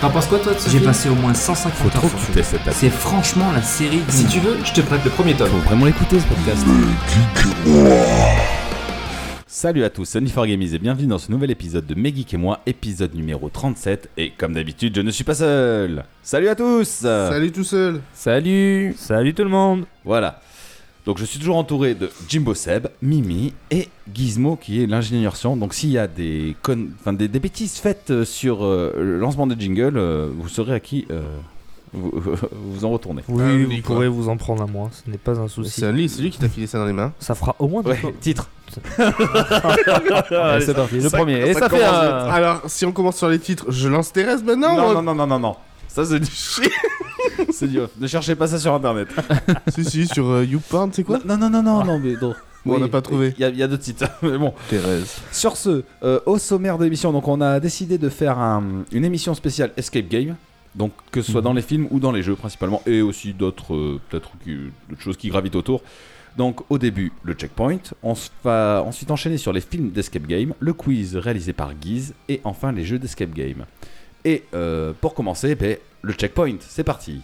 T'en penses quoi toi de ce J'ai film passé au moins 150 heures. sur- écoutez cette C'est franchement la série. Si tu veux, je te prête le premier tome. Faut vraiment l'écouter ce podcast. Salut à tous, c'est Only for Gamies et bienvenue dans ce nouvel épisode de Mes Geeks et moi, épisode numéro 37. Et comme d'habitude, je ne suis pas seul. Salut à tous Salut tout seul Salut Salut tout le monde Voilà. Donc je suis toujours entouré de Jimbo Seb, Mimi et Gizmo qui est l'ingénieur son. Donc s'il y a des, con- enfin, des, des bêtises faites euh, sur euh, le lancement des jingles, euh, vous saurez à qui euh, vous, vous en retournez. Oui, Ah, vous oui, quoi. pourrez vous en prendre à moi, ce n'est pas un souci. C'est lui, c'est lui qui t'a filé ça dans les mains. Ça fera au moins deux Ouais, fois. titre. Allez, c'est parti, le premier. Et ça fait Ah, commence un- vite. Alors, si on commence sur les titres, je lance Thérèse maintenant Non, moi. non, non, non, non, non. Ça, c'est du shit. c'est dur. Ne cherchez pas ça sur internet. Si, si, sur euh, YouPorn, c'est quoi non, non, non, non, non, mais non. Bon, on n'a pas trouvé. Il y a, il y a d'autres sites. Mais bon. Thérèse. Sur ce, euh, au sommaire de l'émission, donc on a décidé de faire un- une émission spéciale Escape Game. Donc que ce soit dans les films ou dans les jeux principalement, et aussi d'autres euh, peut-être qui- d'autres choses qui gravitent autour. Donc au début le checkpoint, on se va ensuite enchaîner sur les films d'escape game, le quiz réalisé par Guise et enfin les jeux d'escape game. Et euh, pour commencer, ben, le checkpoint, c'est parti.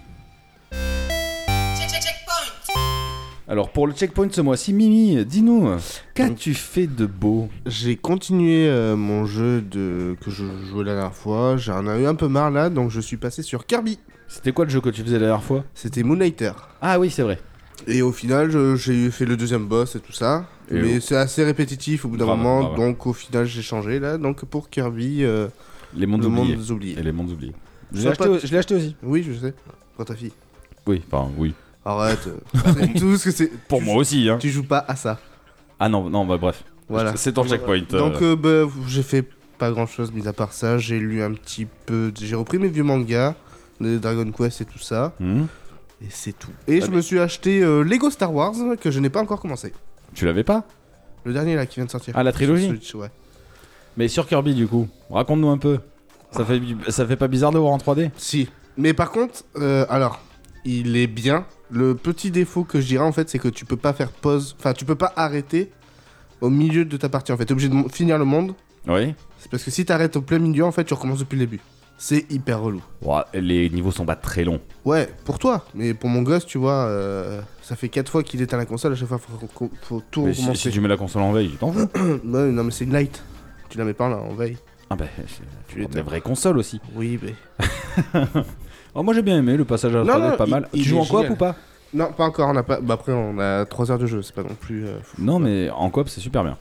Alors pour le checkpoint ce mois-ci, Mimi, dis-nous, qu'as-tu fait de beau J'ai continué euh, mon jeu de... que je jouais la dernière fois. J'en ai eu un peu marre là, donc je suis passé sur Kirby. C'était quoi le jeu que tu faisais la dernière fois C'était Moonlighter. Ah oui, c'est vrai. Et au final, je- j'ai fait le deuxième boss et tout ça. Et mais oh. c'est assez répétitif au bout d'un Bravo, moment, bravo. donc au final, j'ai changé là. Donc pour Kirby, euh, Les mondes le oubliés. monde des oubliés. Et les mondes oubliés. Je l'ai Sois acheté, pas- au- je l'ai acheté aussi. Oui, je sais. Pour ta fille. Oui, enfin, oui. Arrête. euh, c'est tout ce que c'est. Pour tu- moi aussi, hein. Tu joues pas à ça. Ah non, non, bah bref. Voilà. C'est ton checkpoint. euh. Donc euh, bah, j'ai fait pas grand chose mis à part ça, j'ai lu un petit peu, de- j'ai repris mes vieux mangas, les Dragon Quest et tout ça, Hmm. et c'est tout. Et Ah, je mais- me suis acheté euh, Lego Star Wars que je n'ai pas encore commencé. Tu l'avais pas Le dernier là qui vient de sortir. Ah, la trilogie Sur Switch, ouais. Mais sur Kirby, du coup, raconte-nous un peu. Ça fait, ça fait pas bizarre de le voir en 3D Si. Mais par contre, euh, alors, il est bien. Le petit défaut que je dirais en fait, c'est que tu peux pas faire pause, enfin tu peux pas arrêter au milieu de ta partie en fait. T'es obligé de mo- finir le monde. Oui. C'est parce que si t'arrêtes au plein milieu en fait, tu recommences depuis le début. C'est hyper relou. Ouah, les niveaux sont pas très longs. Ouais, pour toi, mais pour mon gosse, tu vois, euh, ça fait 4 fois qu'il éteint la console, à chaque fois faut, faut- faut tout Mais si, recommencer. si tu mets la console en veille, tu t'en fous. Ouais, non, mais c'est une light. Tu la mets pas là, en veille. Ah bah, Tu tu es l'éteins. des vraies consoles aussi. Oui, mais. Oh, moi j'ai bien aimé le passage à la Non, 3D, non, pas il- mal. il tu joues est en coop génial. ou pas Non, pas encore, on a pas. Bah après, on a 3 heures de jeu, c'est pas non plus. euh, faut- Non, mais en coop c'est super bien.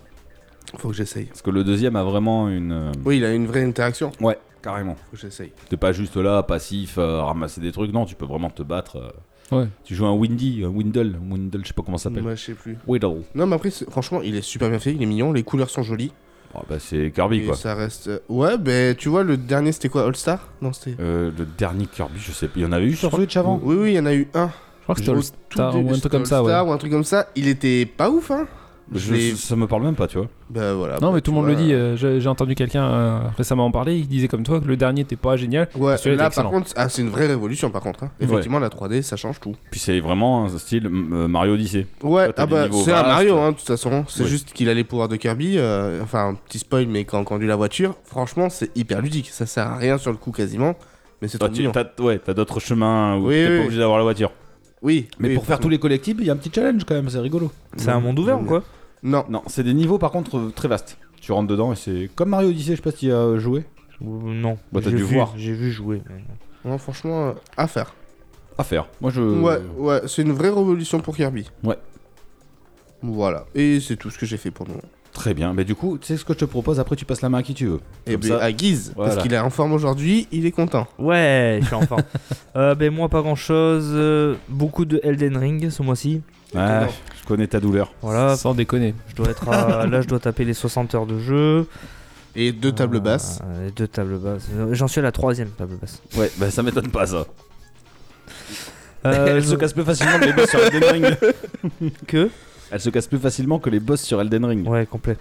Faut que j'essaye. Parce que le deuxième a vraiment une. euh, Oui, il a une vraie interaction, Ouais, carrément. faut que j'essaye. T'es pas juste là, passif, euh, ramasser des trucs. Non, tu peux vraiment te battre. euh. Ouais. Tu joues un Windy, un Windle, un Windle, je sais pas comment ça s'appelle. Moi, je sais plus. Whittle. Non, mais après, c'est- franchement, il est super bien fait, il est mignon, les couleurs sont jolies. Ah bah c'est Kirby et quoi. ça reste. Ouais, ben tu vois, le dernier c'était quoi All Star Non, c'était. Euh, le dernier Kirby, je sais pas. Il y en avait eu sur crois- Switch avant Oui, oui, il y en a eu un. Je crois que c'était Au All tout Star début, ou un c'était truc comme All ça, ouais. Star ou un truc comme ça, il était pas ouf, hein je, l'ai- Ça me parle même pas, tu vois. Bah voilà. Non, bah, mais tout le tu monde le vois, dit. euh, j'ai j'ai entendu quelqu'un euh, récemment en parler. Il disait comme toi que le dernier était pas génial. Celui-là Ouais, était là excellent. par contre, ah, c'est une vraie révolution par contre. hein. Ouais. Effectivement, la 3D, ça change tout. Puis c'est vraiment un style euh, Mario Odyssey. Ouais, Toi, t'as ah des bah niveaux c'est un vastes. Mario hein, de toute façon. C'est Oui. juste qu'il a les pouvoirs de Kirby. euh, enfin, petit spoil, mais quand on conduit la voiture, franchement, c'est hyper ludique. Ça sert à rien sur le coup quasiment, mais c'est Toi, trop Bah, tu, mignon. t'as, ouais, t'as d'autres chemins où Oui, t'es oui, pas oui. obligé d'avoir la voiture. Oui, Mais oui, pour faire tous les collectibles, il y a un petit challenge quand même, c'est rigolo. C'est un monde ouvert ou quoi Non, Non, c'est des niveaux par contre euh, très vastes. Tu rentres dedans et c'est comme Mario Odyssey, je sais pas si tu y as joué. Ou- Non. Bah, t'as J'ai dû vu- voir. J'ai vu jouer. non, franchement, euh, à faire. À faire. Moi je. Ouais, ouais, c'est une vraie révolution pour Kirby. Euh. Ouais. Voilà, et c'est tout ce que j'ai fait pour le moment. Très bien. Mais du coup, tu sais ce que je te propose, après tu passes la main à qui tu veux. Comme Et Eh bien, ça- à Guise, Voilà. parce qu'il est en forme aujourd'hui, il est content. Ouais, je suis en forme. Euh, ben moi pas grand chose. beaucoup de Elden Ring ce mois-ci. Ah, Étonnant. je connais ta douleur. Voilà. Sans déconner. Ah. Je dois être à- là, je dois taper les 60 heures de jeu. Et deux tables Euh, Ah. basses. et deux tables basses. Euh, J'en suis à la troisième table basse. Ouais, bah ça m'étonne pas ça. Euh, Elle se je- casse plus facilement que les boss sur Elden Ring. que Elle se casse plus facilement que les boss sur Elden Ring. Ouais, complet.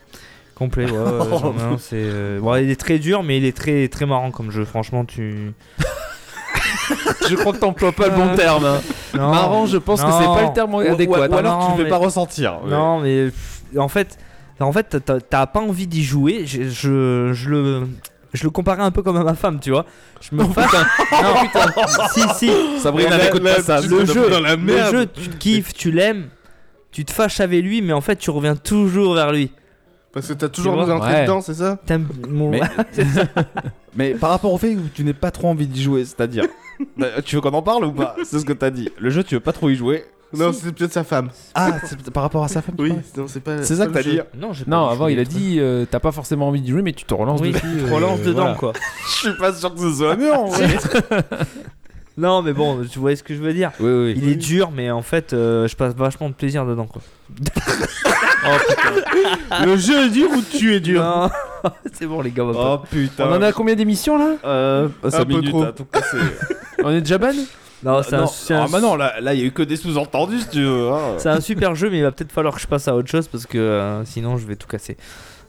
Complet, ouais. ouais, j'en ai un, c'est, euh, bon, il est très dur, mais il est très, très marrant comme jeu. Franchement, tu. je crois que t'emploies pas le bon terme. Euh, Non, Marrant, je pense que c'est non. pas le terme adéquat. ou alors tu le fais pas ressentir. Non, mais pff, en fait, en fait t'as- t'as t'as pas envie d'y jouer. Je, je, je le. je le comparais un peu comme à ma femme, tu vois. Je me fasse un- Non, si, si. Sabrina, Mais n'écoute mais pas ça. tu c'est le dans- jeu, dans la Le merde. jeu, tu te kiffes, tu l'aimes, tu te fâches avec lui, mais en fait, tu reviens toujours vers lui. Parce que t'as toujours vois envie d'entrer Ouais. dedans, c'est ça T'aimes mon. Mais- Mais par rapport au fait où tu n'es pas trop envie d'y jouer, c'est-à-dire. Bah, tu veux qu'on en parle ou pas C'est ce que t'as dit. Le jeu, tu veux pas trop y jouer. Non, c'est peut-être sa femme. Ah, c'est par rapport à sa femme tu Oui, parles non, c'est pas. C'est ça que t'as pas le dit. jeu. Non, j'ai pas Non, dit, je avant, voulais il a être- dit euh, T'as pas forcément envie de jouer, mais tu te relances Oui, dessus. tu te euh, Ah, relances dedans, voilà. quoi. Je suis pas sûr que ce soit mieux en vrai. Non, mais bon, tu vois ce que je veux dire. Oui, oui. Il est dur, mais en fait, euh, je passe vachement de plaisir dedans, quoi. Le jeu est dur ou tu es dur Non, c'est bon, les gars, on va pas- Oh putain. On en a combien d'émissions là Euh, Un 5 peu minutes, trop. en tout cas, c'est. On est déjà ban Non, c'est Euh, un, non. c'est un- Ah, bah non, là, là, il y a eu que des sous-entendus, si tu veux. hein. c'est un super jeu, mais il va peut-être falloir que je passe à autre chose parce que euh, sinon, je vais tout casser.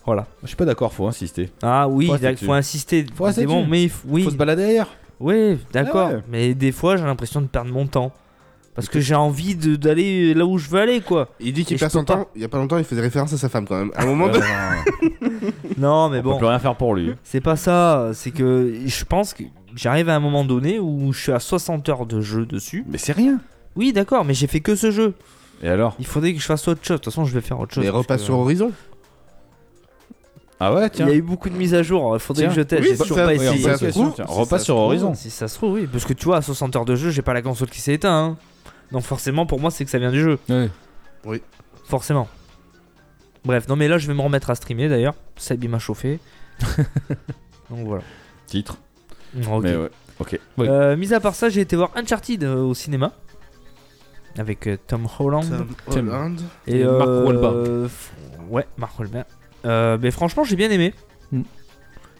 Voilà. Je suis pas d'accord, faut insister. Ah oui, Faut il rester faut insister. Faut rester C'est bon, dessus. mais il faut- oui, Faut se balader ailleurs. oui, d'accord. Ah ouais. Mais des fois, j'ai l'impression de perdre mon temps parce que j'ai envie de- d'aller là où je veux aller, quoi. Il dit qu'il Et je perd peux son pas. temps. Il y a pas longtemps, il faisait référence à sa femme quand même. À un moment, donné- Non, On mais Euh, peut bon, plus rien faire pour lui. c'est pas ça. C'est que je pense que j'arrive à un moment donné où je suis à 60 heures de jeu dessus. Mais c'est rien. Oui, d'accord, mais j'ai fait que ce jeu. Et alors Il faudrait que je fasse autre chose. De toute façon, je vais faire autre chose. mais parce repasse que- sur Horizon. Ah ouais, Il tiens. y a eu beaucoup de mises à jour. Il faudrait Tiens. que je teste. Oui, J'ai bah, toujours ça- pas oui, essayé. on peut- ça se si trouve, ça tiens, se repasse sur trouve, Horizon. Si ça se trouve, oui. Parce que tu vois, à 60 heures de jeu, j'ai pas la console qui s'est éteinte. hein. Donc forcément, pour moi, c'est que ça vient du jeu. Forcément. Bref, non mais là, je vais me remettre à streamer d'ailleurs. Sabi m'a chauffé. Donc voilà. Titre. Ok. Mais ouais. Euh, mis à part ça, j'ai été voir Uncharted euh, au cinéma. Avec euh, Tom Holland. Tom Tim. Holland. Et euh, Et Mark Wahlberg. f- Ouais, Mark Wahlberg. Euh, mais franchement, j'ai bien aimé. Mm.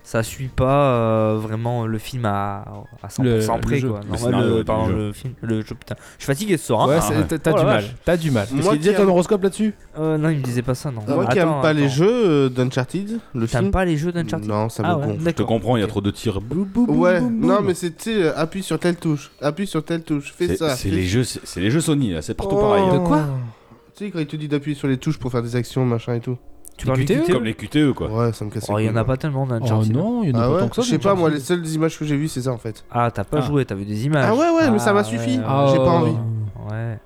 Ça suit pas euh, vraiment le film à, à 100% Le- le près jeu. quoi. Le Non, ouais, scénario le, du pardon, jeu. le film, le jeu putain. Je suis fatigué ce soir. hein. Ouais, Ah, c'est- ouais. t'as t'as Oh du la mal. T'as du mal. Qu'est-ce Moi qu'il qui disait ton aime horoscope là-dessus Euh, non, il me disait pas ça non. moi qui aime Attends, pas les attends. jeux euh, d'Uncharted, le T'aimes film. pas les jeux d'Uncharted Non, ça me Ah ouais, gonfle. Je te d'accord. comprends, il y a Ok. trop de tirs. Ouais, non, mais c'est, tu sais, euh, appuie sur telle touche, appuie sur telle touche, fais C'est ça. c'est fais- les jeux, c'est c'est les jeux Sony là, c'est partout Oh. pareil. hein. De quoi Tu sais, quand il te dit d'appuyer sur les touches pour faire des actions, machin et tout. Tu parles du QTE? QTE? Comme les QTE quoi. Ouais, ça me casse Oh, les il y en a couilles, pas tellement Oh d'Uncharted. non, il y en a Ah pas ouais tant que ça. Je sais pas, moi, les Uncharted. seules images que j'ai vues, c'est ça en fait. Ah, t'as pas Ah. joué, t'as vu des images. Ah ouais, ouais, mais ça m'a Ah, suffi. J'ai ouais, Ah, pas envie. De Ouais.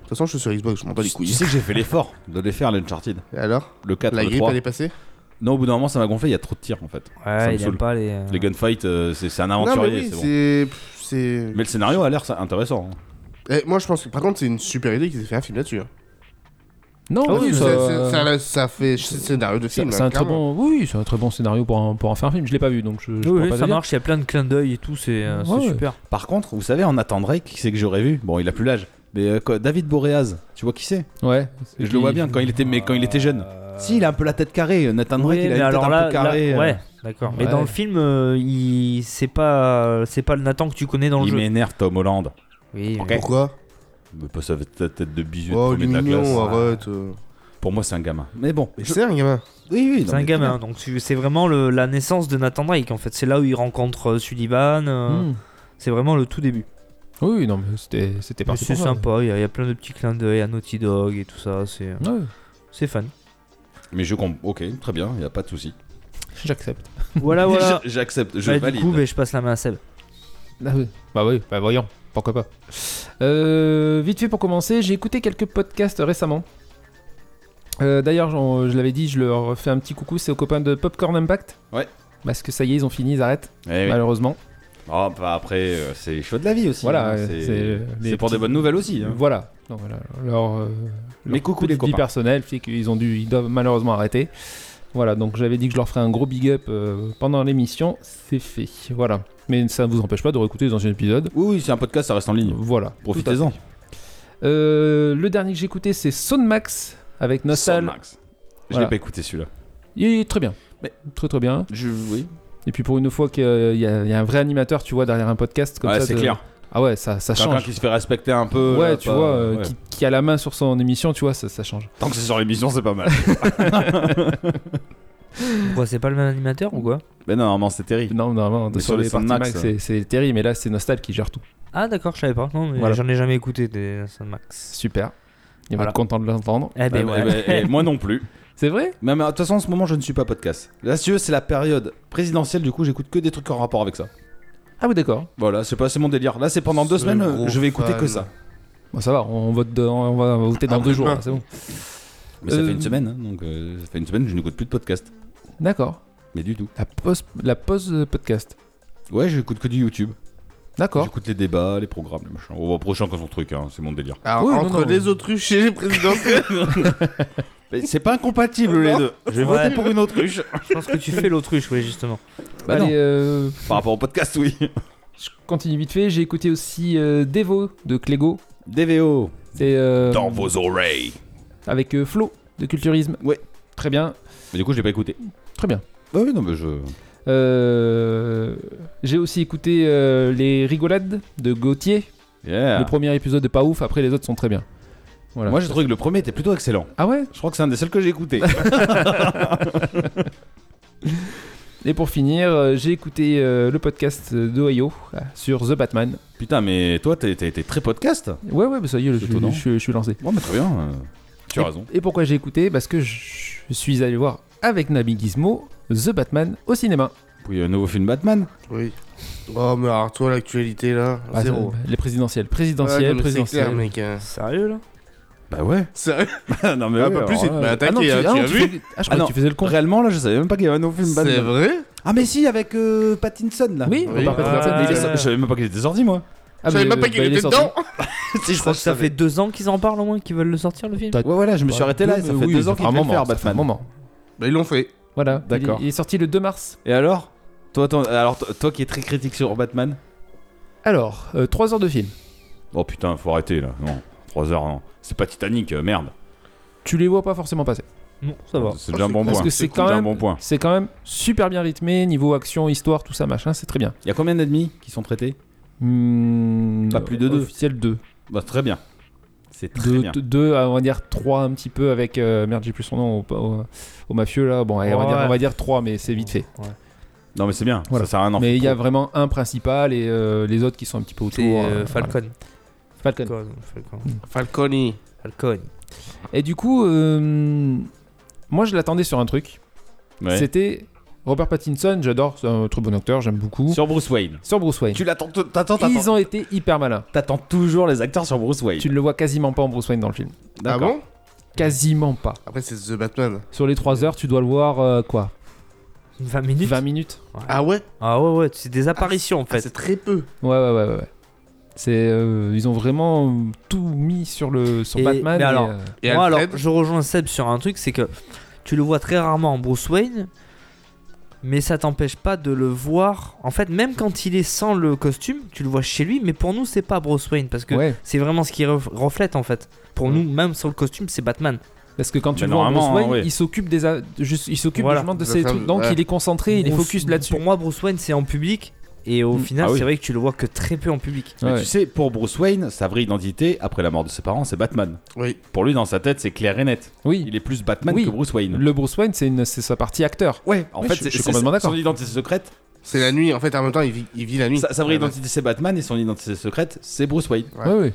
toute façon, je suis sur Xbox, je m'en bats les Tu couilles. sais que j'ai fait l'effort de les faire, l'Uncharted. Et alors Le 4, La le grippe, 3. elle est passée Non, au bout d'un moment, ça m'a gonflé, il y a trop de tirs en fait. Ça me Ouais, il aime saoule. pas les. Les gunfights, euh, c'est c'est un Non, mais aventurier, oui, c'est bon. c'est. pff, c'est- Mais le scénario a l'air ça, intéressant. hein. Eh, Moi, je pense que par contre, c'est une super idée qu'ils aient fait un film là-dessus. hein. Non, Ah oui, oui, ça- c'est- c'est- ça, là, ça fait ch- scénario de c'est film. c'est hein, un très clairement. bon, oui, c'est un très bon scénario pour en, pour en faire un film. Je l'ai pas vu, donc je, je Oui, pourrais oui, pas te ça dire. marche, il y a plein de clins d'œil et tout, c'est euh, c'est Ouais. super. Par contre, vous savez, on attendrait qui c'est que j'aurais vu. Bon, il a plus l'âge. Mais euh, quoi, David Boreaz, tu vois qui c'est Ouais. Je le vois bien quand il était, mais quand il Euh, était jeune. Si, il a un peu la tête carrée. euh, Nathan Oui, Drake, il a mais une alors tête un là, peu carrée. là- euh. ouais, d'accord. Mais Ouais. dans le film, euh, il... c'est pas, euh, c'est pas le Nathan que tu connais dans le Il jeu. m'énerve, Tom Holland. Oui, Ok. mais- Pourquoi Mais pas sa tête de bisou Oh, de il est premier de la classe. mignon, arrête. euh. Pour moi, c'est un gamin. Mais bon, je- C'est hein. un gamin. oui, oui. non, c'est un mais gamin, donc tu- c'est vraiment le- la naissance de Nathan Drake en fait. C'est là où il rencontre euh, Sullivan, euh, Hmm. c'est vraiment le tout début. Oui, oui, non, mais c'était c'était Mais parti C'est pour ça. sympa, il y, a- il y a plein de petits clins d'œil à Naughty Dog et tout ça, c'est euh, Ouais, c'est fun. Mais je comprends. Ok, très bien, il y a pas de souci. j'accepte. voilà, Ah, voilà. J- J'accepte, je Bah, du valide. coup, bah, je passe la main à Seb. Ah oui. Bah oui, bah voyons, pourquoi pas. Euh, vite fait pour commencer, j'ai écouté quelques podcasts récemment. Euh, D'ailleurs, j'en- je l'avais dit, je leur fais un petit coucou, c'est aux copains de Popcorn Impact. Ouais. Parce que ça y est, ils ont fini, ils arrêtent, Eh oui. malheureusement. Oh, bah, après, euh, c'est les choix de la vie aussi. Voilà, hein, euh, c'est- c'est, euh, c'est les pour des petits- bonnes nouvelles aussi. hein. Voilà. Donc voilà, leur, euh, Mais leur coucou les petite vie copains. personnelle fait qu'ils ont dû, ils doivent malheureusement arrêter. Voilà, donc j'avais dit que je leur ferais un gros big up euh, pendant l'émission, c'est fait. Voilà. Mais ça ne vous empêche pas de réécouter les anciens épisodes. Oui, oui, c'est un podcast, ça reste en ligne. Voilà. Profitez-en. Euh, le dernier que j'ai écouté, c'est Soundmax avec Nostal. Max. Je l'ai Voilà. pas écouté celui-là. Il est très bien. Mais- Très très bien. Je... Oui. Et puis pour une fois qu'il y, a- il y a il y a un vrai animateur, tu vois, derrière un podcast comme ouais, ça. c'est de- clair. Ah ouais, ça, ça Quelqu'un change. qui se fait respecter un peu. ouais, là, tu pas- vois, euh, ouais. Qui, qui a la main sur son émission, tu vois, ça, ça change. Tant que c'est sur l'émission, c'est pas mal. Pourquoi c'est pas le même animateur ou quoi mais non, normalement, c'est terrible. Non, normalement, Mais sur sur les les parties Soundmax, Max, euh. c'est- c'est terrible, mais là, c'est Nostal qui gère tout. Ah d'accord, je savais pas. Non, mais Voilà. j'en ai jamais écouté des Max. Super. Il va Voilà. être content de l'entendre. Eh ben Bah, ouais. bah, eh, moi non plus. C'est vrai Mais mais, de toute façon, en ce moment, je ne suis pas podcast. Là, si tu veux, c'est la période présidentielle, du coup, j'écoute que des trucs en rapport avec ça. Ah oui, d'accord. Voilà, c'est pas c'est mon délire. Là, c'est pendant deux Ce semaines, gros euh, je vais écouter fan. que ça. Bon, ça va, on, vote dans- on va voter dans Ah, Après deux jours, demain. là, c'est bon. Mais ça Euh, fait une semaine, hein, donc euh, ça fait une semaine que je n'écoute plus de podcast. D'accord. Mais du tout. La pause, la pause euh, podcast. Ah. Ouais, j'écoute que du YouTube. D'accord. J'écoute les débats, les programmes, les machins. On va au prochain quand son truc, hein, c'est mon délire. Alors, Oui, non, entre non. les autruches et les présidentielles, Mais c'est pas incompatible les deux. Je vais Ouais. voter pour une autruche. Je pense que tu fais l'autruche, oui, justement. Bah non. Allez, euh, Par rapport au podcast, oui. je continue vite fait. J'ai écouté aussi euh, Devo de Clégo. DVO. Et, euh, Dans vos oreilles. Avec euh, Flo de Culturisme. Ouais. Très bien, Mais du coup, je l'ai pas écouté. très bien. Bah oui, non, mais je. Euh, J'ai aussi écouté euh, Les Rigolades de Gauthier. Yeah. Le premier épisode est pas ouf, après les autres sont très bien. Voilà. Moi, j'ai trouvé que le premier était plutôt excellent. Ah ouais Je crois que c'est un des seuls que j'ai écouté. Et pour finir, euh, j'ai écouté euh, le podcast euh, d'Ohio euh, sur The Batman. Putain, mais toi, t'as t'as été très podcast. Ouais, ouais, bah ça y est, je, C'est suis- étonnant. je suis- je suis lancé. Bon, mais très bien. euh, Tu as Et- raison. Et pourquoi j'ai écouté Parce que je je suis allé voir avec Nabi Gizmo The Batman au cinéma. Puis, il y a un nouveau film Batman. oui. Oh, mais alors, toi, l'actualité là, Ah, zéro. ça, les présidentielles, Ouais, non, présidentielles, mais c'est présidentielles. clair, mec. hein. Sérieux, là Bah ouais. Sérieux non, mais Ah, ouais, bah, plus, alors il te là, m'a ah non, attaqué, hein, ah tu non, as tu vu fais- ah, je Ah croyais non, que tu faisais le con. Réellement, là, je savais même pas qu'il y avait un nouveau film Batman. C'est vrai Ah, mais si, avec euh, Pattinson, là. Oui, Oui, on parle ah, pas de Mais il est ça. sorti- Je savais même pas qu'il était sorti, moi. Ah, Je savais mais, même pas euh, qu'il bah, il est était sorti. dedans Je crois que ça fait deux ans qu'ils en parlent au moins, qu'ils veulent le sortir le film. T'as- Ouais, voilà, je me suis Bah, arrêté là deux- et ça fait oui, deux ans qu'il un devait le moment, faire, ça fait un Batman. moment. Bah, ils l'ont fait. Voilà, il est- D'accord. Il est sorti le 2 mars. Et alors toi, toi, alors, toi, toi qui es très critique sur Batman Alors, 3 heures de film. Oh putain, faut arrêter là. Non, 3 heures, non. C'est pas Titanic, euh, merde. Tu les vois pas forcément passer. Non, ça va. C'est Ah, déjà un c'est bon cool. Parce point. que c'est c'est cool, quand déjà un même bon point. C'est quand même super bien rythmé, niveau action, histoire, tout ça, machin, c'est très bien. Il y a combien d'ennemis qui sont traités Hmm, Pas plus de deux. Officiel 2. Bah, très bien. C'est très bien. 2, on va dire 3 un petit peu avec. euh, merde, j'ai plus son nom au, au- au mafieux là. Bon, allez, on, va dire, Ouais. on va dire 3, mais c'est vite fait. Non, mais c'est bien. Voilà. Ça sert à rien. mais il y a vraiment un principal et euh, les autres qui sont un petit peu autour. C'est euh, euh, voilà. Falcon. Falcon. Falcon. Falcon. Falconi. Ah Falcon. Et du coup, euh, moi je l'attendais sur un truc. Ouais. C'était Robert Pattinson, j'adore, c'est un très bon acteur, j'aime beaucoup. Sur, Sur Bruce Wayne. Bruce Wayne. Tu l'attends, t- t'attends, Ils t'attends. ont été hyper malins. T'attends toujours les acteurs sur Bruce Wayne. Tu ne le vois quasiment pas en Bruce Wayne dans le film. Ah D'accord. bon Quasiment pas. Après, c'est The Batman. Sur les 3 heures, tu dois le voir euh, quoi 20 minutes 20 minutes Ah ouais Ah ouais, ouais, c'est des apparitions en Ah, fait. C'est très peu. Ouais, ouais, ouais, ouais. ouais. C'est, euh, ils ont vraiment euh, tout mis sur le sur Et- Batman. mais alors- euh, Et Moi, alors, Alfred je rejoins Seb sur un truc, c'est que tu le vois très rarement en Bruce Wayne, mais ça t'empêche pas de le voir. En fait, même quand il est sans le costume, tu le vois chez lui, mais pour nous, c'est pas Bruce Wayne parce que ouais. c'est vraiment ce qui ref- reflète en fait. Pour nous, même sans le costume, c'est Batman. Parce que quand tu Mais le vois en Bruce normalement, Wayne, hein, ouais. il s'occupe des, a- de- juste- il s'occupe Voilà. justement de Il va ces faire trucs. le- Donc ouais. il est concentré, il est Bruce- focus là-dessus. Pour moi, Bruce Wayne, c'est en public, et au Mm. final, Ah oui. c'est vrai que tu le vois que très peu en public. Mais Ouais. tu sais, pour Bruce Wayne, sa vraie identité, après la mort de ses parents, c'est Batman. Oui. Pour lui, dans sa tête, c'est clair et net. Oui. Il est plus Batman Oui. que Bruce Wayne. Le Bruce Wayne, c'est une- c'est sa partie acteur. Ouais, en Ouais, fait, je- c'est- je suis c'est- complètement d'accord. Son identité secrète, C'est la nuit. En fait, en même temps, il vit, il vit la nuit. sa, sa vraie Ouais, identité c'est Batman et son identité secrète c'est Bruce Wayne. Ouais. ouais.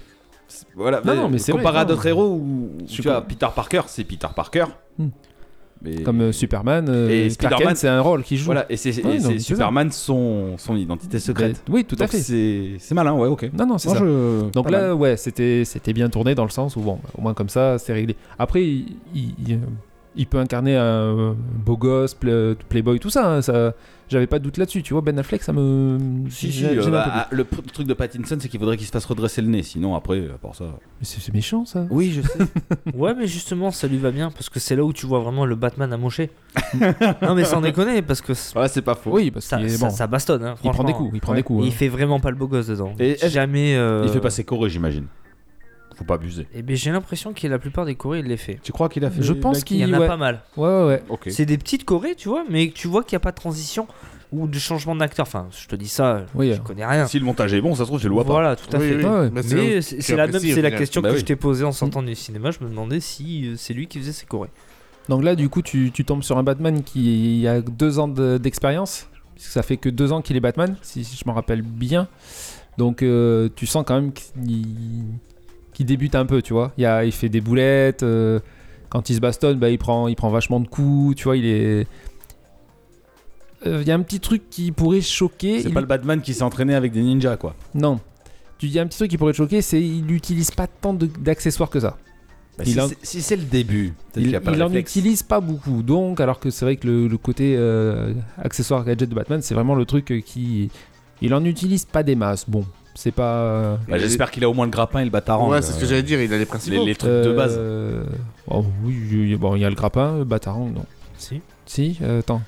C'est- Voilà, Non, non, mais c'est comparé vrai, à d'autres non. héros où Je tu suis vois, con- Peter Parker, c'est Peter Parker. Hmm. Mais- Comme euh, Superman, euh, Et Clark Kent, Spider-Man. c'est un rôle qu'il joue. voilà, et c'est et Ouais, non, c'est mais c'est Superman son, son identité Mais- secrète. oui, tout à Donc fait. c'est c'est malin, ouais, ok. Non, non, c'est Moi, ça. je- Donc pas là, mal. ouais, c'était c'était bien tourné dans le sens où bon, au moins comme ça, c'est réglé. Après, il, il- il- il peut incarner un beau gosse, pla- playboy, tout ça. hein, ça J'avais pas de doute là-dessus. Tu vois, Ben Affleck, ça me. Si, si, gêne- euh, gêne un bah, peu ah, le pr- truc de Pattinson, c'est qu'il faudrait qu'il se fasse redresser le nez, sinon après, à part ça. plus. Mais c'est c'est méchant ça. Oui, je sais. Ouais, mais justement, ça lui va bien parce que c'est là où tu vois vraiment le Batman amoché. non, mais sans déconner, parce que c- ouais, c'est pas faux. Oui, parce ça, qu'il est ça, bon. ça bastonne. hein, il prend des franchement. coups. Il prend Ouais. des coups. Il hein. fait vraiment pas le beau gosse dedans. Et est-ce- jamais. euh, Il fait passer Corée, j'imagine. Faut pas abuser. Eh bien, j'ai l'impression que la plupart des Corées, il les fait. Tu crois qu'il a fait Je pense Il y qu'il en a ouais. pas mal. ouais, ouais, ouais. Ok. C'est des petites Corées, tu vois, mais tu vois qu'il n'y a pas de transition ou de changement d'acteur. Enfin, je te dis ça, Oui, je connais rien. Si le montage est bon, ça se trouve, je le vois pas. voilà, tout à Oui, fait. oui. Ouais, ouais. Bah, Mais tu c'est c'est la même, apprécies, c'est au la final. Mmh. question Bah que oui. je t'ai posée en sortant du cinéma. Je me demandais si euh, c'est lui qui faisait ses Corées. Donc là, du coup, tu, tu tombes sur un Batman qui a deux ans de- d'expérience. puisque ça fait que deux ans qu'il est Batman, si je m'en rappelle bien. Donc euh, tu sens quand même qu'il qu'il débute un peu, tu vois. Il, y a- il fait des boulettes. euh, Quand il se bastonne, bah, il, prend, il prend vachement de coups, tu vois, il est... Euh, Il y a un petit truc qui pourrait choquer. C'est il- pas le Batman qui s'est entraîné avec des ninjas, quoi. Non. Tu dis un petit truc qui pourrait te choquer, c'est il n'utilise pas tant de- d'accessoires que ça. Bah, Il si en- c'est- si c'est le début, peut-être Il, qu'il a pas le il en réflexe. utilise pas beaucoup, donc alors que c'est vrai que le, le côté euh, accessoire gadget de Batman, c'est vraiment le truc euh, qui, il en utilise pas des masses. Bon, c'est pas. euh, Bah, J'espère qu'il a au moins le grappin et le bataran. Ouais, c'est ce que euh, j'allais dire, il a les principaux. les, les trucs de base. euh, oh, oui, il y a- bon, il y a le grappin, le Batarang, non. Si. Si, euh, attends.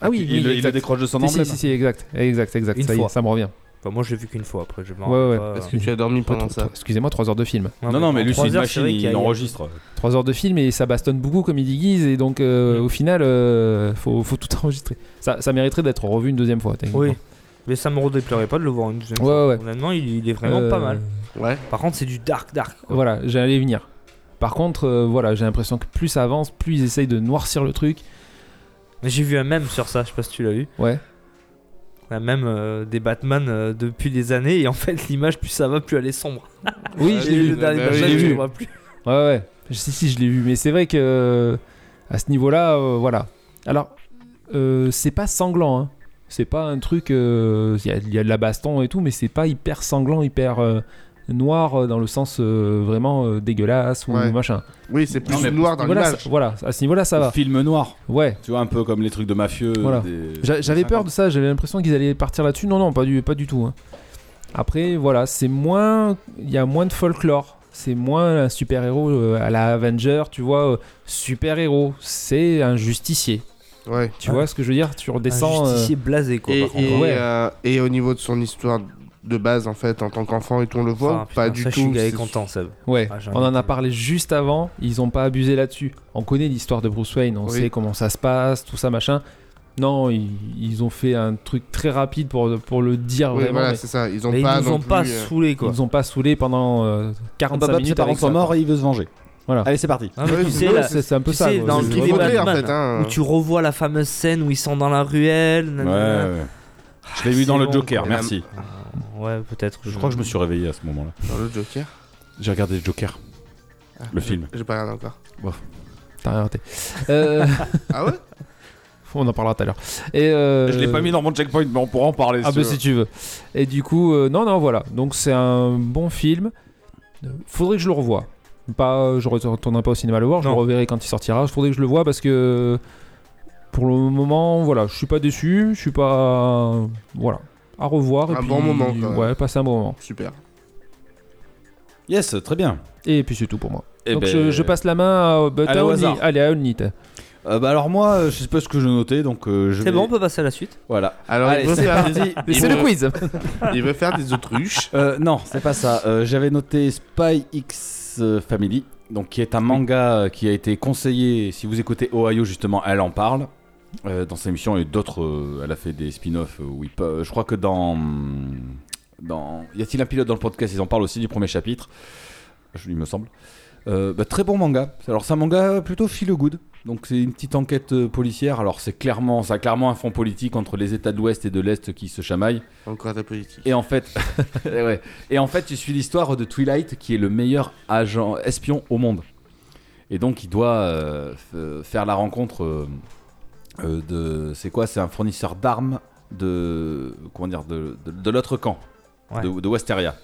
Ah oui, il, oui, le- il exact. le décroche de son Si, si, emblème. si, si, exact, exact, exact. Une Ça, y est, fois. ça me revient. Enfin, moi, je l'ai vu qu'une fois après. Je m'en Ouais, ouais. rappelle pas. parce que- Tu as dormi Pas pendant trop- ça. trop- Excusez-moi, 3 heures de film. Ouais, Non, non, mais en lui, trois c'est une heures, c'est machine, vrai qu'il y il a- enregistre. 3 heures de film et ça bastonne beaucoup comme il dit Guise et donc euh, Mm. au final euh, faut, faut tout enregistrer. Ça, ça mériterait d'être revu une deuxième fois. techniquement. Oui. Mais ça me redéplairait pas de le voir une deuxième Ouais, fois. ouais. Honnêtement, il, il est vraiment Euh, pas mal. Ouais. Par contre, c'est du dark, dark. quoi. Voilà, j'allais y venir. Par contre, euh, voilà, j'ai l'impression que plus ça avance, plus ils essayent de noircir le truc. Mais J'ai vu un mème sur ça, je sais pas si tu l'as vu. Ouais. Un mème euh, des Batman euh, depuis des années, et en fait, l'image, plus ça va, plus elle est sombre. Oui, Ah, je j'ai l'ai vu vu. Le dernier bah oui, Batman, je l'ai je vu. le vois plus. Ouais, ouais. Je- Si, si, je l'ai vu. Mais c'est vrai que euh, à ce niveau-là, euh, voilà. Alors, euh, c'est pas sanglant. hein. C'est pas un truc. euh, Il y, a- il y a de la baston et tout, mais c'est pas hyper sanglant, hyper euh, noir euh, dans le sens euh, vraiment euh, dégueulasse ou Ouais. machin. Oui, c'est plus Non, mais- noir dans Voilà, l'image. ça- voilà, à ce niveau-là, ça va. Film noir. Ouais. Tu vois, un peu comme les trucs de mafieux. Voilà. des- J'a- J'avais des peur 50. de ça, j'avais l'impression qu'ils allaient partir là-dessus. Non, non, pas du, pas du tout. hein. Après, voilà, c'est moins. Il y a moins de folklore. C'est moins un super-héros euh, à la Avenger, tu vois. euh, super-héros, c'est un justicier. Ouais. Tu Ouais. vois ce que je veux dire Tu redescends. Un euh, justicier blasé, quoi. Et, par contre. Ah, et, Ouais. euh, et au niveau de son histoire de base, en fait, en tant qu'enfant et tout, on le voit Ah, ou pas putain, du ça, tout. Je suis c'est- content, Seb. Ouais, Ah, j'ai on en envie a de- parlé juste avant. Ils ont pas abusé là-dessus. On connaît l'histoire de Bruce Wayne, on Oui. sait comment ça se passe, tout ça, machin. Non, ils, ils ont fait un truc très rapide pour, pour le dire Oui, vraiment. voilà, mais c'est ça. Ils ont Ah, Mais ils pas nous non ont pas plus, euh, saoulés, quoi. ils nous ont pas saoulé pendant euh, bah, 45 Bob, ses minutes. parents avec sont ça, morts et il veut se venger. Voilà. Allez, c'est parti. Ah, mais Ouais, tu ils sais, nous ont- la- C'est c'est un peu tu ça. sais, quoi. dans C'est le c'est tous les vraiment- montré, en Batman, fait, hein. où tu revois la fameuse scène où ils sont dans la ruelle. Ouais, nanana. ouais. Je l'ai vu C'est dans le bon, Joker, quoi. merci. Ouais, peut-être. Je crois que je me suis réveillé à ce moment-là. Dans le Joker. J'ai regardé le Joker. Ah, Le j'ai- film. J'ai pas regardé encore. T'as rien raté. Euh, Ah ouais on en parlera tout à l'heure. Et euh, Je l'ai pas mis dans mon checkpoint, mais on pourra en parler. Ah bah si tu veux. Et du coup, euh, non, non, voilà. Donc c'est un bon film. Euh, Faudrait que je le revoie. Pas, euh, je retournerai pas au cinéma le voir. Je Non. le reverrai quand il sortira. Faudrait que je le voie parce que pour le moment, voilà, je suis pas déçu. Je suis pas, voilà, à revoir. et Un puis- bon moment, quand même. Ouais, passer un bon moment. Super. Yes, très bien. Et puis c'est tout pour moi. Eh Donc ben, je, je passe la main à, bah, Allez, à au Only. hasard. Allez, à Only, t'as. euh, bah alors moi, euh, je sais pas ce que je notais, donc euh, je. C'est vais- bon, on peut passer à la suite. Voilà. Alors, Allez, il, veut c'est faire... parti. Mais Il C'est le me- quiz. il veut faire des autruches. Euh, non, c'est pas ça. Euh, J'avais noté Spy X euh, Family, donc qui est un manga euh, qui a été conseillé. Si vous écoutez Ohio, justement, elle en parle euh, dans sa émission et d'autres. euh, elle a fait des spin-offs. euh, où il peut- euh, je crois que dans dans y a-t-il un pilote dans le podcast Ils en parlent aussi du premier chapitre. Je il me semble. Euh, bah, très bon manga. Alors c'est un manga plutôt feel good. Donc c'est une petite enquête euh, policière. Alors c'est clairement ça a clairement un fond politique entre les États de l'Ouest et de l'Est qui se chamaillent. Encore de la politique. Et en fait, Eh ouais. Et en fait, tu suis l'histoire de Twilight, qui est le meilleur agent espion au monde. Et donc, il doit euh, f- faire la rencontre euh, euh, de, c'est quoi C'est un fournisseur d'armes de, comment dire, de, de- de l'autre camp, Ouais. de, de Westeria.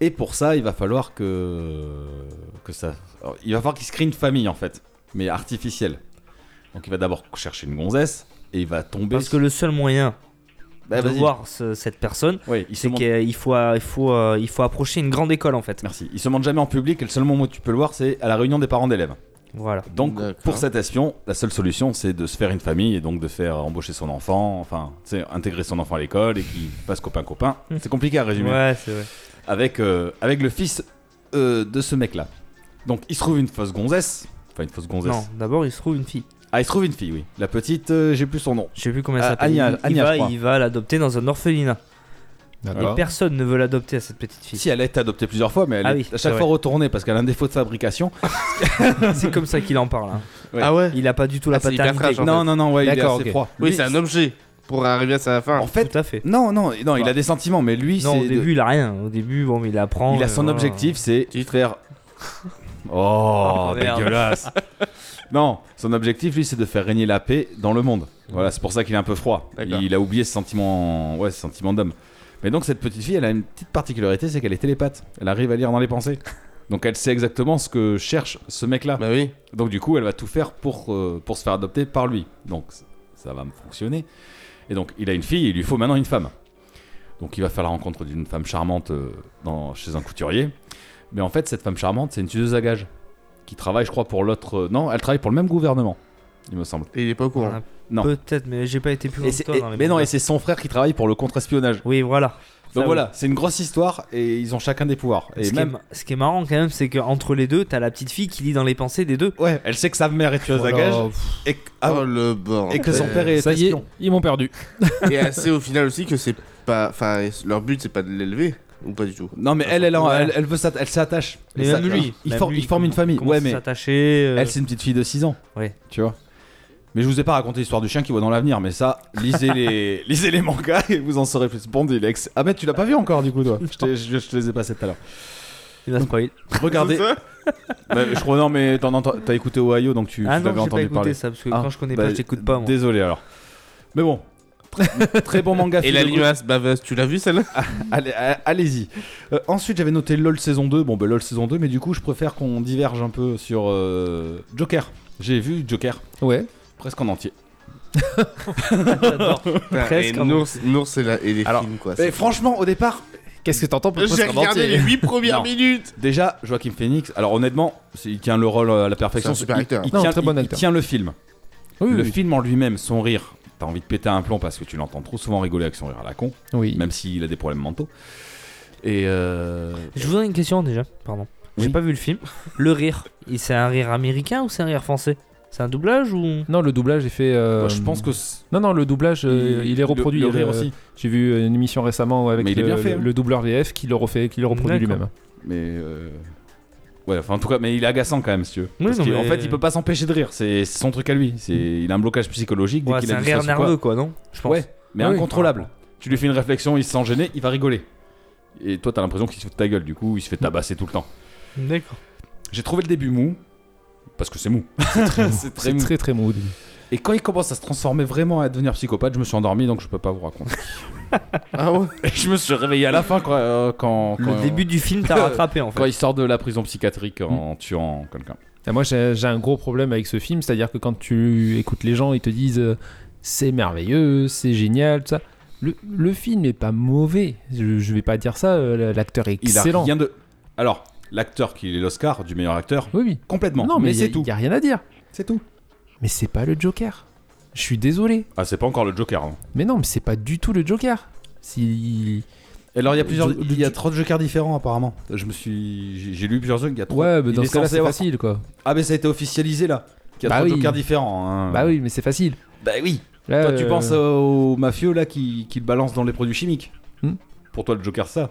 Et pour ça, il va falloir que que ça, alors, il va falloir qu'il se crée une famille en fait, mais artificielle. Donc, il va d'abord chercher une gonzesse et il va tomber. Parce que le seul moyen Bah, de vas-y. voir ce- cette personne, Oui, il se c'est montre- qu'il faut, il faut, euh, il faut approcher une grande école en fait. Merci. Il se montre jamais en public et le seul moment où tu peux le voir, c'est à la réunion des parents d'élèves. Voilà. Donc, D'accord. pour cet espion, la seule solution, c'est de se faire une famille et donc de faire embaucher son enfant, enfin, tu sais, intégrer son enfant à l'école et qu'il passe copain-copain. Mm. C'est compliqué à résumer. Ouais, c'est vrai. Avec, euh, avec le fils euh, de ce mec-là. Donc, il se trouve une fausse gonzesse. Enfin, une fausse gonzesse. Non, d'abord il se trouve une fille. Ah, il se trouve une fille, oui. La petite, euh, j'ai plus son nom. Je sais plus comment elle Ah, s'appelle. Anya- Il- il, Anya, je va, crois. il va l'adopter dans un orphelinat. Et personne ne veut l'adopter à cette petite fille. Si, elle a été adoptée plusieurs fois, mais elle Ah est oui, à c'est chaque vrai. fois retournée parce qu'elle a un défaut de fabrication. c'est comme ça qu'il en parle. hein. Ouais. Ah ouais Il a pas du tout la Ah, c'est hyper paternité. trash, en Non, non, fait. non, non, ouais, il est D'accord, assez ok. froid. Oui, Lui, c'est un objet pour arriver à sa fin. En fait, tout à fait. non, non, non, il a des sentiments, mais lui, Non, c'est. au de- début il a rien. Au début, bon, il apprend. Il a euh, son voilà. objectif, c'est Titre. faire. Oh, Oh, merde. dégueulasse Non, son objectif, lui, c'est de faire régner la paix dans le monde. Voilà, c'est pour ça qu'il est un peu froid. D'accord. Il a oublié ce sentiment, ouais, ce sentiment d'homme. Mais donc, cette petite fille, elle a une petite particularité, c'est qu'elle est télépathe. Elle arrive à lire dans les pensées. Donc, elle sait exactement ce que cherche ce mec-là. Bah oui. Donc du coup, elle va tout faire pour, euh, pour se faire adopter par lui. Donc c- ça va me fonctionner. Et donc il a une fille, il lui faut maintenant une femme. Donc il va faire la rencontre d'une femme charmante euh, dans, chez un couturier. Mais en fait, cette femme charmante, c'est une tueuse à gages qui travaille, je crois, pour l'autre. euh, non, elle travaille pour le même gouvernement, il me semble. Et il est pas au courant. Non. Peut-être, mais j'ai pas été plus Et longtemps c'est- dans et- les mais non, mangas. et c'est son frère qui travaille pour le contre-espionnage. Oui, voilà. Donc oui. voilà, c'est une grosse histoire et ils ont chacun des pouvoirs. Et ce, qui est même, ma- ce qui est marrant quand même, c'est qu'entre les deux, t'as la petite fille qui lit dans les pensées des deux. ouais, elle sait que sa mère est tueuse à Voilà. gages et, que- ah, oh le bord. et que son père est Ça y est, espion. ils m'ont perdu. Et elle sait au final aussi que c'est pas. Enfin, leur but c'est pas de l'élever. Ou pas du tout. Non mais elle, elle, en- Ouais. elle, elle veut s'atta- elle s'attache. Ah, Mais Et même ça- Ah. lui, il, même for- lui, il forme une famille. Comment Ouais mais s'attacher euh, elle c'est une petite fille de 6 ans. Ouais. Tu vois. Mais je vous ai pas raconté l'histoire du chien qui voit dans l'avenir, mais ça, lisez les, lisez les mangas et vous en saurez plus. Bon, il est ex- Ah mais tu l'as pas vu encore du coup toi. je, t'ai- je- je te les ai passés tout à l'heure. il Ah m'a spoil. Regardez. Bah, je crois non mais t'en entends- t'as écouté Ohio donc tu, Ah tu non, l'avais j'ai pas entendu écouté parler. ça parce que Ah, quand je connais bah, pas, j'écoute pas moi. Désolé alors. Mais bon. Très, très bon manga. Et feel la good. limace baveuse, tu l'as vu celle-là Allez, a- allez-y. Euh, ensuite, j'avais noté LOL saison 2. Bon, ben LOL saison 2, mais du coup, je préfère qu'on diverge un peu sur euh, Joker. J'ai vu Joker Ouais. presque en entier. J'adore. Et Presque, en Nours, Nours c'est la... et les Alors, films quoi. Mais c'est- franchement, au départ, Qu'est-ce que t'entends pour J'ai presque en regardé entier les 8 premières Non. minutes déjà, Joaquin Phoenix, alors honnêtement, c'est- il tient le rôle euh, à la perfection. C'est un super Il- acteur. Il, Non, tient, très bon il- il acteur. tient le film. Oui, le oui, film en lui-même, son rire, t'as envie de péter un plomb parce que tu l'entends trop souvent rigoler avec son rire à la con, oui. même s'il a des problèmes mentaux. Et euh, Je vous donne une question déjà, pardon. J'ai Oui. pas vu le film. Le rire, il- c'est un rire américain ou c'est un rire français C'est un doublage ou Non, le doublage est fait. euh, moi, je pense que c'est- Non, non, le doublage, euh, il, est le- reproduit. le rire euh, aussi. J'ai vu une émission récemment avec Mais il est le, bien fait, hein. le doubleur VF qui le refait, qui le reproduit D'accord. lui-même. Mais euh, ouais, enfin en tout cas, mais il est agaçant quand même, si tu veux. Oui, Parce non, qu'en mais- fait, il peut pas s'empêcher de rire. C'est c'est son truc à lui. C'est il a un blocage psychologique dès Ouais, qu'il C'est a un du rire stress ou quoi. nerveux quoi, non Je pense. Ouais, mais Ah oui. incontrôlable. Tu lui fais une réflexion, il se sent gêné, il va rigoler. Et toi, t'as l'impression qu'il se fout de ta gueule. Du coup, il se fait tabasser tout le temps. D'accord. J'ai trouvé le début mou parce que c'est mou. C'est très C'est mou. très très mou au début. Et quand il commence à se transformer vraiment à devenir psychopathe, je me suis endormi donc je peux pas vous raconter. Ah ouais Et je me suis réveillé à la fin quoi, euh, quand, quand, euh, Le début du film t'a rattrapé en quand fait. il sort de la prison psychiatrique en tuant quelqu'un. Et moi, j'ai j'ai un gros problème avec ce film, c'est-à-dire que quand tu écoutes les gens, ils te disent euh, c'est merveilleux, c'est génial, tout ça. Le, le film est pas mauvais, je, je vais pas dire ça, euh, l'acteur est Il a excellent. rien de. Alors, l'acteur qui est l'Oscar du meilleur acteur, Oui, oui. complètement. non, mais, c'est tout. Il y a rien à dire. C'est tout. Mais c'est pas le Joker. Je suis désolé. Ah, c'est pas encore le Joker. hein. Mais non, mais c'est pas du tout le Joker. Si... Et Alors, il y a plusieurs. Du- Il y a trois Jokers différents apparemment. Je me suis. j'ai- J'ai lu plusieurs jeux. Il y a trois. Ouais, mais Il dans est ce cas-là, censé c'est avoir- facile, quoi. Ah, mais ça a été officialisé là. Il y a Bah trois oui. Jokers différents. hein. Bah oui, mais c'est facile. Bah oui. Là, Toi, tu euh, penses au mafieux là qui, qui le balance dans les produits chimiques. Hmm. Pour toi, le Joker, ça.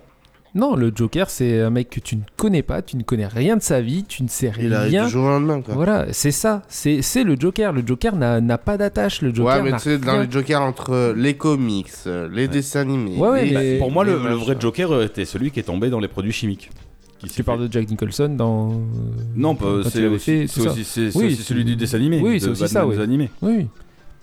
Non, le Joker, c'est un mec que tu ne connais pas, tu ne connais rien de sa vie, tu ne sais Il arrive rien. du jour au lendemain quoi. Voilà, c'est ça. C'est c'est le Joker. Le Joker n'a n'a pas d'attache. Le Joker. ouais, mais n'a tu sais, dans rien. les Jokers, entre euh, les comics, euh, les dessins animés. Ouais, ouais, les- mais- Et- Bah, pour moi, le, les le vrai machins. Joker euh, était celui qui est tombé dans les produits chimiques. Qui s'est Tu parles de Jack Nicholson dans. Non, bah, Quand il c'est avait aussi, fait c'est tout ça. aussi- c'est- c'est Oui, aussi c'est- celui du dessin animé. Oui, de c'est aussi Batman ça, oui. animé. Oui,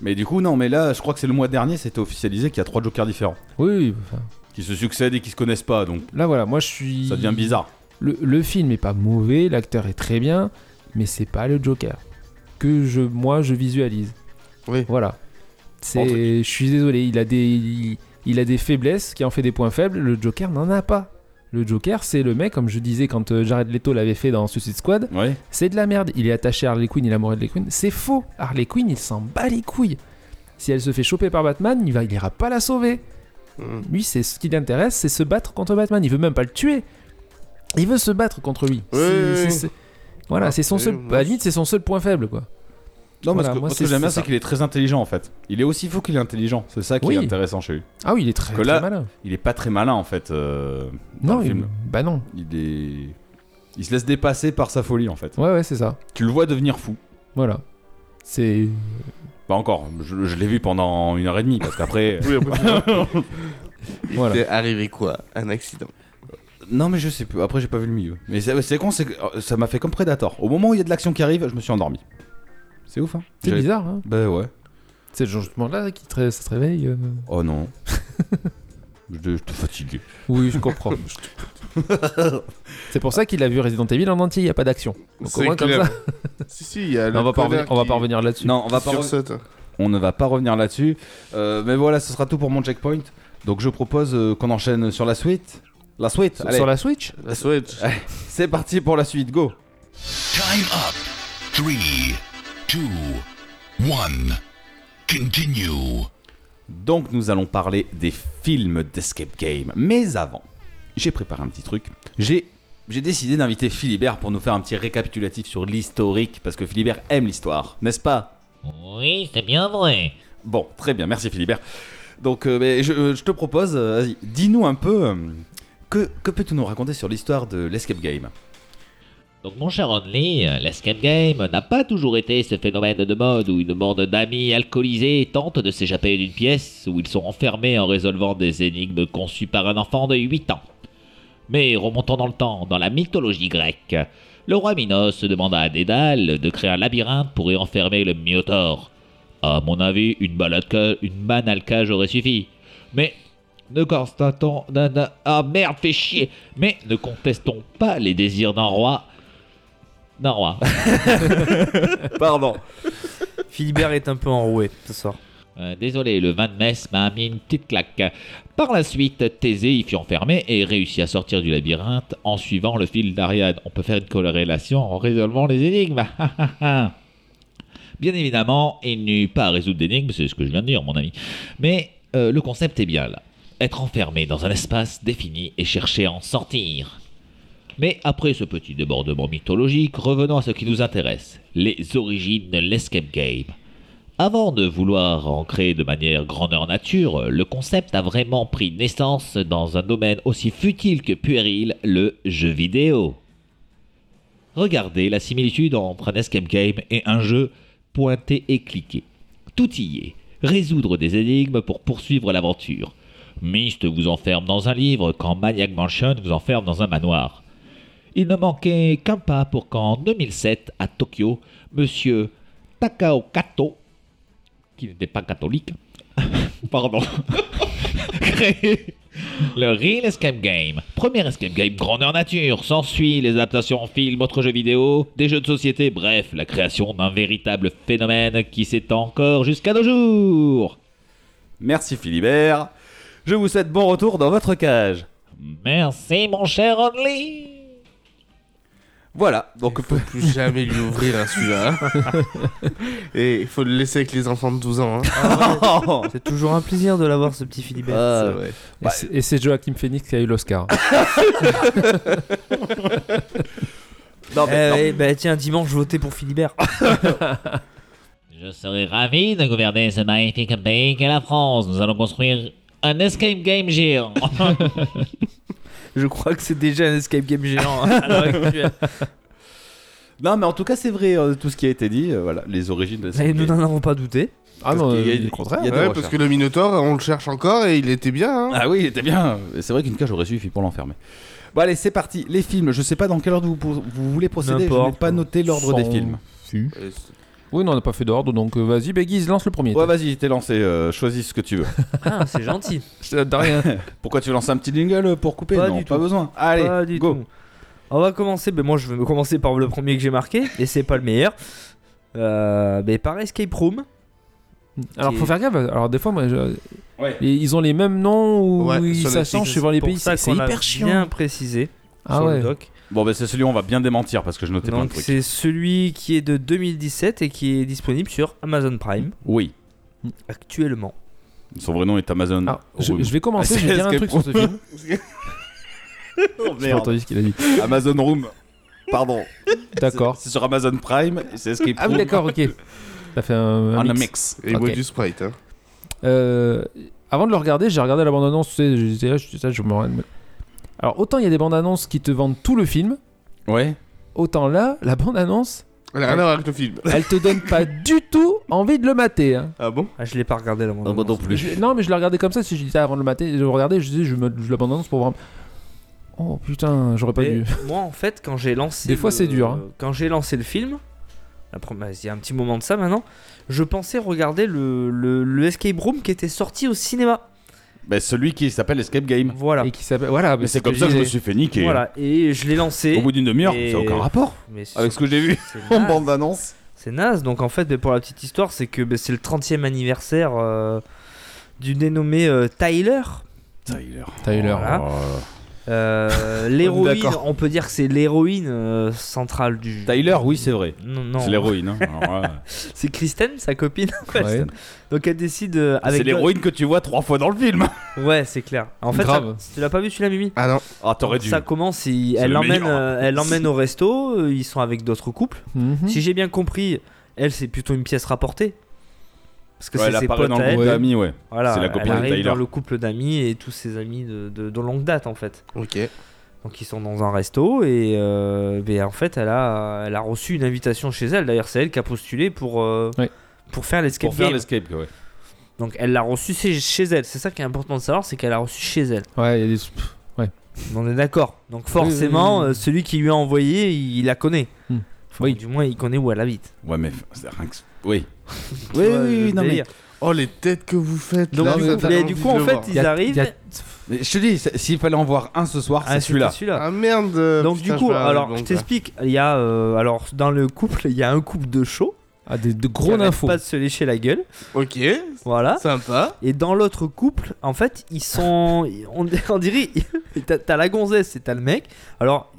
Mais du coup, non, mais là, je crois que c'est le mois dernier, c'était officialisé qu'il y a trois Jokers différents. oui. enfin, Qui se succèdent et qui se connaissent pas, donc là, voilà, moi, je suis. ça devient bizarre. Le, le film est pas mauvais, l'acteur est très bien, mais c'est pas le Joker que je, moi, je visualise. Oui. Voilà. Entre- C'est. Je suis désolé. Il a des. Il, il a des faiblesses qui en fait des points faibles. Le Joker n'en a pas. Le Joker, c'est le mec, comme je disais quand euh, Jared Leto l'avait fait dans Suicide Squad. Ouais. C'est de la merde. Il est attaché à Harley Quinn, il est amoureux de Harley Quinn. C'est faux. Harley Quinn, il s'en bat les couilles. Si elle se fait choper par Batman, il va, il ira pas la sauver. Mm. Lui, c'est ce qui l'intéresse, c'est se battre contre Batman. Il veut même pas le tuer. Il veut se battre contre lui. C'est- Oui, oui, c'est- oui. c'est- Voilà, Ah, c'est son c'est- seul. moi, À la je- limite, c'est son seul point faible, quoi. Non, parce Voilà, que moi, moi, ce c'est- que j'aime bien, c'est c'est ça. qu'il est très intelligent en fait. Il est aussi fou qu'il est intelligent. C'est ça qui Oui. est intéressant chez lui. Ah oui, il est très, Que très là, malin. Il est pas très malin en fait. euh, dans Non, le il- film. bah non. Il est. Il se laisse dépasser par sa folie en fait. Ouais, ouais, c'est ça. Tu le vois devenir fou. Voilà. C'est. Pas encore. Je, je l'ai vu pendant une heure et demie parce qu'après. Oui, après, Voilà. c'est arrivé quoi Un accident. Non, mais je sais plus. Après, j'ai pas vu le milieu. Mais c'est c'est con, c'est que euh, ça m'a fait comme Predator. Au moment où il y a de l'action qui arrive, je me suis endormi. C'est ouf, hein C'est J'avais- bizarre, hein Bah ouais. C'est le genre justement là qui te- ça te réveille. euh. Oh non. je je te fatigué. Oui, je comprends. c'est pour ça qu'il a vu Resident Evil en entier, il n'y a pas d'action. Donc au C'est moins comme clair. ça. Si, si, il y a Non, on, va pas revenir, on va pas revenir là-dessus. Non, on va pas. sur re- cette- On ne va pas revenir là-dessus. Euh, mais voilà, ce sera tout pour mon checkpoint. Donc je propose euh, qu'on enchaîne sur la suite. La suite. Sur- Allez, Sur la Switch La Ah, Switch. c'est parti pour la suite. Go. Time up. Three, two, one. Continue. Donc nous allons parler des films d'escape game. Mais avant, j'ai préparé un petit truc. J'ai j'ai décidé d'inviter Philibert pour nous faire un petit récapitulatif sur l'historique parce que Philibert aime l'histoire, n'est-ce pas Oui, c'est bien vrai. Bon, très bien, merci Philibert. Donc, euh, mais je, euh, je te propose, euh, vas-y, dis-nous un peu, euh, que, que peux-tu nous raconter sur l'histoire de l'escape game Donc mon cher Only, euh, l'escape game n'a pas toujours été ce phénomène de mode où une bande d'amis alcoolisés tente de s'échapper d'une pièce où ils sont enfermés en résolvant des énigmes conçues par un enfant de 8 ans. Mais remontons dans le temps, dans la mythologie grecque, le roi Minos demanda à Dédale de créer un labyrinthe pour y enfermer le Minotaure. À mon avis, une, balade ca- une banale cage aurait suffi. Mais ne constatons... na- na- Ah merde, fais chier Mais ne contestons pas les désirs d'un roi... D'un roi. Pardon. Philibert est un peu enroué ce soir. Euh, désolé, le vin de messe m'a mis une petite claque. Par la suite, Thésée y fut enfermé et réussit à sortir du labyrinthe en suivant le fil d'Ariadne. On peut faire une corrélation en résolvant les énigmes. Ah, ah, ah. bien évidemment, il n'eut pas à résoudre d'énigmes, c'est ce que je viens de dire, mon ami. Mais euh, le concept est bien là. Être enfermé dans un espace défini et chercher à en sortir. Mais après ce petit débordement mythologique, revenons à ce qui nous intéresse, les origines de l'escape game. Avant de vouloir en créer de manière grandeur nature, le concept a vraiment pris naissance dans un domaine aussi futile que puéril, le jeu vidéo. Regardez la similitude entre un escape game et un jeu pointé et cliqué. Tout y est. Résoudre des énigmes pour poursuivre l'aventure. Myst vous enferme dans un livre quand Maniac Mansion vous enferme dans un manoir. Il ne manquait qu'un pas pour qu'en 2007, à Tokyo, monsieur Takao Kato, qui n'était pas catholique, pardon, créé le Real Escape Game. Premier escape game grandeur nature. S'ensuit les adaptations en film, autres jeux vidéo, des jeux de société, bref, la création d'un véritable phénomène qui s'étend encore jusqu'à nos jours. Merci Philibert. Je vous souhaite bon retour dans votre cage. Merci mon cher Only. Voilà, donc Faut plus jamais lui ouvrir hein, celui-là. hein. Et il faut le laisser avec les enfants de 12 ans. hein. Ah, C'est toujours un plaisir de l'avoir ce petit Philibert. Euh, Et c'est- Et c'est Joachim Phoenix qui a eu l'Oscar. Ah non, mais, Eh, non. eh, bah tiens, dimanche, votez pour Philibert. Je serais ravi de gouverner ce magnifique pays qu'est la France. Nous allons construire un escape game géant. Je crois que c'est déjà un escape game géant à l'heure actuelle. Non, mais en tout cas c'est vrai euh, tout ce qui a été dit, euh, voilà, les origines de Et l'escape nous game. n'en avons pas douté. Ah non, qu'il y a- euh, au contraire. il y a des Ouais, parce recherches. que le Minotaur, on le cherche encore et il était bien. hein. Ah oui, il était bien. C'est vrai qu'une cage aurait suffi pour l'enfermer. Bon allez, c'est parti. Les films, je sais pas dans quel ordre vous, pour- vous voulez procéder, je n'ai N'importe. pas noté l'ordre des Sans- films. Si. Euh, Oui, non, on n'a pas fait d'ordre, donc euh, vas-y, Béguise, lance le premier. Ouais, bah, vas-y, t'es lancé, euh, choisis ce que tu veux. Ah, c'est gentil. Je te donne rien. Pourquoi tu lances un petit jingle euh, pour couper Pas Non, du pas tout. besoin. Allez, Pas du go. tout. On va commencer, mais moi je vais me commencer par le premier que j'ai marqué, et c'est pas le meilleur. Euh, mais par Escape Room, Alors, Qui- faut faire gaffe. Alors, des fois, moi, je- Ouais. Et ils ont les mêmes noms ou Ouais, ils- sur ça Netflix, change suivant les pour pays. ça C'est c'est qu'on l'a hyper chiant. bien précisé Ah sur le ouais. doc. Bon, bah c'est celui où on va bien démentir parce que je notais plein de Donc trucs. c'est celui qui est de 2017 et qui est disponible sur Amazon Prime Oui, actuellement. son vrai nom est Amazon. Ah, je, Room. je vais Ah, commencer, je vais c'est dire un Escape truc sur ce film. Oh, J'ai pas merde. entendu ce qu'il a dit. Amazon Room. Pardon. D'accord. C'est sur Amazon Prime, et c'est Escape Ah oui, Room d'accord, ok. T'as fait un, un On a mix. mix. Et il boit Ok. du Sprite. hein. Euh, avant de le regarder, j'ai regardé la bande-annonce. Tu sais, j'étais là, je ça, je me rends- Alors, autant il y a des bandes-annonces qui te vendent tout le film, Ouais. autant là, la bande-annonce, Elle a rien à voir avec le film. elle te donne pas du tout envie de le mater. hein. Ah bon Ah, je l'ai pas regardé la bande Ah, moi non plus. Je- non, mais je l'ai regardé comme ça. Si je disais avant de le mater, je le regardais, je disais, je, me, je la bande-annonce pour voir. Oh putain, j'aurais pas Mais dû. Moi, en fait, quand j'ai lancé. Des fois, le- c'est dur, hein. Quand j'ai lancé le film, la première- il y a un petit moment de ça maintenant, je pensais regarder le, le, le Escape Room qui était sorti au cinéma. Bah, celui qui s'appelle Escape Game. Voilà. Et qui s'appelle. Voilà, Mais bah, c'est ce comme que ça que je me disais. suis fait niquer. hein. Voilà. Et je l'ai lancé. Au bout d'une demi-heure, Et- ça n'a aucun rapport Mais c'est- avec ce que j'ai vu c'est en naze. bande d'annonce. C'est naze. Donc, en fait, mais pour la petite histoire, c'est que bah, c'est le 30e anniversaire euh, du dénommé euh, Tyler. Tyler. Tyler. Voilà. Oh. Euh, l'héroïne, D'accord. on peut dire que c'est l'héroïne euh, centrale du. Tyler, oui, c'est vrai. Non, non. C'est l'héroïne. hein. Alors, ouais. C'est Kristen, sa copine. en fait. Ouais. Donc elle décide euh, avec. C'est l'héroïne que tu vois trois fois dans le film. Ouais, c'est clair. En fait, Grave. ça- tu l'as pas vu celui-là, Mimi Ah non, Ah, t'aurais dû. Ça commence, il- C'est elle le l'emmène, meilleur. euh, elle l'emmène au resto. euh, Ils sont avec d'autres couples. Mhm. Si j'ai bien compris, elle c'est plutôt une pièce rapportée. Parce que Ouais, c'est elle ses apparaît potes dans à le elle. groupe d'amis, ouais. Voilà, c'est la elle copine de arrive Tyler. dans le couple d'amis et tous ses amis de, de, de longue date en fait. ok. Donc ils sont dans un resto et euh, ben, en fait elle a, elle a reçu une invitation chez elle. D'ailleurs c'est elle qui a postulé pour, euh, Ouais. pour faire l'escape Pour faire game. l'escape, ouais. Donc elle l'a reçu chez chez elle. C'est ça qui est important de savoir, c'est qu'elle l'a reçu chez elle. Ouais, il y a des- On est d'accord. Donc Oui, forcément, oui, oui. euh, celui qui lui a envoyé, il, il la connaît. Hmm. Enfin, Oui. Du moins, il connaît où elle habite. Ouais, mais f- c'est rien que. Oui. Tu vois, le délire. Oh, les têtes que vous faites Donc, là, du ça coup- donne mais envie du coup, de en le fait, voir. ils y a- arrivez- il y a- oh, Mais je te dis, c'est- s'il fallait en voir un ce soir, Ah, c'est c'était celui-là. Ah merde euh, Donc putain, du coup, je vais alors avoir je le blanc, t'explique, il y a euh, alors dans le couple, il y a un couple de chauds Ah, des, de qui gros arrêtent infos. pas de se lécher la gueule, quoi. Ok, voilà. sympa. Et dans l'autre couple, en fait, ils sont, on, on dirait, t'as- t'as la gonzesse et t'as le mec. Alors,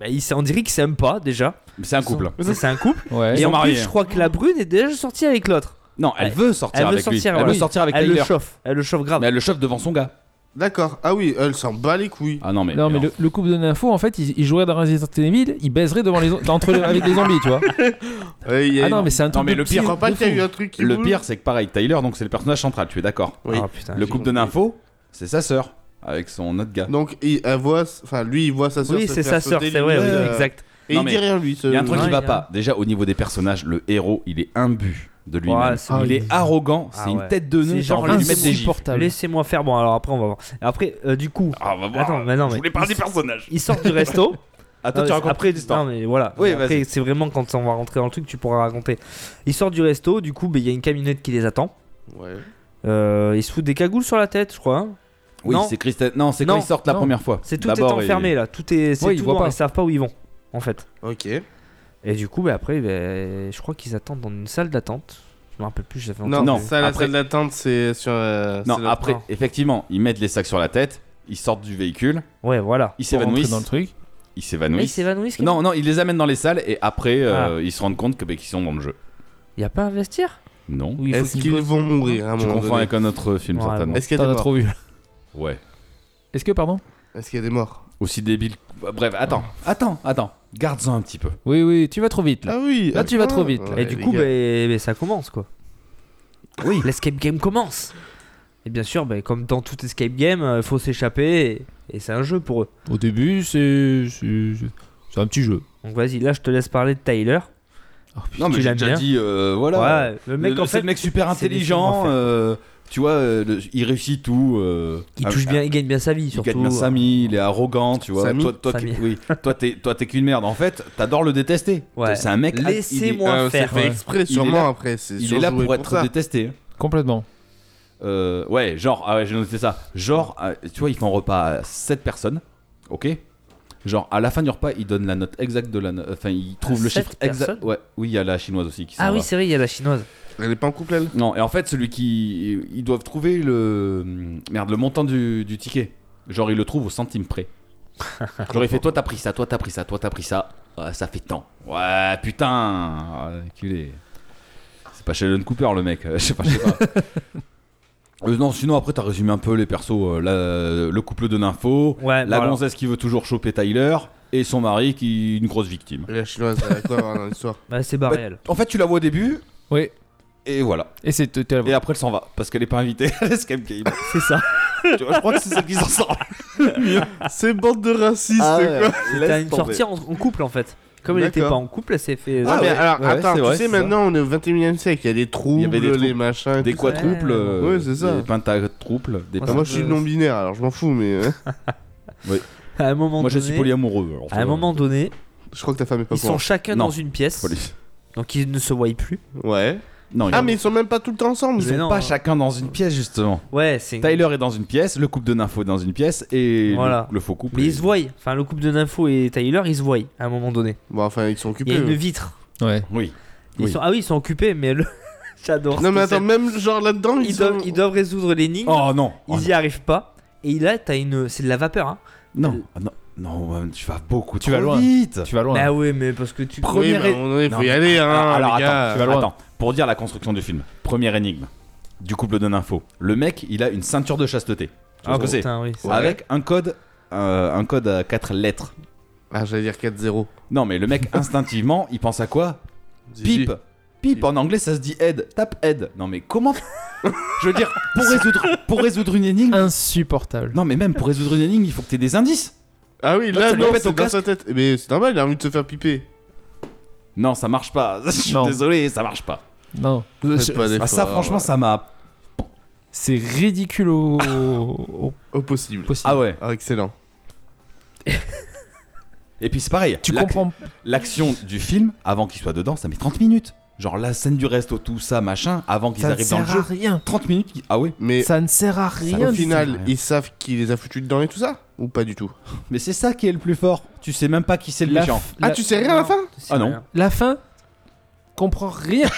bah, il, on dirait qu'ils s'aiment pas déjà. Mais C'est un couple. Ça, C'est un couple. Ouais. Et sont en mariés, plus, je hein. crois que la brune est déjà sortie avec l'autre. Non, elle Elle- veut sortir elle veut avec lui. sortir, elle ouais. veut sortir avec Elle Tyler. le chauffe, elle le chauffe grave. Mais elle le chauffe devant son gars. D'accord. Ah oui, elle s'en bat les couilles. Ah non, mais. Non mais le, le couple de Ninfo en fait ils, ils joueraient dans Resident Evil, ils baiseraient devant les zo- entre les- avec des zombies tu vois. Ouais, Euh, il y a Ah une- non mais c'est un truc mais de le Je psy- pire- crois pas de qu'il y a fou. eu un truc qui Le boule. pire, c'est que pareil, Tyler, donc c'est le personnage central, tu es d'accord Oui. Ah putain. Le couple de Nympho, c'est sa sœur, avec son autre gars. Donc il, elle voit, enfin lui il voit sa sœur. Oui, se c'est faire sa sœur, sauter c'est les vrai, oui, doigts, euh, exact. Et Non, il mais dit rien lui. ce- Il y a un truc Non, qui il va y a- pas. Déjà, au niveau des personnages, le héros, il est imbu de lui-même. Ouais, c'est- il est arrogant, Ah c'est une ouais. tête de C'est nœud, genre genre lui mettre des gifles. insupportable. Laissez-moi faire. Bon, alors après, on va voir. Après, euh, du coup, Ah, on va voir. Attends, mais non, Je mais- voulais parler des personnages. ils sortent du resto. Attends, Non, tu racontes mais Ah après, après l'histoire. Non, mais voilà. Oui, après, vas-y. c'est vraiment quand on va rentrer dans le truc, tu pourras raconter. Ils sortent du resto, du coup, ben, il y a une camionnette qui les attend. Ouais. Euh, ils se foutent des cagoules sur la tête, je crois. hein. Oui, Non. c'est Christelle. Non, c'est quand Non. ils sortent la Non. première fois. C'est tout est D'abord, il- enfermé là, tout est, c'est Ouais, ils tout voient noir, pas. ils savent pas où ils vont, en fait. Ok. Et du coup, ben, après, ben, je crois qu'ils attendent dans une salle d'attente. Je me rappelle plus, j'avais Non, non, ça, la après- salle d'attente, c'est sur. euh, c'est Non, la- après, Non. effectivement, ils mettent les sacs sur la tête, ils sortent du véhicule, Ouais, voilà. ils Pour rentrer s'évanouissent. dans le truc. Ils Mais Ils s'évanouissent. s'évanouissent. Non, non, ils les amènent dans les salles et après, euh, Ah. ils se rendent compte que, bah, qu'ils sont dans le jeu. Il y a pas à investir Non. Ou il faut Est-ce qu'ils qu'ils posent vont mourir à un Tu moment confonds donné avec un autre film, Ouais, certainement. Est-ce qu'il y a T'en des as morts trop vu. Ouais. Est-ce que pardon Est-ce qu'il y a des morts Aussi débile. Bref, attends, attends, attends. Garde-en un petit peu. Oui oui tu vas trop vite là. Ah oui. Là, ah, tu vas putain. trop vite, là. Et Ouais, du les coup, gars. ben, ben, ça commence quoi. Oui. L'escape game commence. Et bien sûr, ben, comme dans tout escape game, il faut s'échapper et, et c'est un jeu pour eux. Au Ah. début c'est c'est c'est un petit jeu. Donc vas-y, là je te laisse parler de Tyler. Non, mais Tu j'ai l'aimes déjà bien dit, euh, voilà. Ouais, le mec Le- en c'est fait, le mec super c'est des films en intelligent, fait. euh, tu vois, euh, le- il réussit tout. euh, il ah, touche ah, bien, il gagne bien sa vie Il surtout. euh, gagne bien Samy, il est arrogant, tu vois. Samy toi, toi, Samy. tu- oui, toi, t'es, toi, t'es qu'une merde. En fait, t'adores le détester. Ouais. C'est un mec. il est- Laissez-moi Euh, c'est faire. fait exprès, là- sûrement après. c'est Il est là surjoué pour être ça. détesté. Complètement. Euh, ouais, genre, ah ouais, j'ai noté ça. Genre, euh, tu vois, ils font un repas à 7 personnes, ok Genre, à la fin du repas, ils donnent la note exacte de la note. Enfin, ils trouvent le sept chiffre exact. personnes Ouais, oui, il y a la chinoise aussi qui s'en Ah oui, va. c'est vrai, il y a la chinoise. Elle est pas en couple, elle Non, et en fait, celui qui. Ils doivent trouver le. Merde, le montant du, du ticket. Genre, ils le trouvent au centime près. J'aurais fait, toi t'as pris ça, toi t'as pris ça, toi t'as pris ça. Ah, ça fait tant. Ouais, putain. Ah, culé. C'est pas Sheldon Cooper le mec. Je sais pas, je sais pas. Euh, non, sinon après t'as résumé un peu les persos. euh, la- le couple de Nympho, la Ouais, bon, alors, gonzesse qui veut toujours choper Tyler, et son mari qui est une grosse victime. La chinoise, elle a quoi à voir dans l'histoire bah, c'est barré elle. En fait, tu la vois au début, Oui. et voilà. Et c'est t'es- t'es la- Et après, elle s'en va parce qu'elle est pas invitée à l'escape game. C'est ça. Tu vois, je crois que c'est celle qui s'en sort. Ces bandes de racistes, quoi. T'as une sortie en, en couple en fait. Comme elle était pas D'accord. en couple, elle s'est fait. Ah, mais alors, ouais, attends, c'est tu vrai, sais, c'est ça. maintenant, on est au 21 e siècle, il y a les Il y troubles, avait des les troubles. machins. et Des tout ça. quadruples, euh, Ouais, c'est ça. des pentatroubles, des Ah, Ouais, ça pent- moi, je suis peut- non-binaire, alors je m'en fous, mais. euh, à un moment Moi, je donné, suis polyamoureux. alors, à un moment donné, Je crois que ta femme est pas ils au sont courant. chacun Non. dans une pièce, Poly- donc ils ne se voient plus. Ouais. Non, il y a- Ah, mais ils sont même pas tout le temps ensemble. ils Mais sont non. hein. pas chacun dans une pièce, justement. Ouais, c'est. Tyler est dans une pièce, le couple de Nympho est dans une pièce, et le- Voilà. le, faux couple. Mais est- ils se voient. Enfin, le couple de Nympho et Tyler, ils se voient à un moment donné. Bon, enfin, ils sont Il y occupés. a une eux. vitre. Ouais. Oui. Ils Oui. sont- Ah oui, ils sont occupés, mais le... j'adore. ce Non, mais concept. attends, même genre là-dedans, ils, ils, sont. doivent, ils doivent résoudre l'énigme, Oh non Oh, ils y arrivent pas. Et là, t'as une. C'est de la vapeur, hein. Non, ah, non, non, euh, tu vas beaucoup Tu trop vas loin. vite. Tu vas loin. Bah ouais, mais parce que Oui, tu. Première mais à un é- moment donné, faut Non, y aller, hein. Ah, alors les attends, gars. tu vas loin. Attends. Attends, pour dire la construction du film, première énigme du couple de Nympho. Le mec, il a une ceinture de chasteté. Tu vois ce que c'est Ah, putain, oui. c'est- Ouais. Avec un code, euh, un code à 4 lettres. Ah, j'allais dire 4-0. Non, mais le mec, instinctivement, il pense à quoi Zizi. Pipe Pipe, en anglais, ça se dit head. Tape head. Non, mais comment Je veux dire, pour résoudre, pour résoudre une énigme. Insupportable. Non, mais même pour résoudre une énigme, il faut que t'aies des indices. Ah oui, Là, là, ça lui non, pète au c'est dans casque. sa tête. Mais c'est normal, il a envie de se faire piper. Non, ça marche pas. Je suis Non. désolé, ça marche pas. Non. Faites pas Ah, ça, d'efforts. franchement, ça m'a. C'est ridicule au, au- Au possible. au possible. Ah ouais. Ah, excellent. Et puis c'est pareil. Tu l'ac- comprends L'action du film, avant qu'il soit dedans, ça met 30 minutes. Genre la scène du resto, tout ça, machin, avant qu'ils Ça ne arrivent dans le sert à jeu. rien. 30 minutes qui- Ah ouais Mais Ça ne sert à rien. au sert du- à final, rien. ils savent qui les a foutus dedans et tout ça Ou pas du tout Mais c'est ça qui est le plus fort. Tu sais même pas qui c'est le La, méchant. f- Ah, la- tu sais rien à la Non, fin tu sais Ah non. rien. la fin comprend rien.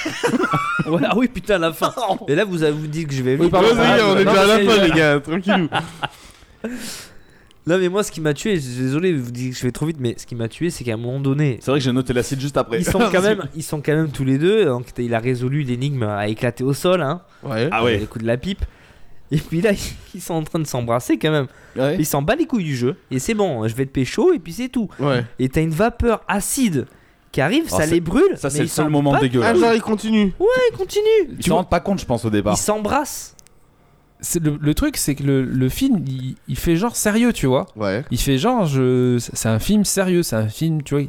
Ouais, ah oui, putain, la fin. Et là, vous avez vous dit que je vais vite. pardon. Vas-y, Ah, on non, est déjà à parce la qu'il y fin, a- les gars, tranquillou. Non, mais moi, ce qui m'a tué, je suis désolé, je vous dis que je vais trop vite, mais ce qui m'a tué, c'est qu'à un moment donné, C'est vrai que j'ai noté la cite juste après. ils sont quand même, ils sont quand même tous les deux. Donc, il a résolu l'énigme à éclater au sol, hein. Ouais. Ah ouais. Les coups de la pipe. Et puis là, ils sont en train de s'embrasser quand même. Ouais. Ils s'en bat les couilles du jeu. Et c'est bon, je vais te pécho, et puis c'est tout. Ouais. Et t'as une vapeur acide qui arrive, Ah, ça c'est- les brûle. Ça, mais c'est le ils s'en seul moment battent, Ah, dégueulasse. genre, il continue. Ils continuent. Tu Tu t'en vois- rends pas compte, je pense, au départ. Ils s'embrassent. C'est le, le truc, c'est que le, le film, il, il fait genre sérieux, tu vois. Ouais. Il fait genre, je, c'est un film sérieux, c'est un film, tu vois.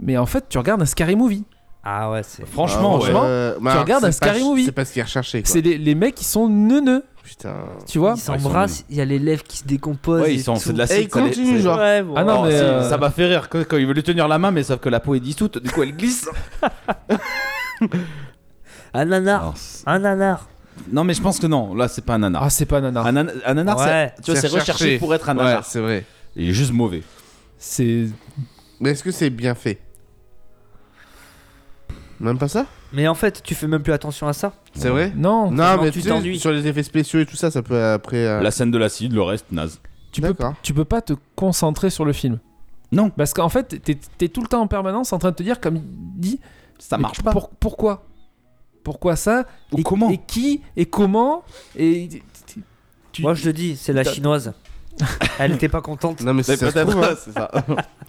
Mais en fait, tu regardes un scary movie. Ah ouais, c'est. Franchement, Ah, ouais. franchement, Euh, bah, tu regardes un c'est pas- Scary Movie. C'est pas ce qu'il recherchait, quoi. C'est les, les mecs qui sont neuneux, Putain. tu vois. Ils s'embrassent, il y a les lèvres qui se décomposent. Ouais, et ils sont. tout. Eh, C'est de la Et il ça les- continue, c'est- genre. Ouais, bon. Ah non, Oh, mais, si, euh, Ça m'a fait rire que- quand il veut lui tenir la main, mais sauf que la peau est dissoute, du coup elle glisse. Un nanar. Non, c'est- Un nanar. Non, mais je pense que non, là c'est pas un nanar. Ah, c'est pas nana. Un, nan- un nanar, Ouais, c'est, tu vois, c'est recherché pour être un Ouais, nanar. c'est vrai. Il est juste mauvais. C'est Mais est-ce que c'est bien fait Même pas ça Mais en fait, tu fais même plus attention à ça. C'est vrai non. Non, non, mais tu tu sais, t'ennuies. sur les effets spéciaux et tout ça, ça peut euh, après. euh, La scène de l'acide, le reste, naze. Tu peux, D'accord. tu peux pas te concentrer sur le film. Non. Parce qu'en fait, t'es es tout le temps en permanence en train de te dire, comme il dit, Ça mais marche pas. pour- pourquoi Pourquoi ça Ou et, comment Et qui Et comment Et tu- Moi, je te dis, c'est la chinoise. Elle était pas contente. Non, mais c'est C'est ça. se trouve, hein. peut-être c'est ça.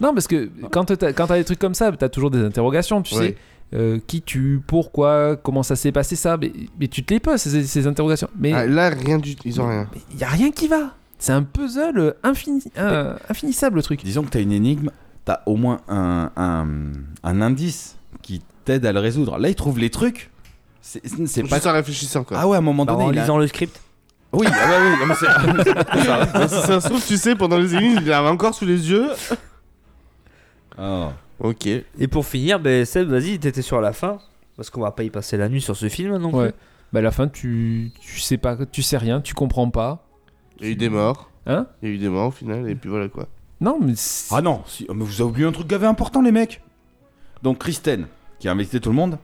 non, parce que quand t'as quand t'as des trucs comme ça, t'as toujours des interrogations. Tu Ouais. sais euh, qui tu, pourquoi, comment ça s'est passé ça, mais, mais tu te les poses ces, ces interrogations. Mais Ah, là, rien du Ils ont rien. il y a rien qui va. C'est un puzzle euh, infini, euh, infinissable le truc. Disons que t'as une énigme, t'as au moins un, un, un indice qui t'aide à le résoudre. Là, il trouve les trucs. C'est, c'est- c'est Juste pas. en réfléchissant, quoi. Ah ouais, à un moment Bah, donné. en il a- lisant le script. Oui, ah bah oui, non, mais c'est- Mais si ça se trouve, tu sais, pendant les énigmes, il l'avait encore sous les yeux. Ah. Ok. Et pour finir, ben Seb, vas-y, t'étais sur la fin. Parce qu'on va pas y passer la nuit sur ce film non plus. Ouais. Bah à la fin, tu, tu sais pas, tu sais rien, tu comprends pas. Il y a eu des morts. Hein Il y a eu des morts au final, et puis voilà quoi. Non, mais c'est- Ah non, si- mais vous avez oublié un truc grave important, les mecs. Donc, Kristen, qui a invité tout le monde,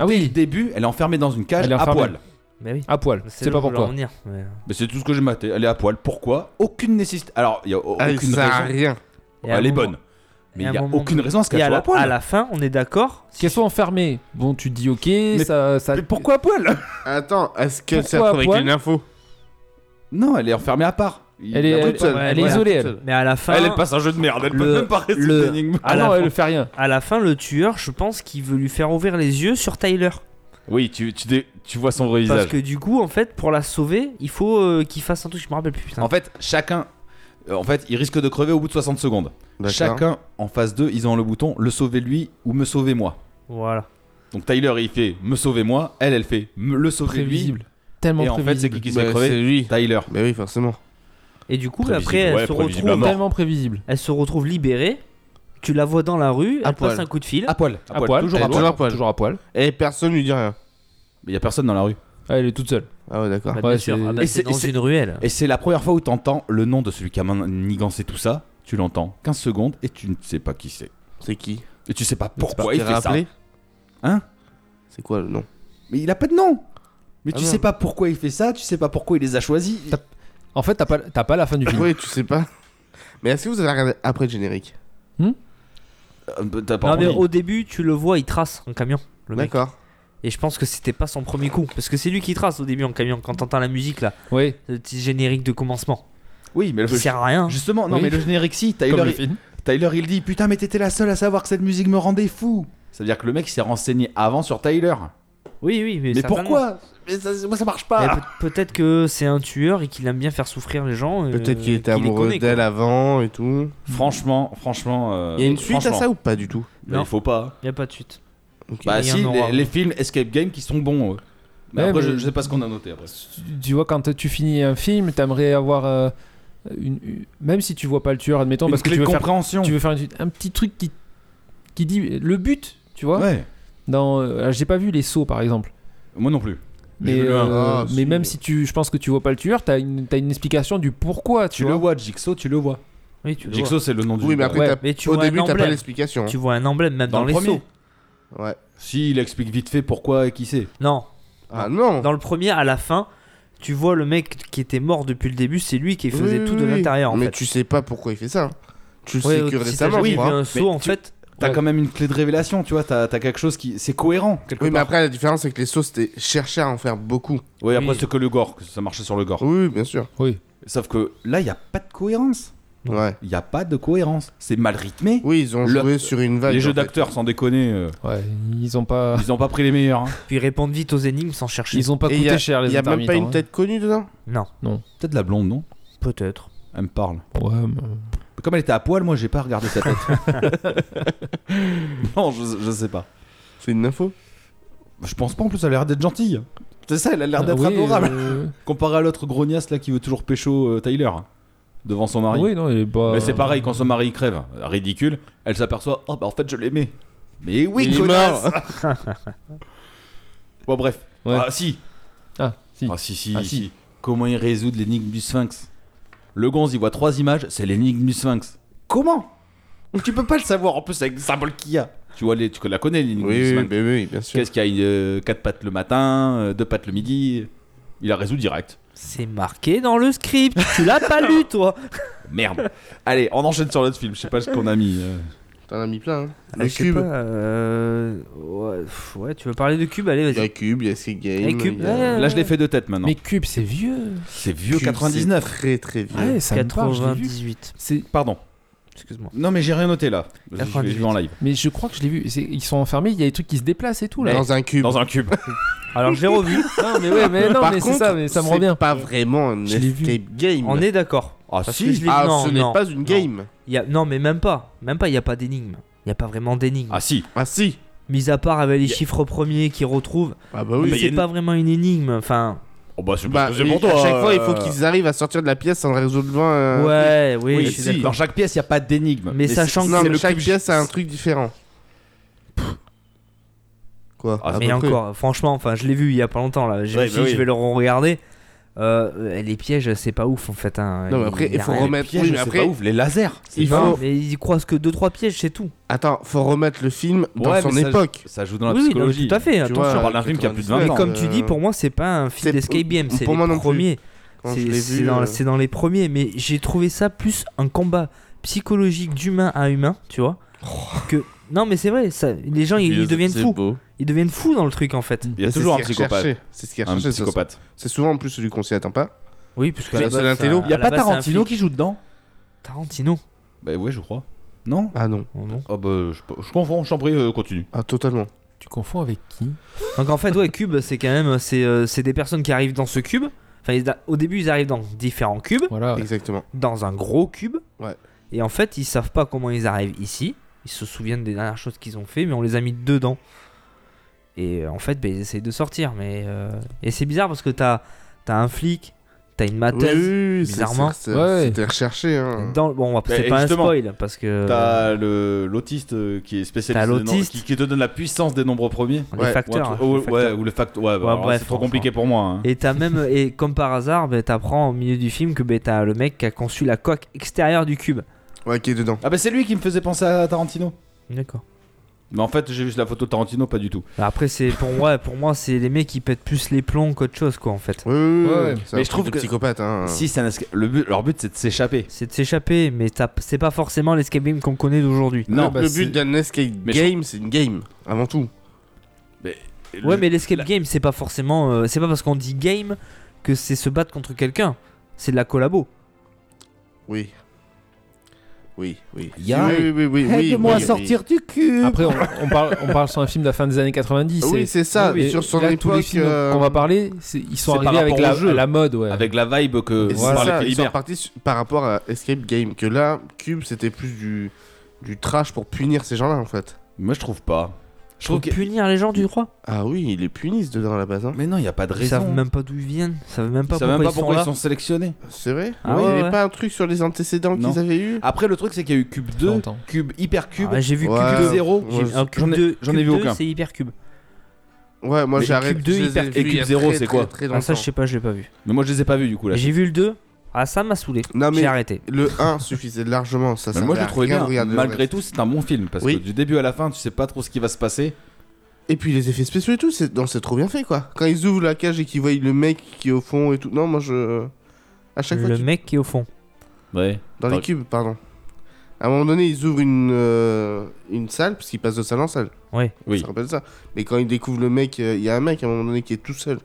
Ah dès oui. le début, elle est enfermée dans une cage Elle est à enfermée. poil. Mais Ben Ah. oui. à poil, c'est C'est là pas où je voulais en pourquoi. venir, mais- Mais c'est tout ce que j'ai maté. Elle est à poil. Pourquoi Aucune nécessité. Alors, il y a au- Ah, aucune ça a raison. rien. Et à un Elle est moment- bonne. Mais et à il n'y un a moment- aucune raison à ce Et qu'elle à soit la, à poil. à la fin, on est d'accord. Qu'elles soient enfermées. Bon, tu te dis ok, ça, ça. Mais pourquoi à poil Attends, est-ce qu'elle s'est Pourquoi à retrouvée poil avec une info Non, elle est enfermée à part. Il- Elle il y est, a elle, toute seule. elle est ouais, isolée, toute elle. Mais à la fin, Elle, elle passe un jeu de merde. Elle le- peut même pas résoudre le- l'énigme. à Ah la non, fin- elle fait rien. à la fin, le tueur, je pense qu'il veut lui faire ouvrir les yeux sur Tyler. Oui, tu, tu, dé- tu vois son vrai Parce visage. que du coup, en fait, pour la sauver, il faut euh, qu'il fasse un truc. Je me rappelle plus. Putain. En fait, chacun. euh, En fait, il risque de crever au bout de 60 secondes. D'accord. Chacun en phase 2, ils ont le bouton le sauver lui ou me sauver moi. Voilà. Donc Tyler, il fait me sauver moi. Elle, elle fait me le sauver lui. Prévisible. Tellement Et en fait, c'est prévisible. qui qui se Bah, fait C'est crever lui. Tyler. Bah oui, forcément. Et du coup, Prévisible, après, elle, ouais, se prévisible à retrouve, mort. Tellement prévisible. elle se retrouve libérée. Tu la vois dans la rue, À elle passe poil. un coup de fil. À poil, à, poil, toujours elle à est poil. toujours à poil. Toujours à poil. Et personne lui dit rien. Mais il y a personne dans la rue. Ah, elle est toute seule. Ah ouais, d'accord. Bah, Ouais, bien sûr, c'est- ah bah, Et c'est c'est- dans et c'est- une ruelle. Et c'est la première fois où t'entends le nom de celui qui a manigancé tout ça. Tu l'entends 15 secondes et tu ne sais pas qui c'est. C'est qui Et tu sais pas bah, Tu pourquoi t'es il fait ça. rappelé Hein C'est quoi le nom Mais il a pas de nom. Mais Ah tu merde. sais pas pourquoi il fait ça, tu sais pas pourquoi il les a choisis. T'as- En fait, t'as pas, t'as pas la fin du film. Oui, tu sais pas. Mais est-ce que vous avez regardé après le générique Euh, t'as pas Non, mais envie. au début, tu le vois, il trace en camion. Le mec. D'accord. Et je pense que c'était pas son premier coup. Parce que c'est lui qui trace au début en camion. Quand t'entends la musique là, Oui, le petit générique de commencement, Oui, mais le qui sert à rien. Justement, non, Oui. mais le générique, si, Tyler, comme le il- film. Tyler, il dit Putain, mais t'étais la seule à savoir que cette musique me rendait fou. Ça veut dire que le mec il s'est renseigné avant sur Tyler. Oui, oui, mais, mais certainement. pourquoi mais ça, Moi, ça marche Eh, pas. peut- Peut-être que c'est un tueur et qu'il aime bien faire souffrir les gens. euh, Peut-être qu'il et était les amoureux connaît, quoi. Euh, d'elle avant et tout. Franchement, franchement. euh, Il y a une suite à franchement. ça ou pas du tout Bah, Non. Il faut pas. Y a pas de suite. Ok. Bah, Il y a si, un aura, les, les ouais. films Escape Game qui sont bons. eux. Mais Ouais, après, mais- Je, je sais pas ce qu'on a noté après. Tu- Tu vois, quand tu finis un film, t'aimerais avoir. euh, une, une- Même si tu vois pas le tueur, admettons, Une parce que clé tu veux, de faire, compréhension. tu veux faire une- un petit truc qui, qui dit le but, tu vois. Ouais. Dans, euh, j'ai pas vu les sauts par exemple. Moi non plus. Mais, Je le- euh, Ah, mais si. même si tu, je pense que tu vois pas le tueur, t'as une, t'as une explication du pourquoi, tu, Tu le vois. vois, Jigsaw, tu le vois. Oui, tu le vois. Jigsaw, c'est le nom du. Oui, mais après, Ouais, t'as- mais tu au vois un début, t'as pas emblème. l'explication. hein. Tu vois un emblème même dans, dans le les premier. sauts. Ouais. Si, il explique vite fait pourquoi et qui c'est. Non, Ah non dans le premier, à la fin, tu vois le mec qui était mort depuis le début, c'est lui qui faisait Oui, tout oui, de oui. l'intérieur en Mais fait. tu sais pas pourquoi il fait ça. hein. Tu le Ouais, sais que si récemment, t'as je jamais crois. vu un saut en tu- fait. T'as Ouais. quand même une clé de révélation, tu vois. T'as t'as quelque chose qui. C'est cohérent, quelque Oui, mais part. après, la différence, c'est que les sauces, c'était chercher à en faire beaucoup. Oui, après, Oui. c'est que le gore, que ça marchait sur le gore. Oui, oui, bien sûr. Sauf que là, il n'y a pas de cohérence. Ouais. Il n'y a pas de cohérence. C'est mal rythmé. Oui, ils ont Le- joué sur une vague. les jeux en fait. d'acteurs, sans déconner, euh, Ouais, ils ont pas, ils n'ont pas pris les meilleurs. hein. Puis répondre vite aux énigmes sans chercher. ils ont pas Et coûté y a- cher les Il y a même pas intermittents, hein. une tête connue dedans Non, Peut-être la blonde, non peut-être. Elle me parle. hein. Ouais, mais- Mais comme elle était à poil, moi, j'ai pas regardé sa tête. non, je, je sais pas. C'est une info Je pense pas, en plus, elle a l'air d'être gentille. C'est ça, elle a l'air d'être Ah oui, adorable. euh, Comparé à l'autre grognasse là qui veut toujours pécho euh, Tyler hein, devant son mari. Oui, non, il est pas. Euh, Mais c'est pareil, quand son mari crève, ridicule, elle s'aperçoit Oh bah en fait je l'aimais. Mais oui, Il est connasse Bon, bref. Ouais. Ah si Ah, si. Ah si, si, Ah, si. si. Comment il résout l'énigme du sphinx Le gonze, il voit trois images, c'est l'énigme du sphinx. Comment Tu peux pas le savoir en plus avec le symbole qu'il y a. Tu vois, les, tu la connais l'énigme du Oui, oui, sphinx. oui, oui, bien sûr. Qu'est-ce qu'il y a euh, Quatre pattes le matin, euh, deux pattes le midi. Il la résout direct. C'est marqué dans le script. tu l'as pas lu toi. Merde. Allez, on enchaîne sur l'autre film. Je sais pas ce qu'on a mis. euh. T'en as mis plein. Hein. Ah, Le je sais cube. pas, euh, ouais, pff, ouais, tu veux parler de cube Allez, Il y a vas-y. Cube, il y a Escape Game. Et Cube, il y a- ouais. euh, Là, je l'ai fait de tête maintenant. Mais Cube, c'est vieux. Ah, c'est vieux Cube, 99. c'est Très, très vieux. Ouais, ça me parle, je l'ai vu. 98. C'est- Pardon. Excuse-moi. Non, mais j'ai rien noté là. Je- Je l'ai 98. vu en live. Mais je crois que je l'ai vu. C'est- Ils sont enfermés, il y a des trucs qui se déplacent et tout là. Dans un cube. Dans un cube. Alors je l'ai revu. Non, mais ouais, mais non, Par mais c'est contre, ça, mais ça me c'est revient. pas vraiment un Je l'ai vu. escape game. On est d'accord. Ah Parce si. que je l'ai- Ah, non, ce n'est non, pas une non. game. Y a- Non, mais même pas. Même pas. Il y a pas d'énigme. Il y a pas vraiment d'énigme. Ah si. Ah si. Mis à part avec les Y a- chiffres premiers qui retrouvent. Ah bah mais bah, y a c'est une- pas vraiment une énigme. Enfin. Oh bah c'est Bah, parce que c'est mais pour toi. à chaque fois, il faut euh, qu'ils arrivent à sortir de la pièce sans résoudre euh, un. ouais, oui. Oui, je suis si. d'accord. Dans chaque pièce, il y a pas d'énigme. Mais sachant c'est- Non, c'est mais le chaque cube. pièce a un truc différent. Quoi Ah, À Mais peu près. encore, franchement, enfin, je l'ai vu il y a pas longtemps là. J'ai Ouais, me suis bah dit, oui. je vais le regarder. Euh, les pièges, c'est pas ouf en fait. hein. Non, mais après, y il a faut rien. remettre. Piège, Oui, mais c'est après, pas ouf. Les lasers. il Non, faut. mais ils croient que deux trois pièges, c'est tout. Attends, faut remettre le film dans Ouais, son mais ça- époque. Ça joue dans la oui, oui, non, psychologie. mais tout à fait. Tu attention. vois, on parle d'un film qui a plus de 20 mais non, ans. comme tu dis, pour moi, c'est pas un c'est- film d'escape game, c'est pour les moi non plus. premiers. Quand je C'est l'ai c'est vu, dans, euh, c'est dans les premiers, mais j'ai trouvé ça plus un combat psychologique d'humain à humain, tu vois. Que non, mais c'est vrai, ça, les gens ils, ils deviennent fous, ils deviennent fous dans le truc en fait. Il y a c'est toujours ce un qui est psychopathe. recherché. C'est ce qui est Un recherché. ça, ça. psychopathe. C'est souvent en plus celui qu'on s'y attend pas. Oui, parce que Ah, C'est à le la seul base, intello. ça- Il y a à la pas base, c'est un Tarantino flic. qui joue dedans Tarantino. Bah ouais, je crois. Non Ah non. Oh, non. Ah bah je, je confonds. Je t'en prie, euh, continue. Ah, totalement. Tu confonds avec qui Donc en fait, ouais, Cube, c'est quand même, c'est euh, c'est des personnes qui arrivent dans ce cube. Enfin, ils- au début, ils arrivent dans différents cubes, Voilà. ouais. Exactement. dans un gros cube. Ouais. Et en fait, ils savent pas comment ils arrivent ici. Ils se souviennent des dernières choses qu'ils ont fait, mais on les a mis dedans. ben, Et euh, en fait, bah, ils essayent de sortir. Mais euh, et c'est bizarre parce que t'as as un flic, t'as t'as une mathèse. Oui, oui, oui, c'est- bizarrement. c'est- c'est- Ouais. C'était recherché. Hein. Dans... Bon, après, Mais c'est pas un justement, spoil parce Euh. que T'as le- l'autiste euh, qui est spécialiste, T'as des nombres- l'autiste. qui, qui te donne la puissance des nombres premiers. les ouais, facteurs. ou, un hein, truc- ou- les facteurs. ouais, ou le fact. Ouais, bah, alors là, bref, c'est trop enfin. compliqué pour moi. hein. Et t'as même, et comme par hasard, ben, t'apprends au milieu du film que ben, t'as le mec qui a conçu la coque extérieure du cube. Ouais, qui est dedans. Ah bah c'est lui qui me faisait penser à Tarantino. D'accord. Mais en fait, j'ai vu la photo de Tarantino, pas du tout. Bah, Après, c'est pour moi, pour moi, c'est les mecs qui pètent plus les plombs qu'autre chose, quoi, en fait. Oui, oui, Ouais. oui. C'est Mais un je je trouve trouve de que- psychopathe. Hein. Si, c'est un esca- le but, leur but, c'est de s'échapper. C'est de s'échapper, mais t'as- c'est pas forcément l'escape game qu'on connaît d'aujourd'hui. Non, Non, bah, le but d'un escape Mais je- game, c'est une game, avant tout. Le- Ouais, mais l'escape game, c'est pas forcément, euh, c'est pas parce qu'on dit game que c'est se battre contre quelqu'un. C'est de la collabo. Oui. Oui, oui. Y a- Oui, oui, oui, oui, oui, oui, oui. du cul. Après, on, on parle, on parle sur un film de la fin des années 90. Oui, et- c'est ça, Oui, mais sur son là, tous les époque, films euh, qu'on va parler, c'est- ils sont c'est par arrivés avec rapport la, au jeu. la mode, ouais. Avec la vibe que Et voilà, c'est les ça, ils sont Philibert. repartis su- par rapport à Escape Game, que là, Cube, c'était plus du, du trash pour punir ces gens-là, en fait. Moi, je trouve pas. Je Pour trouve que. punir les gens du roi. Ah oui, ils les punissent dedans, à la base. Hein. Mais non, il y a pas de Ils savent raison. même pas d'où ils viennent. Ils savent même pas Ils savent même pourquoi pas ils sont pourquoi ils là. sont sélectionnés. C'est vrai Oui, Il Ah ouais, n'y avait ouais. pas un truc sur les antécédents Non. qu'ils avaient eu Après, le truc, c'est qu'il y a eu Cube 2, Longtemps. Cube Hyper Cube, Ah, j'ai vu Ouais. cube Cube 0. Ouais. Un cube J'en ai- deux- j'en ai cube vu deux, aucun. C'est hyper cube. Ouais, moi Mais j'ai arrêté. Cube 2, je les ai hyper- revus et Cube il y a 0, très, c'est très, quoi très Ah, ça, longtemps. je sais pas, je l'ai pas vu. Mais moi, je les ai pas vus du coup là. J'ai vu le 2. Ah, ça m'a saoulé. Non, mais J'ai arrêté. le 1 suffisait largement. Ça, Mais ça moi, je le avait trouvais rien bien. de regarder le Malgré reste. tout, c'est un bon film parce Oui. que du début à la fin, tu sais pas trop ce qui va se passer. Et puis les effets spéciaux et tout, c'est non, c'est trop bien fait quoi. Quand ils ouvrent la cage et qu'ils voient le mec qui est au fond et tout. Non, moi je. À chaque fois. Le que- mec qui est au fond. Ouais. Dans les cubes, pardon. À un moment donné, ils ouvrent une, euh, une salle, parce qu'ils passent de salle en salle. Ouais. Oui. Ça rappelle ça. Mais quand ils découvrent le mec, euh, il y a un mec à un moment donné qui est tout seul.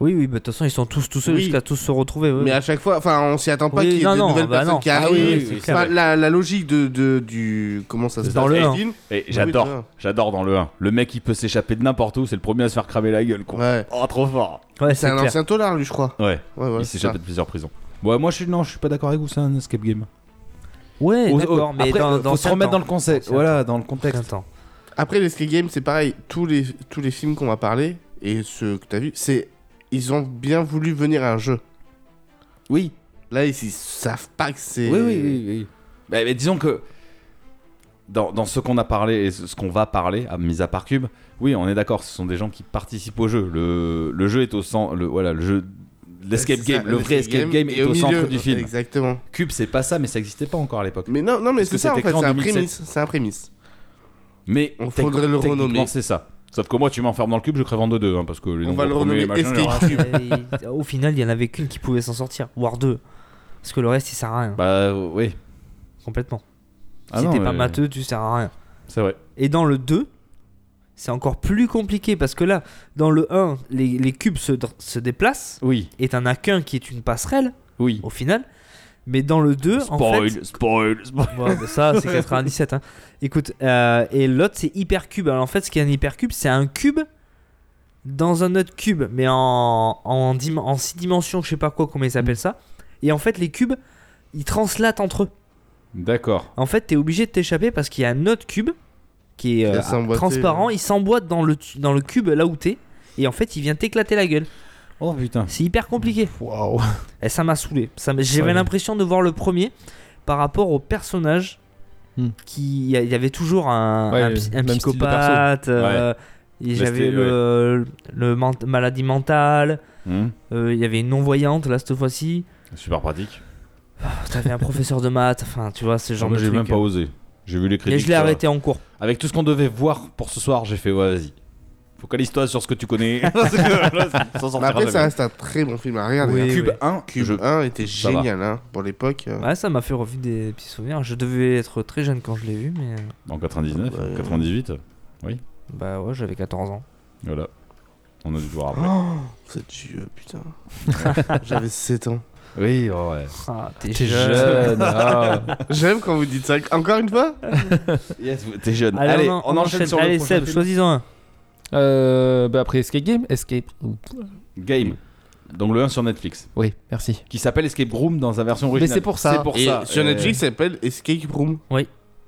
Oui, oui, bah, de toute façon, ils sont tous tout seuls Oui. jusqu'à tous se retrouver. ouais. Mais à chaque fois, enfin, on s'y attend pas Oui, qu'il y ait non, des non, nouvelles bah personnes non. qui Ah arrivent. oui, oui, Enfin, c'est clair. la, la logique de, de- du. Comment ça se Dans passe le dans un. les films Et j'adore, Oui, oui, j'adore dans le 1. Le mec il peut s'échapper de n'importe où, c'est le premier à se faire cramer la gueule quoi. Ouais. Oh trop fort. Ouais, C'est c'est un clair. ancien taulard, lui, je crois. Ouais, Ouais, ouais. il c'est ça. s'échappe de plusieurs prisons. Ouais, moi je suis non, je suis pas d'accord avec vous, c'est un escape game. Ouais, Au- au- d'accord, mais après, euh, dans, faut dans se remettre dans le concept, Ancien voilà, dans le contexte. contexte. Après, l'escape game, c'est pareil. Tous les, tous les films qu'on va parler, et ceux que t'as vu, c'est. Ils ont bien voulu venir à un jeu. Oui, Là, ils, ils savent pas que c'est. oui, oui, oui, oui. Bah, mais disons que dans, dans ce qu'on a parlé et ce ce qu'on va parler, à mis à part Cube, oui, on est d'accord, ce sont des gens qui participent au jeu. Le, le jeu est au centre, le, voilà, le jeu, l'escape C'est ça, game, le vrai escape game, et est au, centre milieu. du film. Exactement. Cube, c'est pas ça, mais ça existait pas encore à l'époque. Mais non, non mais Parce que c'est ça en c'était fait, créé en c'est un 2007. prémisse. C'est un prémisse. Mais On techni- faudrait le techniquement, renommer. c'est ça. Sauf que moi, tu m'enfermes dans le cube, je crève en deux deux, hein, parce que les On nombres va le premiers, renommer machin, Escape. genre, Et Au final, il y en avait qu'une qui pouvait s'en sortir, voire deux. Parce que le reste, il sert à rien, Bah euh, oui. complètement. Ah si non, t'es pas mais- matheux, tu sers à rien. C'est vrai. Et dans le 2, c'est encore plus compliqué parce que là, dans le 1, les, les cubes se, dr- se déplacent Oui, et t'en as qu'un qui est une passerelle oui. au final. Mais dans le 2, en fait. Spoil, spoil, spoil. Ouais, bah ça, c'est 97. hein. Écoute, euh, et l'autre, c'est hypercube. Alors en fait, ce qu'est un hypercube, c'est un cube dans un autre cube, mais en, en, dim- en six dimensions, je sais pas quoi, comment ils appellent ça. Et en fait, les cubes, ils translatent entre eux. D'accord. En fait, t'es obligé de t'échapper parce qu'il y a un autre cube qui est Il euh, va s'emboîter, transparent. ouais. Il s'emboîte dans le, tu- dans le cube là où t'es. Et en fait, il vient t'éclater la gueule. Oh putain. C'est hyper compliqué. Waouh. Et Eh, ça m'a saoulé. Ça m'a- J'avais Ouais. l'impression de voir le premier par rapport au personnage Hmm. qui. Il y a- il y avait toujours un, Ouais, un psy- un même style de psychopathe. euh, et J'avais c'était- le, le ment- maladie mentale. Hmm. euh, Il y avait une non-voyante là cette fois-ci. Oh, Super pratique. T'avais un professeur de maths. Enfin, tu vois, ce genre Ah, Moi, de j'ai truc. même pas osé. J'ai vu les critiques. Et je l'ai ça. arrêté en cours. Avec tout ce qu'on devait voir pour ce soir, j'ai fait ouais, vas-y. Focalise-toi sur ce que tu connais. Parce que, euh, là, sans sortir Mais après, jamais. ça reste un très bon film à regarder. hein. Cube oui. 1, Cube je- 1 était ça va. génial hein, pour l'époque. euh. Ouais, ça m'a fait revivre des petits souvenirs. Je devais être très jeune quand je l'ai vu, mais euh, en 99, Ouais. 98, bah ouais, j'avais 14 ans. voilà. On a dû le voir après. Oh, c'est vieux, putain. J'avais 7 ans. Oh. Oui, ouais. Ah, t'es T'es jeune. ah. J'aime quand vous dites ça. Encore une fois Yes, t'es jeune. Allez, on, on enchaîne, sur Allez, le prochain Seb, film. choisis-en un. Euh, bah après Escape Game, Escape. Game. Donc le 1 sur Netflix. Oui, merci. Qui s'appelle Escape Room dans sa version originale. c'est pour ça. C'est pour Et ça. sur Euh, Netflix, ça s'appelle Escape Room.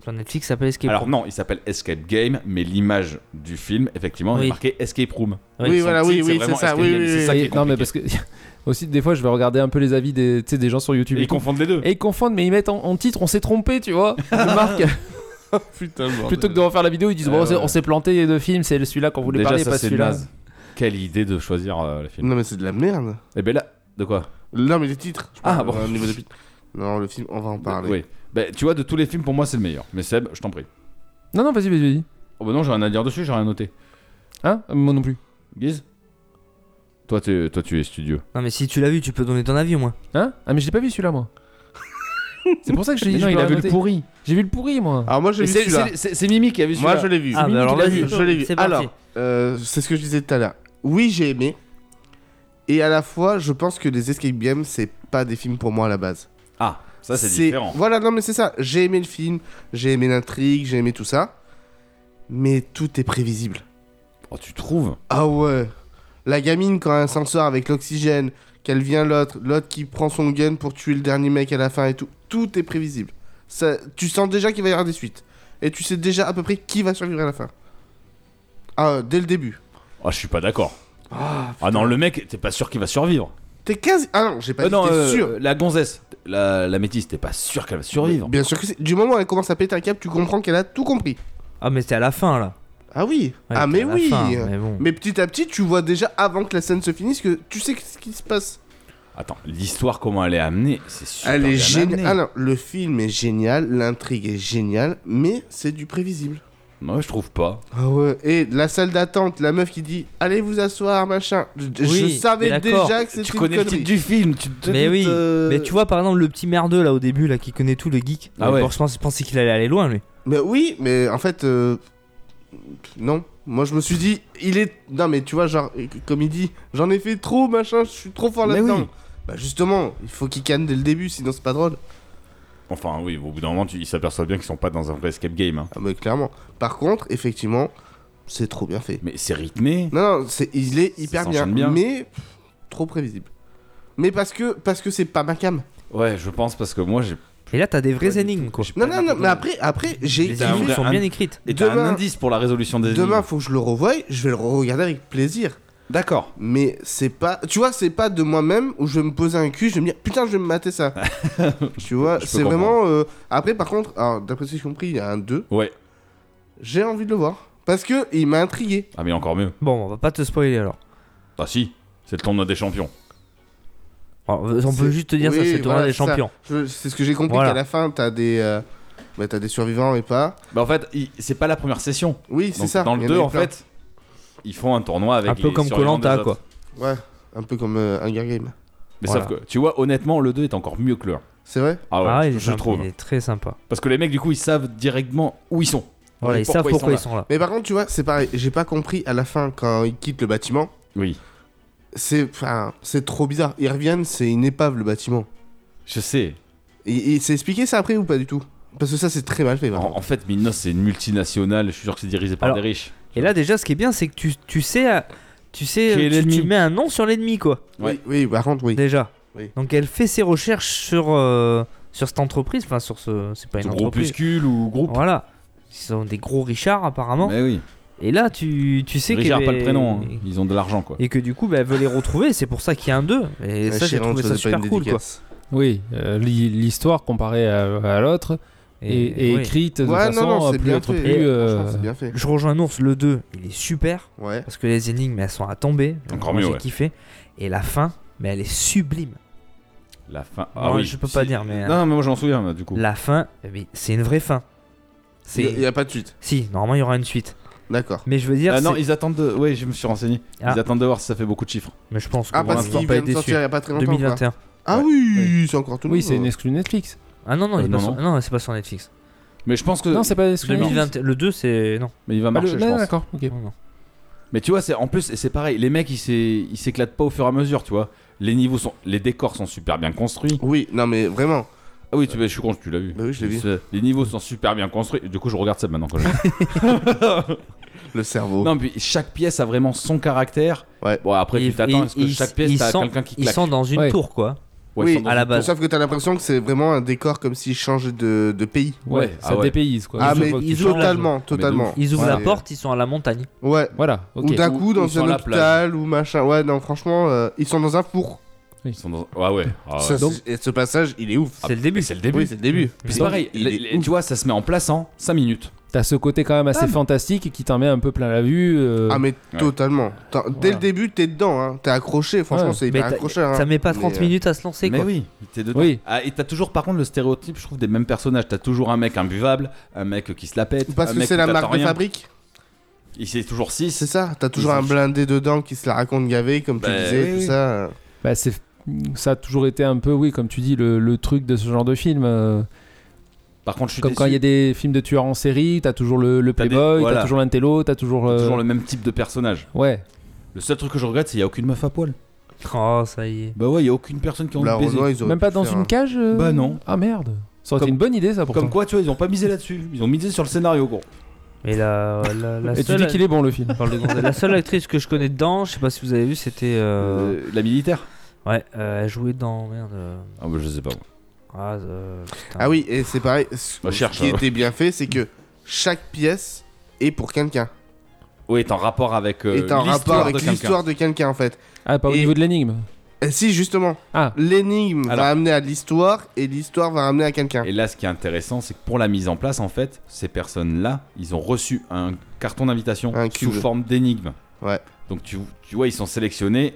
Sur Netflix, ça s'appelle Escape Alors Room. non, il s'appelle Escape Game, mais l'image du film, effectivement Oui. est marquée Escape Room. Ouais, oui, ils voilà, Son oui, titre, oui, vraiment c'est ça. Escape Oui, Game, oui, c'est oui. ça qui Et- est non mais compliqué. parce que Aussi, des fois, je vais regarder un peu les avis des, tu sais, des gens sur YouTube. Et et ils tout. confondent les deux. Et ils confondent, mais ils mettent en, en titre, on s'est trompé, tu vois. de marque. Putain, bordel. Plutôt que de refaire la vidéo, ils disent, Ah bon, on s'est- ouais. on s'est planté de film, c'est celui-là qu'on voulait Déjà, parler, ça, pas c'est celui-là. naze. Quelle idée de choisir euh, le film. Non, mais c'est de la merde. Et ben là, de quoi Non, mais les titres. je Ah, parle, bon. euh, au niveau des titres. Non, le film, on va en parler. Oui. Ben, tu vois, de tous les films, pour moi, c'est le meilleur. Mais Seb, je t'en prie. Non, non, vas-y, vas-y, vas-y. Oh bah non, j'ai rien à dire dessus, j'ai rien noté. Hein Moi non plus. Guise toi, t'es- toi, tu es studio. Non, mais si tu l'as vu, tu peux donner ton avis au moins. Hein Ah, mais je l'ai pas vu celui-là, moi. c'est pour ça que je l'ai dit, non, je il a peux vu rien le noter. pourri. J'ai vu le pourri, moi. Alors, moi, Ah, j'ai Mais vu C'est celui-là. c'est- c'est- c'est Mimi qui a vu Moi, celui-là. je l'ai vu. Ah, bah alors là, je l'ai vu. c'est parti. Alors, euh, c'est ce que je disais tout à l'heure. Oui, j'ai aimé. Et à la fois, je pense que les escape games, c'est pas des films pour moi à la base. Ah, ça, c'est différent. Voilà, non, mais c'est ça. J'ai aimé le film, j'ai aimé l'intrigue, j'ai aimé tout ça. Mais tout est prévisible. Oh, tu trouves Ah ouais. La gamine, quand elle s'en sort avec l'oxygène, qu'elle vient l'autre, l'autre qui prend son gun pour tuer le dernier mec à la fin et tout, tout est prévisible. Ça, tu sens déjà qu'il va y avoir des suites. Et tu sais déjà à peu près qui va survivre à la fin. Ah, dès le début. Ah, je suis pas d'accord. Ah non, le mec, t'es pas sûr qu'il va survivre. T'es quasi. Ah non, j'ai pas Euh, dit non, t'es euh, sûr. la gonzesse, la, la métisse, t'es pas sûr qu'elle va survivre. Bien sûr que c'est. Du moment où elle commence à péter un câble, tu comprends qu'elle a tout compris. Ah, mais c'était à la fin là. Ah oui. Ouais, ah mais à la oui. fin, mais... mais bon. petit à petit, tu vois déjà avant que la scène se finisse que tu sais ce qui se passe. Attends, l'histoire, comment elle est amenée, c'est super Elle est bien géniale. amené. Ah non, le film est génial, l'intrigue est géniale, mais c'est du prévisible. Moi, je trouve pas. Ah ouais. Et la salle d'attente, la meuf qui dit allez vous asseoir, machin. Je, je Oui, mais savais d'accord. déjà que c'était Tu une connais le connerie. titre du film, tu te Mais doutes, oui, euh, Mais tu vois, par exemple, le petit merdeux là au début là qui connaît tout le geek. Ah Mais ouais. bon, je pense- je pensais qu'il allait aller loin lui. Mais oui, mais en fait, euh, non. Moi, je me suis dit, il est. Non, mais tu vois, genre, euh, comme il dit, j'en ai fait trop, machin, je suis trop fort Mais là-dedans. oui. Bah, justement, il faut qu'il canne dès le début, sinon c'est pas drôle. Enfin, oui, au bout d'un moment, tu- ils s'aperçoivent bien qu'ils sont pas dans un vrai escape game. hein. Ah, mais clairement. Par contre, effectivement, c'est trop bien fait. Mais c'est rythmé. Non, non, c'est, il est hyper bien, s'enchaîne bien. mais pff, trop prévisible. Mais parce que parce que c'est pas ma cam. Ouais, je pense parce que moi, j'ai. Et là, t'as des Pas vraies du énigmes quoi. Non, bah, non, non, mais après, après j'ai. Les t'as un énigmes vrai- sont bien écrites. Et t'as Demain- un indice pour la résolution des Demain, énigmes. faut que je le revoie, je vais le regarder avec plaisir. D'accord. Mais c'est pas. Tu vois, c'est pas de moi-même où je vais me poser un cul, je vais me dire putain, je vais me mater ça. tu vois, Je peux c'est vraiment. euh, Après, par contre, alors, d'après ce que j'ai compris, il y a un 2. Ouais. J'ai envie de le voir. Parce que il m'a intrigué. Ah, mais encore mieux. Bon, on va pas te spoiler alors. Ah, si. C'est le tournoi des champions. Alors, on peut C'est- juste te dire ça, Oui, c'est le tournoi voilà, des c'est ça. champions. Je- C'est ce que j'ai compris Voilà. qu'à la fin, t'as des. euh, Bah, t'as des survivants et pas. Bah, en fait, il- c'est pas la première session. Oui, c'est Donc, ça. Dans il y le a 2, eu en plein. fait, ils font un tournoi avec Un peu les comme survivants Colanta des quoi. autres. Ouais, un peu comme euh, Hunger Game. Mais Voilà. sauf que, tu vois, honnêtement, le 2 est encore mieux que le 1. C'est vrai Ah ouais, Ah, il je, est je sympa, trouve. Il est très sympa. Parce que les mecs, du coup, ils savent directement où ils sont. Voilà, Et ils savent pourquoi ils sont là. Mais par contre, tu vois, c'est pareil. J'ai pas compris à la fin quand ils quittent le bâtiment. Oui. C'est. Enfin, c'est trop bizarre. Ils reviennent, c'est une épave le bâtiment. Je sais. Et, et c'est expliqué ça après ou pas du tout Parce que ça c'est très mal fait. par En, contre. en fait, Minos, c'est une multinationale. Je suis sûr que c'est dirigé par Alors, des riches. Et là, déjà, ce qui est bien, c'est que tu, tu sais. euh, Tu sais, Qui est euh, tu, l'ennemi. tu mets un nom sur l'ennemi, quoi, ouais. Oui, oui, par contre, oui. déjà. Oui. Donc elle fait ses recherches sur, euh, sur cette entreprise, enfin sur ce... C'est pas Ce une gros entreprise. puscule ou groupe. Voilà. Ils sont des gros richards, apparemment. Mais oui. Et là, tu, tu sais Richard, qu'elle pas le est- prénom. hein. Ils ont de l'argent, quoi. Et que du coup, bah, elle veut les retrouver, c'est pour ça qu'il y a un 2. Et Ouais, ça, j'ai Chiron, trouvé tu ça faisais pas super une cool, quoi. dédicace. Oui, euh, li- l'histoire comparée à, à l'autre est, est oui. écrite de Ouais, façon non, non, c'est plus bien être fait. plus. euh, Franchement, c'est bien fait. Je rejoins Nours, le 2, il est super, Ouais. parce que les énigmes, elles sont à tomber. Encore Moi, mieux, J'ai ouais. kiffé. Et la fin, mais elle est sublime. La fin. Ah Moi, oui. je peux pas dire, mais- euh, Non, non, mais moi, je m'en souviens, du coup. La fin, eh bien, c'est une vraie fin. C'est... Il n'y a pas de suite. Si, normalement il y aura une suite. D'accord. Mais je veux dire, Ah non, c'est- ils attendent de. Oui, je me suis renseigné. Ah. Ils attendent de voir si ça fait beaucoup de chiffres. mais je pense qu'on Ah, va parce encore qu'il pas vient être de déçu. sortir il n'y a pas très longtemps. quoi. 2021. Ah Ouais. oui, c'est encore tout Oui, c'est une nouveau. exclu Netflix. Ah non non, il Euh, est pas non, sur- non. non, c'est pas sur Netflix. Mais je pense que. Non, c'est pas exclu. Netflix. 2020, le 2 c'est non. Mais il va Ah, le- marcher, je là, pense. D'accord, ok. non, non. Mais tu vois, c'est en plus, c'est pareil. Les mecs, ils s'é- ils s'éclatent pas au fur et à mesure, tu vois. Les niveaux sont, les décors sont super bien construits. Oui, non mais vraiment. Ah oui, tu, je suis con, tu l'as vu. Bah oui, je l'ai vu. C'est- Les niveaux sont super bien construits. Du coup, je regarde ça maintenant. Quand je... Le cerveau. non, mais puis chaque pièce a vraiment son caractère. Ouais. Bon, après, Et- tu t'attends à ce que ils- chaque pièce ils t'as sont- quelqu'un qui Ils claque. sont dans une Ouais. tour quoi. Ouais, oui, ils sont dans à la une- base. Sauf que t'as l'impression que c'est vraiment un décor comme s'il changeait de, de pays. Ouais, Ouais, ça ah ouais. dépayse quoi. Ah Une mais fois que tu ils ont- changes. totalement, de totalement. ouf. Ils ouvrent Ouais. la porte, ils sont à la montagne. Ouais. Voilà, ok. Ou d'un Ou- coup dans ou sur un la hôpital ou machin. Ouais, non franchement, euh, ils sont dans un four. Oui. Ils sont dans- Ah ouais. ah ouais. Ça, Donc- c'est- et ce passage, il est ouf. Ah, C'est le début. Ah, Mais c'est le début. Oui, c'est le début. Puis c'est pareil, Il est les- les- ouf. tu vois, ça se met en place en 5 minutes. T'as ce côté quand même assez Ah, mais- fantastique qui t'en met un peu plein la vue. euh, Ah mais Ouais. totalement. T'as- Dès le début, t'es dedans, hein. t'es accroché. Franchement, Ouais. c'est Mais hyper t'as- accrocheur. hein. ça met pas 30 Mais, euh, minutes à se lancer mais quoi. oui, t'es dedans. Oui. Ah, et t'as toujours, par contre, le stéréotype, je trouve, des mêmes personnages. T'as toujours un mec imbuvable, un mec qui se la pète. Parce un que mec c'est où la t'attends marque de rien. fabrique. Il c'est toujours C'est 6. ça. T'as toujours Ils un sont- blindé dedans qui se la raconte gavé, comme tu Bah, disais, oui, tout oui. ça. bah, c'est- ça a toujours été un peu, oui, comme tu dis, le, le truc de ce genre de film. euh, Par contre, je suis comme quand il y a déçu. des films de tueurs en série, t'as toujours le, le T'as des- playboy, voilà. t'as toujours l'intello, t'as toujours. euh, Toujours le même type de personnage. Ouais. Le seul truc que je regrette, c'est qu'il y a aucune meuf à poil. Oh, ça y est. Bah ouais, il y a aucune personne qui a envie La de baiser. Renoir, ils auraient Même pas pu dans faire une un- cage euh, Bah non. Ah merde. Ça aurait été Comme- une bonne idée ça pour Comme quoi, tu vois, ils ont pas misé là-dessus. Ils ont misé sur le scénario, gros. Mais la, la, la Et tu seule, dis qu'il est bon le film. la seule actrice que je connais dedans, je sais pas si vous avez vu, c'était. euh, Euh, la militaire Ouais, euh, elle jouait dans. Merde. euh, Ah bah je sais pas. Ah, euh, putain. Ah oui, et c'est pareil. Ce Bah, cherche, ce qui hein. était bien fait, c'est que chaque pièce est pour quelqu'un. Oui, est en rapport avec euh, est en rapport l'histoire de avec quelqu'un. l'histoire de quelqu'un, en fait. Ah, pas au Et- niveau de l'énigme. Et si, justement, Ah. l'énigme Alors. va amener à l'histoire et l'histoire va ramener à quelqu'un. Et là, ce qui est intéressant, c'est que pour la mise en place, en fait, ces personnes-là, ils ont reçu un carton d'invitation Un sous cube. forme d'énigme. Ouais. Donc tu, tu vois, ils sont sélectionnés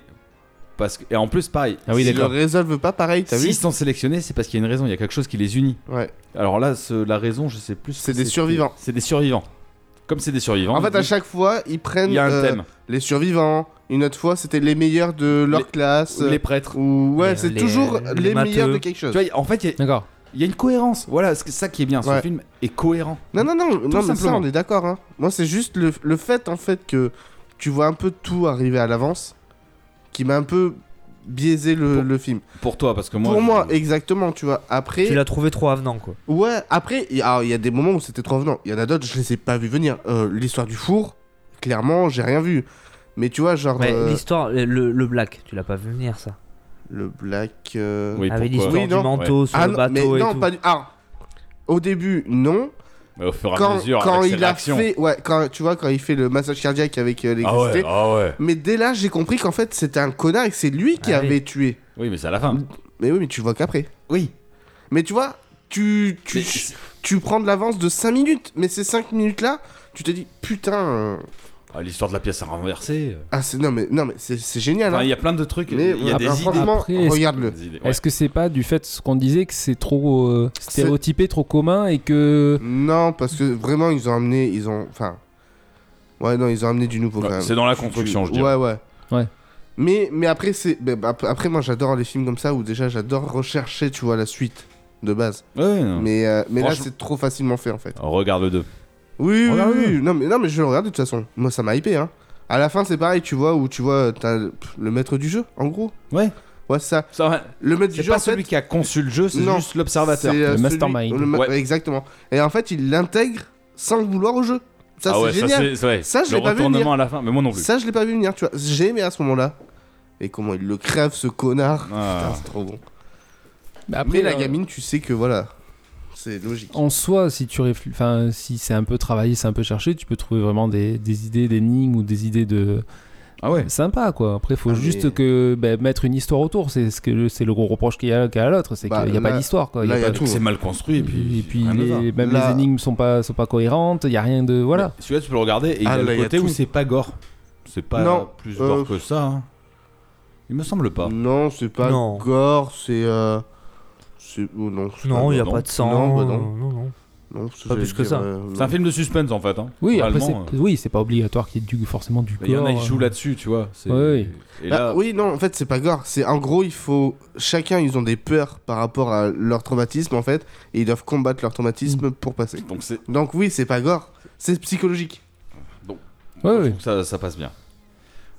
parce que et en plus, pareil. Ah oui, S'ils le d'accord. résolvent pas pareil, t'as S'ils vu sont sélectionnés, c'est parce qu'il y a une raison, il y a quelque chose qui les unit. Ouais. Alors là, ce- la raison, je sais plus. C'est si des survivants. C'est des survivants. Comme c'est des survivants. En fait, à ils- chaque fois, ils prennent il y a un euh, thème. les survivants. Une autre fois, c'était les meilleurs de leur Les- classe. les prêtres. Ou ouais, Les- c'est les- toujours les les, meilleurs matheux. de quelque chose. Tu vois, en fait, il y, a- D'accord. il y a une cohérence. Voilà, c'est ça qui est bien. Ce Ouais. film est cohérent. Non, non, non, non mais ça, simplement. on est d'accord. Hein. Moi, c'est juste le, le fait, en fait, que tu vois un peu tout arriver à l'avance qui m'a un peu biaisé le, Pour- le film. Pour toi, parce que moi. Pour je- moi, exactement, tu vois. Tu Après, l'as trouvé trop avenant quoi. ouais, après, il y, alors, il y a des moments où c'était trop venant. Il y en a d'autres, je les ai pas vus venir. Euh, L'histoire du four, clairement, j'ai rien vu. Mais tu vois, genre, Mais euh, l'histoire, le, le black, tu l'as pas vu venir ça. le black. euh, Oui, Avec pourquoi l'histoire Oui, non. du manteau sur Ah le non, mais bateau et non, tout. pas du. Ah, au début, non. Mais au fur et à Quand, mesure, quand avec ses il a réactions. fait. Ouais, quand, tu vois, quand il fait le massage cardiaque avec euh, Ah l'électricité. ouais, ah ouais. Mais dès là, j'ai compris qu'en fait, c'était un connard et que c'est lui qui Ah oui. avait tué. Oui, mais c'est à la fin. Mais oui, mais tu vois qu'après. Oui. Mais tu vois, tu, tu, tu prends de l'avance de 5 minutes. Mais ces 5 minutes-là, tu te dis, putain. euh, Ah, L'histoire de la pièce à renverser. euh. Ah, c'est, non, mais, non, mais c'est, c'est génial. Enfin, hein. il y a plein de trucs. Mais il y a ah, des bah, idées. franchement, Après, est-ce- regarde-le. Des idées, ouais. Est-ce que c'est pas du fait de ce qu'on disait que c'est trop euh, stéréotypé, trop commun et que Non, parce que vraiment, ils ont amené. Ils ont. Enfin. Ouais, non, ils ont amené du nouveau Ouais, quand même. Bah, c'est dans la Tu- construction, je dirais. Ouais, ouais. Ouais. Mais, mais après, c'est. bah, bah, après- après, moi, j'adore les films comme ça où déjà, j'adore rechercher, tu vois, la suite de base. Ouais, non. Oh, Mais, euh, mais là, Hum. Franchement- c'est trop facilement fait en fait. Regarde le 2. Oui, oui, Regarde-le. oui, oui. Non, mais, non, mais je le regarde de toute façon. Moi, ça m'a hypé. Hein. À la fin, c'est pareil, tu vois, où tu vois, t'as le pff, le maître du jeu, en gros. Ouais. Ouais, c'est ça. Ça va, Le maître du C'est jeu, pas en fait, celui qui a conçu le jeu, c'est Non. juste l'observateur. c'est, euh, le celui- mastermind. le ma- Ouais. Exactement. Et en fait, il l'intègre sans vouloir au jeu. Ça, ah c'est ouais, génial. ça c'est ouais. Ça, je le l'ai pas vu retournement venir. à la fin, mais moi non Ça, plus. je l'ai pas vu venir, tu vois. J'ai aimé à ce moment-là. Et comment il le crève, ce connard. Ah. Putain, c'est trop bon. Bah, mais la euh, gamine, tu sais que voilà. C'est logique. En soi, si tu réfl- enfin, si c'est un peu travaillé, c'est un peu cherché, tu peux trouver vraiment des, des idées d'énigmes ou des idées de Ah ouais. sympa quoi. Après, faut Ah, juste mais- que bah, mettre une histoire autour. C'est ce que c'est le gros reproche qu'il y a, qu'il y a à l'autre, c'est Bah, qu'il n'y a là- pas d'histoire quoi. Il y là, a il y a pas- tout. hein. C'est mal construit Et et puis, puis, et puis rien ne va. les- même Là- les énigmes sont pas sont pas cohérentes. Il y a rien de voilà. Mais Celui-là, tu peux le regarder et il y Ah, a là, le il y a côté où tout. c'est pas gore. C'est pas Non, plus euh, gore que ça. hein. Il me semble pas. Non, c'est pas Non. gore, c'est. euh, C'est. oh, non, c'est Non, pas il y a non. pas de sang. euh, Non, bah non. non, non. Non, parce Pas j'allais plus que dire, ça. euh, non. C'est un film de suspense en fait. hein. Oui, après, c'est Réellement, euh, oui, c'est pas obligatoire qu'il y ait du, forcément du mais Il y en a, corps, ils jouent euh. là-dessus, tu vois. c'est- Ouais, oui. Et Bah, là, oui, non, en fait, c'est pas gore. C'est en gros, il faut. Chacun, ils ont des peurs par rapport à leur traumatisme, en fait, et ils doivent combattre leur traumatisme pour passer. donc c'est. Donc, oui, c'est pas gore. C'est psychologique. Ouais, Je ouais. trouve que ça, ça passe bien.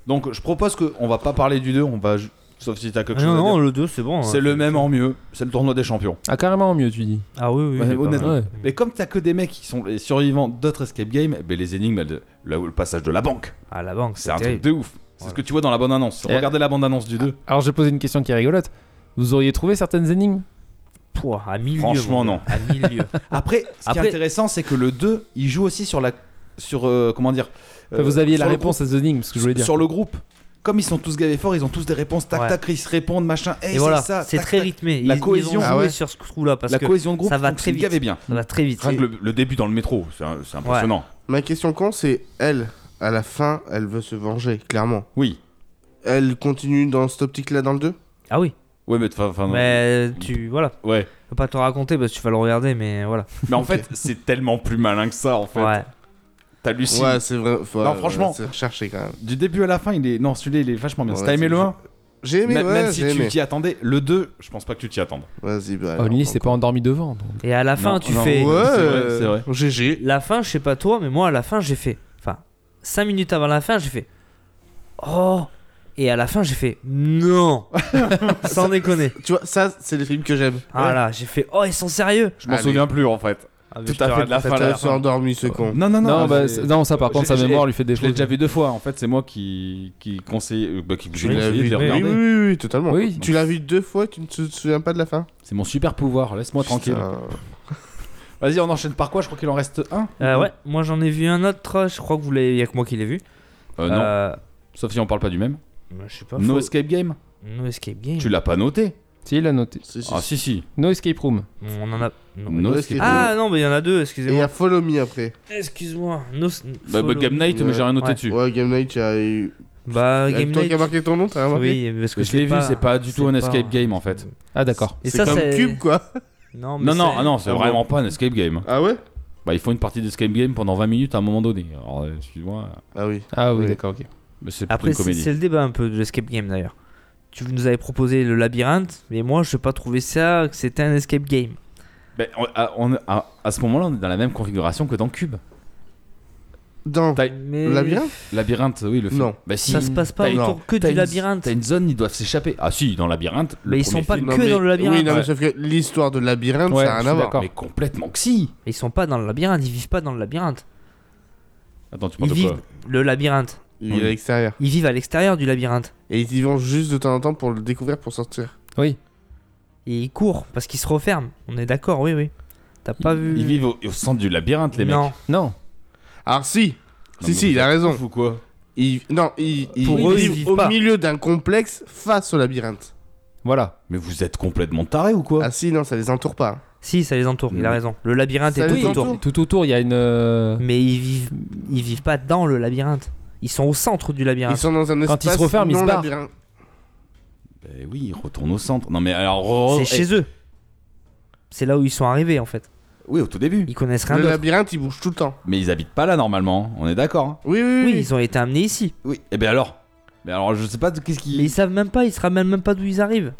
Donc je propose qu'on va pas parler du 2, on va. ju- Sauf si t'as quelque Ah chose non, à non, dire. le 2, c'est bon. C'est hein. le même en mieux, c'est le tournoi des champions. Ah carrément mieux, tu dis. Ah oui, oui. Ouais, il est pas honnêtement. mal. Mais comme t'as que des mecs qui sont les survivants d'autres escape games, eh ben les énigmes, elles- là où le passage de la banque, Ah, la banque, c'est un terrible. truc de ouf. C'est Ouais. ce que tu vois dans la bonne annonce. Et- Regardez la bande annonce du 2. Alors j'ai posé une question qui est rigolote. Vous auriez trouvé certaines énigmes Pouah, à mille lieues, Franchement, mon non. gars, À mille lieues. Après, ce qui Après- est intéressant, c'est que le 2, il joue aussi sur la. Sur. euh, comment dire Enfin, euh, Vous aviez la sur le réponse à The Ring, ce que je voulais groupe- dire. Sur le groupe. comme ils sont tous gavés forts, ils ont tous des réponses tac Ouais. tac, ils se répondent machin. Eh, Et voilà, c'est ça. c'est tac, très tac. rythmé. La Ils- ils ont cohésion. joué Ah ouais. sur ce trou-là parce La que cohésion de groupe. ça va fonctionne très vite. gavée bien. ça va très vite. Rien que le, le début dans le métro, c'est un- c'est impressionnant. Ma question con, c'est elle, à la fin, elle veut se venger, clairement. Oui. Elle continue dans cette optique-là dans le 2 Ah oui, Ouais, mais enfin, enfin, non. mais euh, tu voilà, ouais. je peux pas te raconter parce que tu vas le regarder, mais voilà. Mais en fait, c'est tellement plus malin que ça. En fait, Ouais. t'hallucines. Ouais, c'est vrai. faut- Non, euh, franchement. C'est recherché quand même. Du début à la fin, il est non celui-là, il est vachement bien. Ouais, Si T'as aimé c'est- le 1 J'ai aimé, même, ouais, même si j'ai tu aimé. t'y attendais. Le 2 je pense pas que tu t'y attendes. Vas-y, bah. alors, Lily s'est pas endormi devant. donc. Et à la fin, Non, tu non, fais. Ouais, C'est vrai, c'est vrai. euh, GG. La fin, je sais pas toi, mais moi, à la fin, j'ai fait. Enfin, 5 minutes avant la fin, j'ai fait. Oh Et à la fin, j'ai fait. Non Sans déconner. Tu vois, ça, c'est les films que j'aime. Ah là, j'ai fait. Oh, ils sont sérieux Je m'en Allez. Ah, souviens plus en fait. Tout à fait de la Ça fin. là. t'a endormi, ce con. Non non non. Non, bah, j'ai- c'est- non, ça par euh, contre, j'ai- sa j'ai- mémoire lui fait des Je l'ai choses. déjà vu deux fois. En fait, c'est moi qui qui conseille, euh, bah, qui j'ai l'as conseillé vu, de oui, les regarder. oui, oui, oui, totalement. Oui. Tu l'as vu deux fois et tu ne te souviens pas de la fin C'est mon super pouvoir. Laisse-moi tranquille. Putain. Vas-y, on enchaîne par quoi Je crois qu'il en reste un. Euh, ouais, moi j'en ai vu un autre, je crois que vous l'avez. Il y a que moi qui l'ai vu. Euh, non. Euh, bah, Sauf si on parle pas du même. je sais pas. No faut- Escape Game. No Escape Game. Tu l'as pas noté Si, il a noté. Si, si, Ah si. si si. No escape room. On en a. non. No No Escape. Escape Ah non, mais il y en a deux, Et il y excusez-moi. a Follow Me après. Excuse-moi. No... Bah, bah, Follow- Game Night, mais j'ai rien noté Ouais. dessus. Ouais, Game Night, il y a eu. Bah, Avec Game Euh, toi Night. qui a marqué ton nom, t'as remarqué Oui, parce que Je l'ai c'est vu, c'est pas du tout un c'est escape pas- game, en fait. Ah, d'accord. Et C'est ça, comme c'est. Cube, quoi. Non, mais Non, non, c'est- ah non, c'est Ah bon vraiment pas un escape game. Ah ouais Bah, ils font une partie d'escape game pendant 20 minutes à un moment donné. Alors, euh, excuse-moi, Ah oui. Ah, oui, Oui. d'accord, ok. mais c'est plutôt Après, une c'est comédie. c'est le débat un peu de l'escape game d'ailleurs. Tu nous avais proposé le labyrinthe, mais moi je n'ai pas trouvé ça que c'était un escape game. Bah, on- à, on- à- à ce moment-là, on est dans la même configuration que dans Cube. Dans T'as- Mais le labyrinthe Labyrinthe, oui, le film. Non. Bah, si. ça se passe pas T'as une- autour que t'as du une- labyrinthe. T'as une zone, ils doivent s'échapper. Ah, si, dans labyrinthe. le Mais ils premier sont pas film. que dans le labyrinthe. Oui, non, Ouais. mais sauf que l'histoire de labyrinthe, Ouais, ça je n'a rien suis à voir. d'accord. Mais complètement que si. Ils sont pas dans le labyrinthe, ils vivent pas dans le labyrinthe. Attends, tu parles Ils de quoi vivent le labyrinthe. Il Oui. est à l'extérieur. Ils vivent à l'extérieur du labyrinthe. Et ils y vont juste de temps en temps pour le découvrir, pour sortir. Oui. Et ils courent parce qu'ils se referment. On est d'accord, oui, oui. T'as pas vu. Ils vivent au, au centre du labyrinthe, les mecs. Non, Non. Alors si Non, mais Si, si, vous il a êtes raison. fous ou quoi Ils... Non, ils, ils Pour eux, ils vivent vivent au pas. milieu d'un complexe face au labyrinthe. Voilà. Mais vous êtes complètement tarés ou quoi Ah si, non, ça les entoure pas. si, ça les entoure, il a Non. raison. Le labyrinthe Ça est les tout entoure. autour. Tout autour, il y a une. euh, Mais ils vivent, ils vivent pas dans le labyrinthe. Ils sont au centre du labyrinthe. Ils sont dans un espace Quand ils se referment, ils se non barrent. labyrinthe. Ben oui, retourne au centre. Non mais alors. re- C'est eh, chez eux. C'est là où ils sont arrivés en fait. Oui, au tout début. Ils connaissent rien Le d'autre. labyrinthe, il bouge tout le temps. Mais ils habitent pas là normalement. On est d'accord. hein Oui, oui, Oui, oui. ils ont été amenés ici. oui. Et ben alors. Mais alors, je sais pas de- qu'est-ce qui. Mais ils savent même pas, ils se ramènent même pas d'où ils arrivent.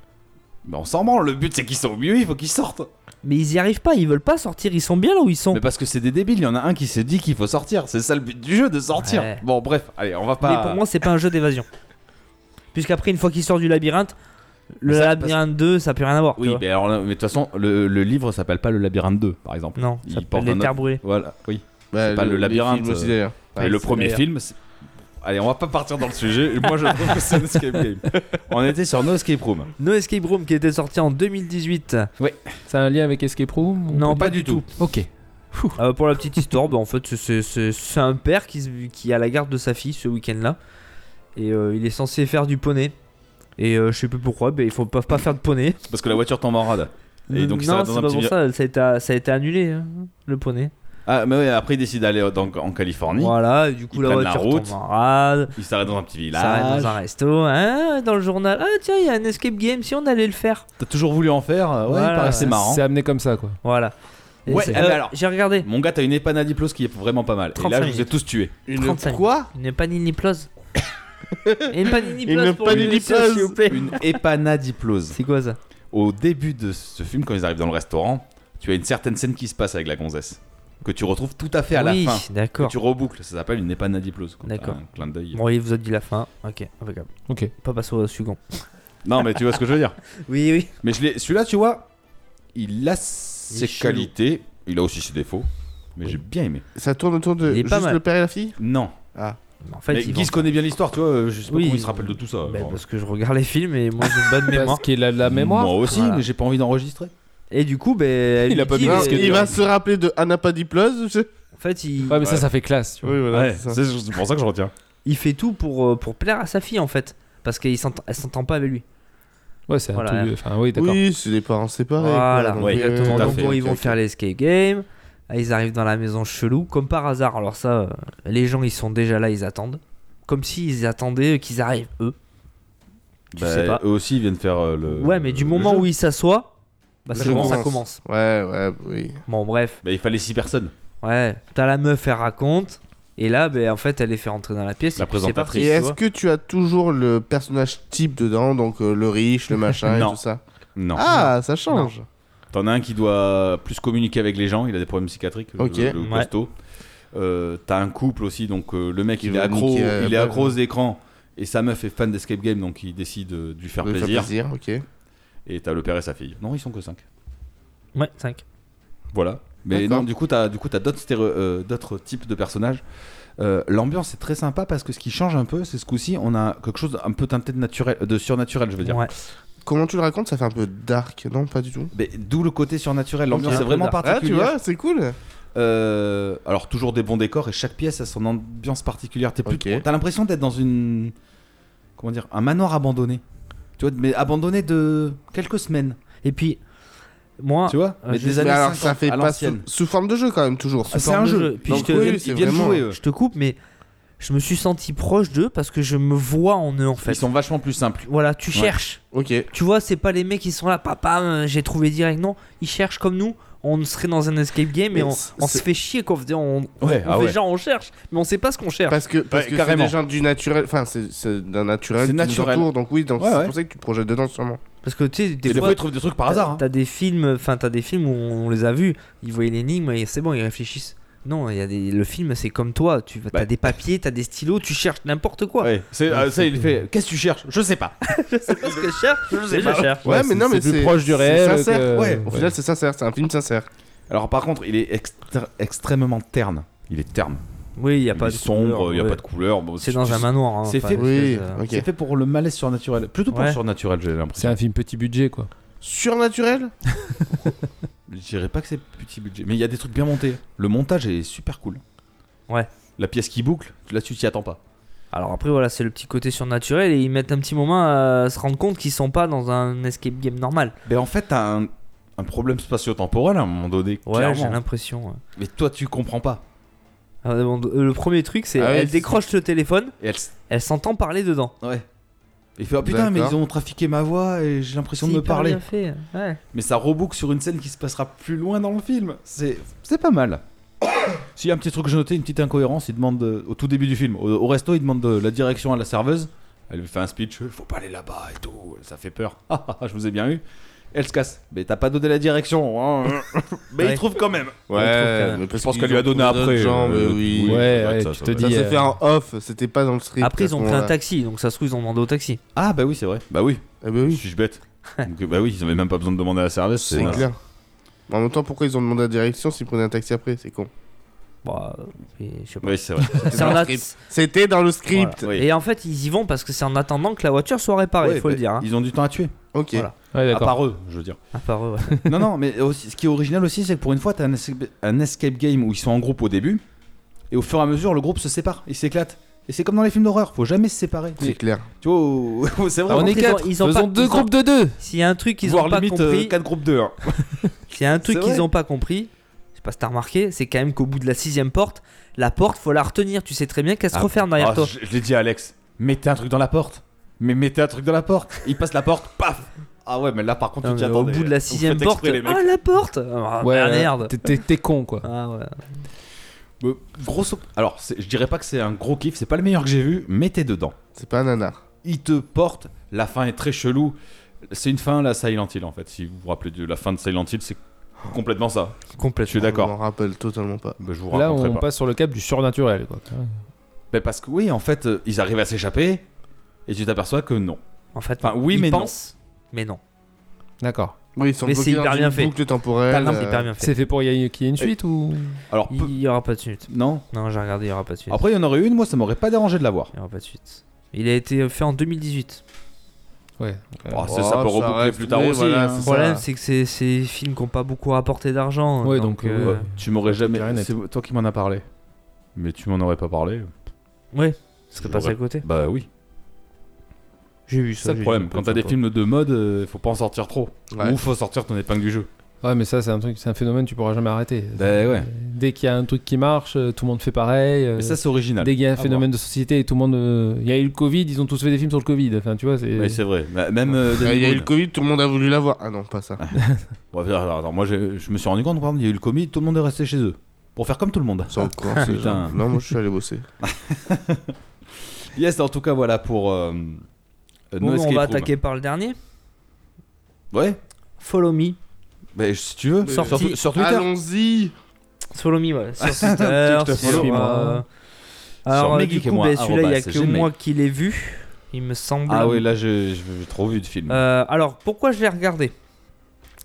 Mais on s'en branle. Le but c'est qu'ils sont au milieu. Il faut qu'ils sortent. Mais ils y arrivent pas, ils veulent pas sortir, ils sont bien là où ils sont. Mais parce que c'est des débiles. Il y en a un qui s'est dit qu'il faut sortir. C'est ça le but du jeu, de sortir. Ouais. Bon, bref. Allez, on va Mais pas. pour moi, c'est pas un jeu d'évasion. Puisqu'après, une fois qu'ils sortent du labyrinthe, le Mais ça, labyrinthe 2, ça peut rien avoir. tu Oui, vois. mais alors, là, mais de toute façon, le, le livre s'appelle pas le labyrinthe 2, par exemple. Non, Il ça porte s'appelle les un terres autre- brûlées. Voilà. Oui. Bah, c'est pas le les labyrinthe, films aussi, euh, d'ailleurs. Et le premier film, c'est- Allez, on va pas partir dans le sujet. Moi, je trouve que c'est un escape game. On était sur No Escape Room. No Escape Room qui était sorti en 2018. C'est un lien avec escape room ou- Non, pas pas du du tout. Ok. Euh, pour la petite histoire, bah, en fait, c'est- c'est- c'est c'est un père qui, se- qui a la garde de sa fille ce week-end-là. Et euh, il est censé faire du poney. Et euh, je sais plus pourquoi, bah, ils ne peuvent pas faire de poney. Parce que la voiture tombe en rade. Et donc, il non, s'arrête c'est dans un pas petit pour vi- ça, ça a, été, ça a été annulé, hein, le poney. Ah, mais ouais, après, il décide d'aller dans- en Californie. Voilà, et du coup, Ils la prennent la voiture route. tombe en rade. Il s'arrête dans un petit Ça s'arrête village. dans un resto, hein, dans le journal. Ah, tiens, il y a un escape game, si on allait le faire. T'as toujours voulu en faire euh, Ouais, Voilà. il paraît- c'est marrant. C'est amené comme ça, quoi. Voilà. Et Ouais, c'est- eh ben alors. J'ai regardé. Mon gars, t'as une épana diplose qui est vraiment pas mal. Et 35 là, je vous ai minutes. tous tués. Une 35. quoi Une panini plose. Une panini Une plose pour lui, panini monsieur, plose. s'il vous plaît. Une épana diplose. C'est quoi ça Au début de ce film, quand ils arrivent dans le restaurant, tu as une certaine scène qui se passe avec la gonzesse. Que tu retrouves tout à fait à Oui, la fin. Que d'accord. tu reboucles. Ça s'appelle une épana diplose. quoi. D'accord. Un clin d'œil. Bon, il vous a dit la fin. Ok, impeccable. Ok. Pas passer au second. Non, mais tu vois ce que je veux dire. Oui, oui. Mais je l'ai- celui-là, tu vois, il a ses chelou. qualités. Il a aussi ses défauts. Mais j'ai bien aimé. Ça tourne autour de Il est juste pas mal. le père et la fille Non. En fait, mais ils qui vont- se connaît bien l'histoire, tu vois, euh, je sais pas Oui, comment il ils se vont- rappelle de tout ça. Ben, alors. parce que je regarde les films et moi j'ai une bonne mémoire. Parce qu'il a de la mémoire. Moi aussi, Voilà. mais j'ai pas envie d'enregistrer. Et du coup, ben, elle Il a lui pas dit, mis euh, le Non, disque il dur. va se rappeler de Anna Padiplos. En fait, il... Ouais, mais ça, Ouais. ça fait classe. tu vois. Oui, c'est pour ça que je retiens. il fait tout pour, euh, pour plaire à sa fille en fait. Parce qu'elle s'entend elle s'entend pas avec lui. Ouais, c'est Voilà. un truc. Enfin, oui, d'accord. Oui, c'est des parents séparés. Voilà, quoi, ouais, donc, euh, exactement. tout à Donc, fait, bon, ok, ils vont ok. faire les skate games. Ah, Ils arrivent dans la maison chelou, comme par hasard. Alors, ça, euh, les gens, ils sont déjà là, ils attendent. Comme s'ils attendaient qu'ils arrivent, eux. Tu Bah, sais pas. Eux aussi ils viennent faire euh, le. Ouais, mais du moment où ils s'assoient, bah, Le c'est jeu bon, ça commence. commence. Ouais, ouais, oui. Bon, bref. Bah, il fallait 6 personnes. Ouais, t'as la meuf, elle raconte. Et là, ben en fait, elle les fait rentrer dans la pièce. La et puis c'est parti, Et tu est-ce vois. que tu as toujours le personnage type dedans, donc euh, le riche, le machin et Non. tout ça Non. Ah, ça change. T'en as un qui doit plus communiquer avec les gens, il a des problèmes psychiatriques, le- Ok. le, Ouais. costaud. Euh, T'as un couple aussi, donc euh, le mec Qui il est veut accro, niquer, euh, il est bah, accro aux écrans et sa meuf est fan d'escape game, donc il décide euh, de lui faire Ça fait plaisir. plaisir, ok. Et t'as le père et sa fille. Non, ils sont que 5 Ouais, 5. Voilà. Mais D'accord. non, du coup, t'as du coup t'as d'autres stéréo- euh, d'autres types de personnages. Euh, L'ambiance est très sympa parce que ce qui change un peu, c'est ce coup-ci, on a quelque chose un peu teinté de naturel, de surnaturel, je veux dire. Ouais. Comment tu le racontes Ça fait un peu dark, non Pas du tout. Mais d'où le côté surnaturel. L'ambiance Ok. est vraiment Ah, tu particulière. vois, c'est cool. Euh, alors toujours des bons décors et chaque pièce a son ambiance particulière. T'es plus, Ok. t'as l'impression d'être dans une, comment dire, un manoir abandonné. Tu vois, mais abandonné de quelques semaines. Et puis, moi, tu vois, euh, Ah, mais je- des Mais années alors, 50 ça fait à pas sous, l'ancienne. sous forme de jeu quand même toujours. Ah, c'est forme un de jeu. jeu. Puis Donc, je te- oui, oui, ils c'est viennent vraiment- jouer. eux. je te coupe, mais je me suis senti proche d'eux parce que je me vois en eux en fait. Ils sont vachement plus simples. Voilà, tu Ouais. cherches. Ok. Tu vois, c'est pas les mecs qui sont là, papa, euh, j'ai trouvé direct. Non, ils cherchent comme nous. On serait dans un escape game Mais et on, c'est- on se fait chier quoi. On, fait- on, Ouais, on ah fait ouais. genre on cherche, mais on sait pas ce qu'on cherche. Parce que parce Ouais, que c'est carrément. des gens du naturel. Enfin, c'est c'est d'un naturel. C'est qui nous naturel. entoure, donc oui, donc Ouais, c'est ouais. pour ça que tu te projettes dedans sûrement. Parce que tu sais, des Et des fois, fois, ils trouvent des trucs par t'as- hasard. hein. t'as des films, enfin t'as des films où on, on les a vus. Ils voyaient l'énigme et c'est bon, ils réfléchissent. Non, il y a des, le film, c'est comme toi. Tu as Bah. des papiers, t'as des stylos, tu cherches n'importe quoi. Ouais, c'est- euh, ça, il fait. Qu'est-ce que tu cherches Je sais pas. je sais pas ce que je cherche, je sais pas. cherche. Ouais, mais non, mais plus c'est- proche du c'est réel. sincère, euh, que- ouais. Au ouais. final, c'est sincère. C'est un film sincère. Alors par contre, il est extr- extrêmement terne. Il est terne. Oui, il y a Il pas est de sombre, couleur, il n'y a ouais. pas de couleur. Bon, C'est tu- dans tu- un manoir. hein, c'est enfin, fait- une Oui. espèce de- Ok. C'est fait pour le malaise surnaturel. Plutôt pour Ouais. le surnaturel, j'ai l'impression. C'est un film petit budget, quoi. Surnaturel Je dirais pas que c'est petit budget, mais il y a des trucs bien montés. Le montage est super cool. Ouais. La pièce qui boucle, là tu t'y attends pas. Alors après voilà, c'est le petit côté surnaturel et ils mettent un petit moment à se rendre compte qu'ils sont pas dans un escape game normal. Mais en fait, t'as un, un problème spatio-temporel à un moment donné. Ouais, j'ai clairement. l'impression. ouais. Mais toi, tu comprends pas. Alors, bon, euh, le premier truc, c'est Ah ouais, elle c'est- décroche le téléphone, Et elle. s- elle s'entend parler dedans. Ouais. Il fait ah, putain, mais D'accord. ils ont trafiqué ma voix et j'ai l'impression de C'est me hyper parler. bien fait, ouais. Mais ça reboucle sur une scène qui se passera plus loin dans le film. C'est c'est pas mal. S'il y a un petit truc que j'ai noté, une petite incohérence, il demande euh, au tout début du film, au, au resto, il demande de la direction à la serveuse. Elle lui fait un speech, euh, faut pas aller là-bas et tout, ça fait peur. Ah, ah, ah, je vous ai bien eu. Elle se casse. Mais t'as pas donné la direction. hein. mais Ouais. il trouve quand même. Ouais, mais parce Je pense qu'ils qu'elle lui ont a donné trouvé d'autres après. gens, mais euh, Ouais, oui. ça va ouais, être ça, tu ça te va être dis, Ça ça. s'est euh, fait en off, c'était pas dans le script. Après à ils ce ont pris un moment-là. taxi, donc ça se trouve ils ont demandé au taxi. Ah, bah oui, c'est vrai. Bah oui, Eh ben je oui, suis bête. Donc, bah oui, ils avaient même pas besoin de demander à la serveuse. c'est voilà. clair. Mais En même temps, pourquoi ils ont demandé la direction s'ils prenaient un taxi après C'est con. Bah, euh, et je sais pas. Oui, c'est vrai. C'est en dans le at- script. C'était dans le voilà. script. Oui. Et en fait ils y vont parce que c'est en attendant que la voiture soit réparée, Ouais, faut le bah, dire. hein. Ils ont du temps à tuer. Ok. Voilà. Ouais, À d'accord. part eux, je veux dire. À part eux, ouais. non, non, mais aussi- ce qui est original aussi, c'est que pour une fois, t'as un escape, un escape game où ils sont en groupe au début, et au fur et à mesure, le groupe se sépare, ils s'éclatent. Et c'est comme dans les films d'horreur, faut jamais se séparer. C'est clair. Tu vois, au- au- c'est vrai. Ah, on est Ils ont- quatre. ils ont Faisons pas- deux ils ont- groupes de deux. S'il y a un truc qu'ils voire ont pas limite euh, compris, 4 groupes hein. de 1. s'il y a un truc C'est qu'ils vrai. ont pas compris, je sais pas si t'as remarqué, c'est quand même qu'au bout de la sixième porte, la porte faut la retenir. Tu sais très bien qu'elle se Ah, referme derrière toi. je je l'ai dit à Alex, mettez un truc dans la porte. Mais mettez un truc dans la porte. Il passe la porte, paf Ah ouais, mais là par contre, Non, tu mais t'y au attendais. hein. euh, bout de la Vous sixième faites porte, exprès, les mecs. ah la porte Ah, Ouais, merde t'es- t'es- T'es con, quoi. Ah, ouais. Euh, Grosso. Alors, c'est- je dirais pas que c'est un gros kiff, c'est pas le meilleur que j'ai vu, mettez dedans. C'est pas un nanar. il te porte. La fin est très chelou. C'est une fin, la Silent Hill, en fait. Si vous vous rappelez de la fin de Silent Hill, c'est complètement ça. Je Complètement. suis Je d'accord. m'en rappelle totalement pas. Bah, je vous Là, raconterai on pas. passe sur le cap du surnaturel, quoi. Mais parce que oui, en fait, euh, ils arrivent à s'échapper. Et tu t'aperçois que non. En fait, Enfin, oui, ils mais non. pensent, mais non. D'accord. Oui, ils sont Mais c'est bloqués dans hyper une bien fait. boucle temporelle. Non, c'est euh, hyper bien fait. C'est fait pour y a- qu'il y ait une suite ou Alors, peu- Il y aura pas de suite. non. Non, j'ai regardé, il y aura pas de suite. Après, il y en aurait une, moi, ça m'aurait pas dérangé de la voir. Il y aura pas de suite. Il a été fait en 2018. Ouais. Oh, ça, ça peut Euh, ça reboucler reste- plus tard oui, aussi. voilà, hein. c'est Le ça. problème, c'est que c'est c'est des films qui n'ont pas beaucoup rapporté d'argent. Ouais, donc. donc, euh, euh, Tu m'aurais Clarinette. jamais. C'est toi qui m'en as parlé. Mais tu m'en aurais pas parlé. Ouais. Tu serais passé à côté Bah oui. J'ai vu ça. C'est ça le j'ai problème. vu ça, Quand t'as des films de mode, euh, faut pas en sortir trop. Ouais. Ou faut sortir ton épingle du jeu. Ouais, mais ça, c'est un truc, c'est un phénomène, tu pourras jamais arrêter. Bah ouais. Dès qu'il y a un truc qui marche, euh, tout le monde fait pareil. euh, Mais ça, c'est original. dès qu'il y Ah, a un phénomène de société et tout le monde. euh, Il y a eu le Covid, ils ont tous fait des films sur le Covid. Enfin, tu vois, c'est. Oui, c'est vrai. Bah, Même. euh, Il Danny y a eu le Boone. Covid, tout le monde a voulu l'avoir. Ah non, pas ça. Bon, alors, alors, moi, j'ai- je me suis rendu compte, par exemple, il y a eu le Covid, tout le monde est resté chez eux. Pour faire comme tout le monde. C'est encore ces Ah, Putain. gens. Non, moi je suis allé bosser. Yes, en tout cas, voilà pour. euh, euh, Bon, No on Escape va Room. attaquer par le dernier. Ouais, Follow me. bah, si tu veux. Sur, Sorti- tu- sur Twitter. Allons-y Follow me, ouais. Sur Twitter, Je te sur. follow. euh, Sur Alors, euh, Megeek du et coup, moi, ben, celui-là, il y a arobase que gmail. moi qui l'ai vu, il me semble. Ah ouais, là, je- je- j'ai trop vu de films. Euh, alors, pourquoi je l'ai regardé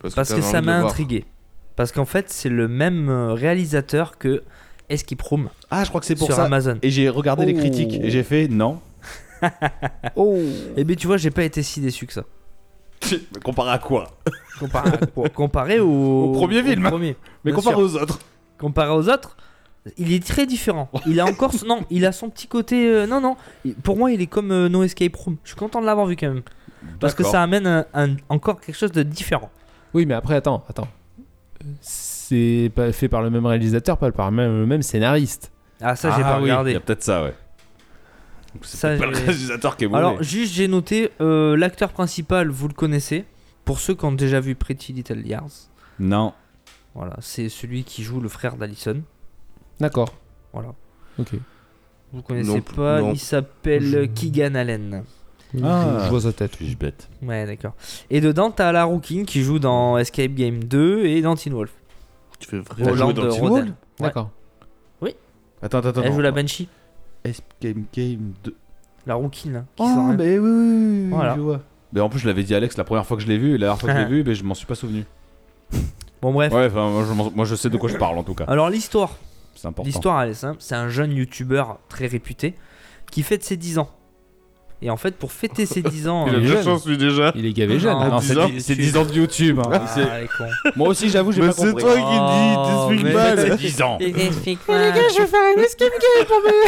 Parce que, t'avais ça envie de m'a le voir. intrigué. Parce qu'en fait, c'est le même euh, réalisateur que Escape Room Ah, je crois que c'est pour sur ça. Amazon. Et j'ai regardé les Oh. critiques et j'ai fait non. Oh Et bien, tu vois, j'ai pas été si déçu que ça. comparé à quoi Comparé, à quoi Comparé au, Au premier film. premier. Mais Bien comparé sûr. aux autres. comparé aux autres, il est très différent. Il a encore, son- non, il a son petit côté. euh, non, non. Il- Pour moi, il est comme euh, No Escape Room. Je suis content de l'avoir vu quand même, parce que D'accord. ça amène un- un- encore quelque chose de différent. Oui, mais après, attends, attends. C'est pas fait par le même réalisateur, pas par le même, le même scénariste. Ah, ça, j'ai pas oui, Il y regardé. a peut-être ça, ouais. Donc, C'est Ça, peut-être pas le j'ai- réalisateur qui est mauvais. Alors, juste, j'ai noté euh, l'acteur principal. Vous le connaissez pour ceux qui ont déjà vu Pretty Little Liars. Non. Voilà, c'est celui qui joue le frère d'Alison. D'accord. Voilà. Ok. Vous connaissez Non, pas non. Il s'appelle Je- Keegan Allen. Ah. Je, je vois sa tête. Je suis bête. Ouais, d'accord. Et dedans, t'as la rouquine qui joue dans Escape Game 2 et dans Teen Wolf. Tu fais vraiment. joué Roland dans de Teen Rodin. Wolf Ouais. D'accord. Attends, attends, attends. Elle joue la Banshee, Escape Game 2. la rouquine. là, qui sort hein. Oh, un- mais oui, oui, oui, Voilà. je vois. Mais en plus, je l'avais dit à Alex la première fois que je l'ai vu, et la dernière fois que je l'ai vu, mais je m'en suis pas souvenu. Bon, bref. Ouais, enfin, moi, je m'en- moi, je sais de quoi je parle en tout cas. Alors, l'histoire. C'est important. L'histoire, elle est simple. C'est un jeune youtubeur très réputé qui fête ses 10 ans. Et en fait, pour fêter ses 10 ans. Il a euh, de la chance lui déjà Il est gavé jeune. Ah, Non, dix c'est ans. dix- c'est 10 ans de YouTube. hein. ah, C'est- elle est con. Oh, Moi aussi, j'avoue, j'ai Mais pas c'est compris. toi qui dis, t'expliques mais- mal c'est- 10 ans. Oh, Explique-moi.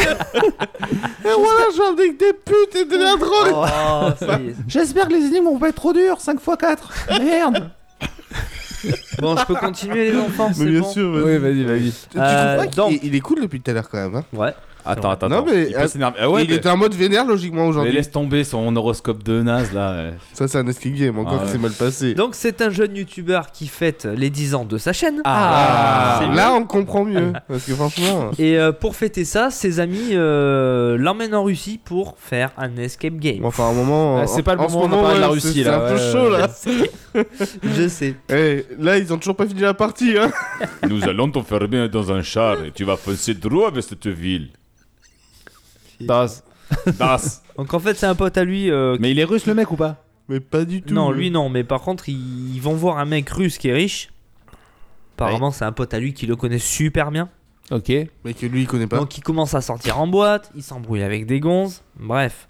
Et voilà, je viens avec des putes et de la drogue Oh, ça y est. J'espère que les énigmes vont pas être trop dures. 5 x 4. Merde. Bon, je peux continuer, les enfants. Mais c'est bien bon. sûr, vas-y. Oui, vas-y, vas-y. Tu Euh, trouves pas qu'il donc- il- il est cool depuis tout à l'heure quand même hein Ouais. Attends, attends. Non, attends. mais- Il peut s'énerver. Ah ouais, Il mais- était en mode vénère logiquement mais aujourd'hui. laisse tomber son horoscope de naze là. euh. Ça, c'est un escape game, encore Ah, que ouais. c'est mal passé. Donc, c'est un jeune youtubeur qui fête les 10 ans de sa chaîne. Ah, C'est- là, on comprend mieux. Parce que franchement. Et euh, pour fêter ça, ses amis euh, l'emmènent en Russie pour faire un escape game. bon, Enfin, à un moment. Ah, c'est pas le moment où on a parlé de la Russie, là, C'est un ouais, peu chaud ouais. là. Je sais. Eh, là, ils ont toujours pas fini la partie. Hein. Nous allons t'enfermer dans un char et tu vas foncer droit avec cette ville. Das. Das. Donc en fait, c'est un pote à lui. euh, qui- Mais il est russe le mec ou pas Mais pas du tout. Non, lui non, mais par contre, ils ils vont voir un mec russe qui est riche. Apparemment, c'est un pote à lui qui le connaît super bien. Ok. Mais que lui, il connaît pas. Donc il commence à sortir en boîte, il s'embrouille avec des gonzes, bref.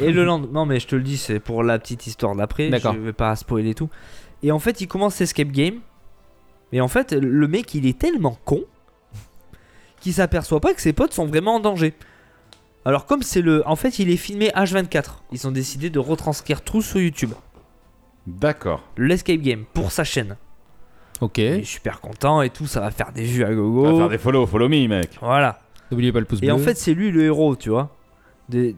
Et le lendemain, non mais je te le dis, c'est pour la petite histoire d'après, D'accord. je vais pas spoiler tout. Et en fait, il commence Escape Game. Et en fait, le mec, il est tellement con qu'il s'aperçoit pas que ses potes sont vraiment en danger. Alors comme c'est le... En fait, il est filmé H24. Ils ont décidé de retranscrire tout sur YouTube. D'accord. L'escape game pour sa chaîne. Ok. Il est super content et tout, ça va faire des vues à On va gogo. faire des follow, follow me mec. Voilà. N'oubliez pas le pouce bleu. Et en fait, c'est lui le héros, tu vois. Dé-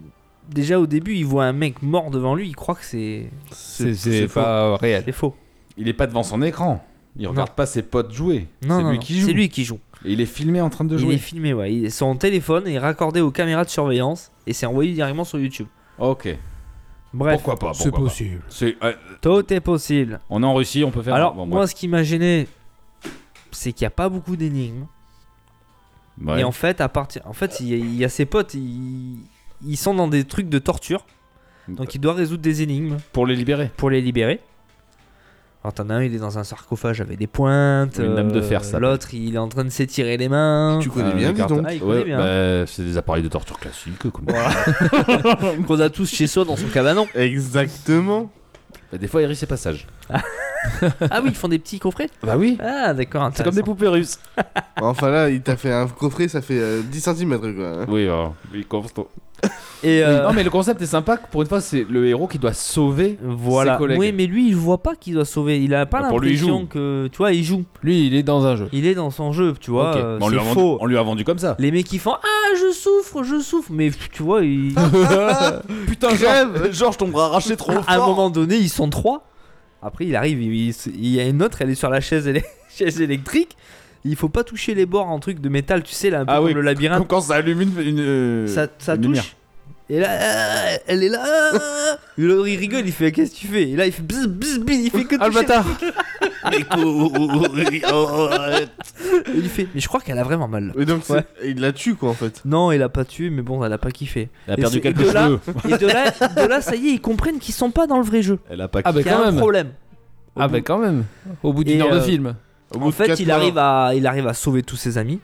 Déjà au début, il voit un mec mort devant lui, il croit que c'est c'est c'est pas réel. c'est faux. Il est pas devant son écran. Il regarde pas ses potes jouer. Non, c'est non, lui non, qui joue. C'est lui qui joue. Et il est filmé en train de Il jouer. est filmé, ouais. Il- Son téléphone est raccordé aux caméras de surveillance et c'est envoyé directement sur YouTube. Ah, Ok. Bref, pourquoi pas pourquoi pas. possible. C'est- euh, tout est possible. on est en Russie, on peut faire. Alors, Bon, moi, bref. ce qui m'a gêné, c'est qu'il n'y a pas beaucoup d'énigmes. Ouais. Et en fait, à partir, en fait, il y, a- il y a ses potes, ils... ils sont dans des trucs de torture, donc il doit résoudre des énigmes. Pour les libérer. pour les libérer. Alors t'en as un, il est dans un sarcophage avec des pointes. euh, Une lame de fer, ça s'appelle. L'autre, il est en train de s'étirer les mains. Tu connais Ah, bien, les dis cartes- donc. Ah, il ouais, connaît bien. bah, c'est des appareils de torture classiques. Comme... Qu'on a tous chez soi dans son cabanon. Exactement. Bah, des fois, il rit ses passages. Ah oui, ils font des petits coffrets. Bah oui. Ah d'accord. C'est comme des poupées russes. Enfin, là, il t'a fait un coffret, ça fait euh, 10 cm quoi. hein. Oui, alors, oui, constant. Et euh, Non, mais le concept est sympa. Pour une fois, c'est le héros qui doit sauver. voilà. ses collègues. Oui, mais lui, il voit pas qu'il doit sauver. Il a pas Ah, pour lui, il l'impression joue. que. Tu vois, il joue. Lui, il est dans un jeu. Il est dans son jeu, tu vois. Ok. euh, Mais on, lui c'est a vendu, faux. on lui a vendu comme ça. Les mecs qui font Ah, je souffre, je souffre. Mais pff, tu vois, ils- Ah, Putain, Crève Georges, ton bras arraché trop à un moment donné, ils sont trois. Après, il arrive, il, il- il y a une autre, elle est sur la chaise, élec- chaise électrique. Il faut pas toucher les bords en truc de métal, tu sais, là, un peu Ah comme oui, le labyrinthe. Comme quand ça allume une. une, euh, ça, ça une touche. lumière. Et là, euh, elle est là. euh, et L'autre il rigole, il fait qu'est-ce que tu fais Et là il fait bzz bzz bzz, il fait que Ah, toucher. Et il fait, mais je crois qu'elle a vraiment mal. Et donc, c'est- Ouais. il la tue, quoi, en fait. Non, il a pas tué, mais bon, elle a pas kiffé. Elle a Et perdu c'est- quelques et de là- cheveux. Et de là, de là, ça y est, ils comprennent qu'ils sont pas dans le vrai jeu. Elle a pas. Ah, bah Qu'il y a quand un même. problème. Au Ah, bout- bah quand même. Au bout d'une Et, heure de euh, film. Au bout En de fait, quatre il heures. arrive à, il arrive à sauver tous ses amis.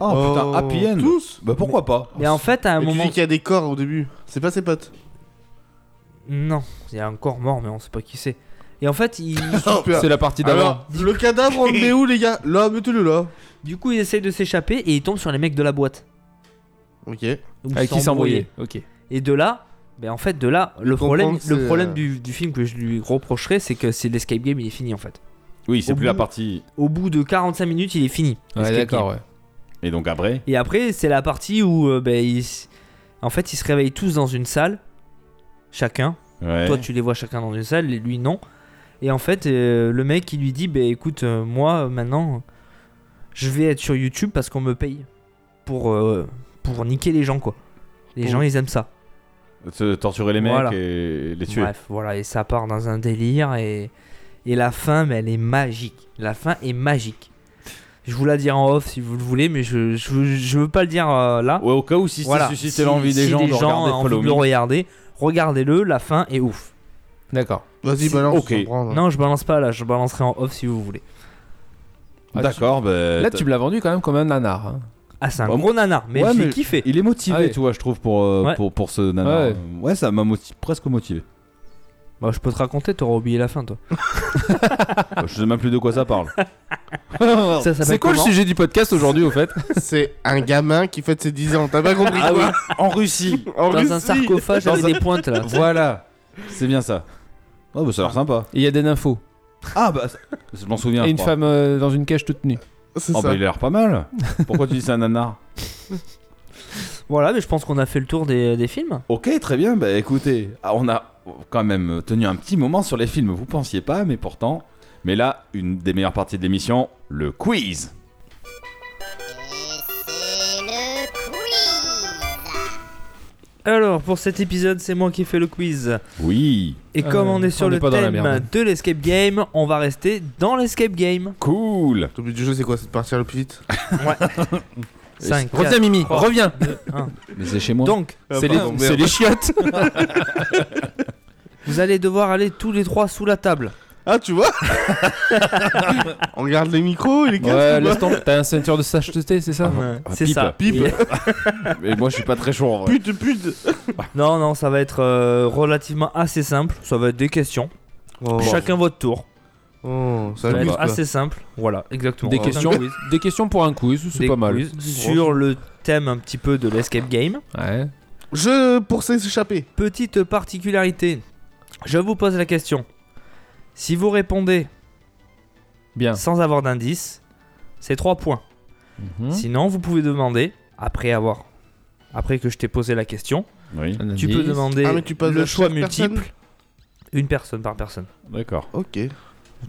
Oh, putain, happy end. Tous Bah pourquoi pas Et en fait, à un Mais moment, Tu dis qu'il y a des corps au début. C'est pas ses potes. non, il y a un corps mort, mais on sait pas qui c'est. Et en fait, il, Super. C'est la partie d'avant. Alors, le cadavre, on le met où, les gars Là, mettez-le là. du coup, il essaye de s'échapper et il tombe sur les mecs de la boîte. Ok. Donc, Avec il Ah, qui s'est embrouillé. s'embrouiller. Ok. Et de là, ben en fait, de là, le comprend problème, que le c'est, problème euh, du, du film que je lui reprocherais, c'est que c'est l'escape game, il est fini en fait. Oui, c'est Au plus bout- la partie. Au bout de 45 minutes, il est fini. Ouais, l'escape d'accord, game. ouais. Et donc après. Et après, c'est la partie où, euh, ben, ils s- en fait, ils se réveillent tous dans une salle, chacun. Ouais. Toi, tu les vois chacun dans une salle, et lui non. Et en fait, euh, le mec, il lui dit, ben écoute, euh, moi euh, maintenant, je vais être sur YouTube parce qu'on me paye pour euh, pour niquer les gens quoi. Les Pour- gens, ils aiment ça. Se torturer les mecs Voilà. et les tuer. Bref, voilà, et ça part dans un délire et, et la fin, mais elle est magique. La fin est magique. Je vous la dire en off si vous le voulez, mais je, je, je veux pas le dire euh, là. Ouais, au cas où si Voilà. ça suscite Si- l'envie des si gens de ont regarder envie Follow de le Me. regarder, regardez-le, la fin est ouf. D'accord. Vas-y, C'est- balance. ok. on s'en prend, hein. là. Non, je balance pas là, je balancerai en off si vous voulez. Ah, D'accord, bah. Là, tu me l'as vendu quand même comme un nanar. hein. Ah, c'est un Bah, gros nanar, mais ouais, il fait mais- kiffer. Il est motivé, Ah ouais. tu vois, je trouve, pour, euh, Ouais. pour, pour ce nana. Ouais. Ouais, ça m'a moti- presque motivé. Bah, je peux te raconter, t'auras oublié la fin toi. Euh, je sais même plus de quoi ça parle. Ça s'appelle C'est quoi le comment sujet du podcast aujourd'hui, au fait C'est un gamin qui fête ses 10 ans. T'as pas compris Ah oui, quoi en Russie En dans un Russie. sarcophage Dans avec un- des pointes là. Voilà C'est bien ça. Oh, bah ça a l'air sympa. Il y a des nymphos. Ah, bah ça- je m'en souviens. Et je une crois. femme euh, dans une cage toute nue. C'est Oh, ça. bah il a l'air pas mal. Pourquoi tu dis c'est un nanar Voilà, mais je pense qu'on a fait le tour des, des films. Ok, très bien. Bah écoutez, ah, on a quand même tenu un petit moment sur les films. Vous pensiez pas, mais pourtant. Mais là, une des meilleures parties de l'émission, le quiz. Alors, pour cet épisode, c'est moi qui ai fait le quiz. Oui. Et comme Euh, on est sur on le est pas dans la thème merde. de l'escape game, on va rester dans l'escape game. Cool. Le but du jeu, c'est quoi C'est de partir le plus vite. 5, Reviens, Mimi, trois. reviens Mais c'est chez moi. Donc, C'est ah, les, pardon, c'est merde. les chiottes vous allez devoir aller tous les trois sous la table. Ah, tu vois On garde les micros et les casques. Ouais, ou pas laisse tomber. T'as un ceinture de sacheté, c'est ça Ah, C'est pipe. ça. Pipe. Et- Mais moi, je suis pas très chaud. en vrai. Pute, pute Non, non, ça va être euh, relativement assez simple. Ça va être des questions. Chacun votre tour. Oh, ça Ça va amuse, être quoi. assez simple. Voilà, exactement. Des On va questions, faire un quiz. des questions pour un quiz, c'est Des pas mal. quiz Sur le thème un petit peu de l'escape game. Ouais. Je pour s'échapper. Petite particularité. Je vous pose la question. Si vous répondez Bien. sans avoir d'indice, c'est 3 points. Mhm. Sinon, vous pouvez demander, après avoir, après que je t'ai posé la question, Oui. Un tu peux indice. demander Ah, mais tu poses à le choix chaque personne multiple, une personne par personne. D'accord. Ok.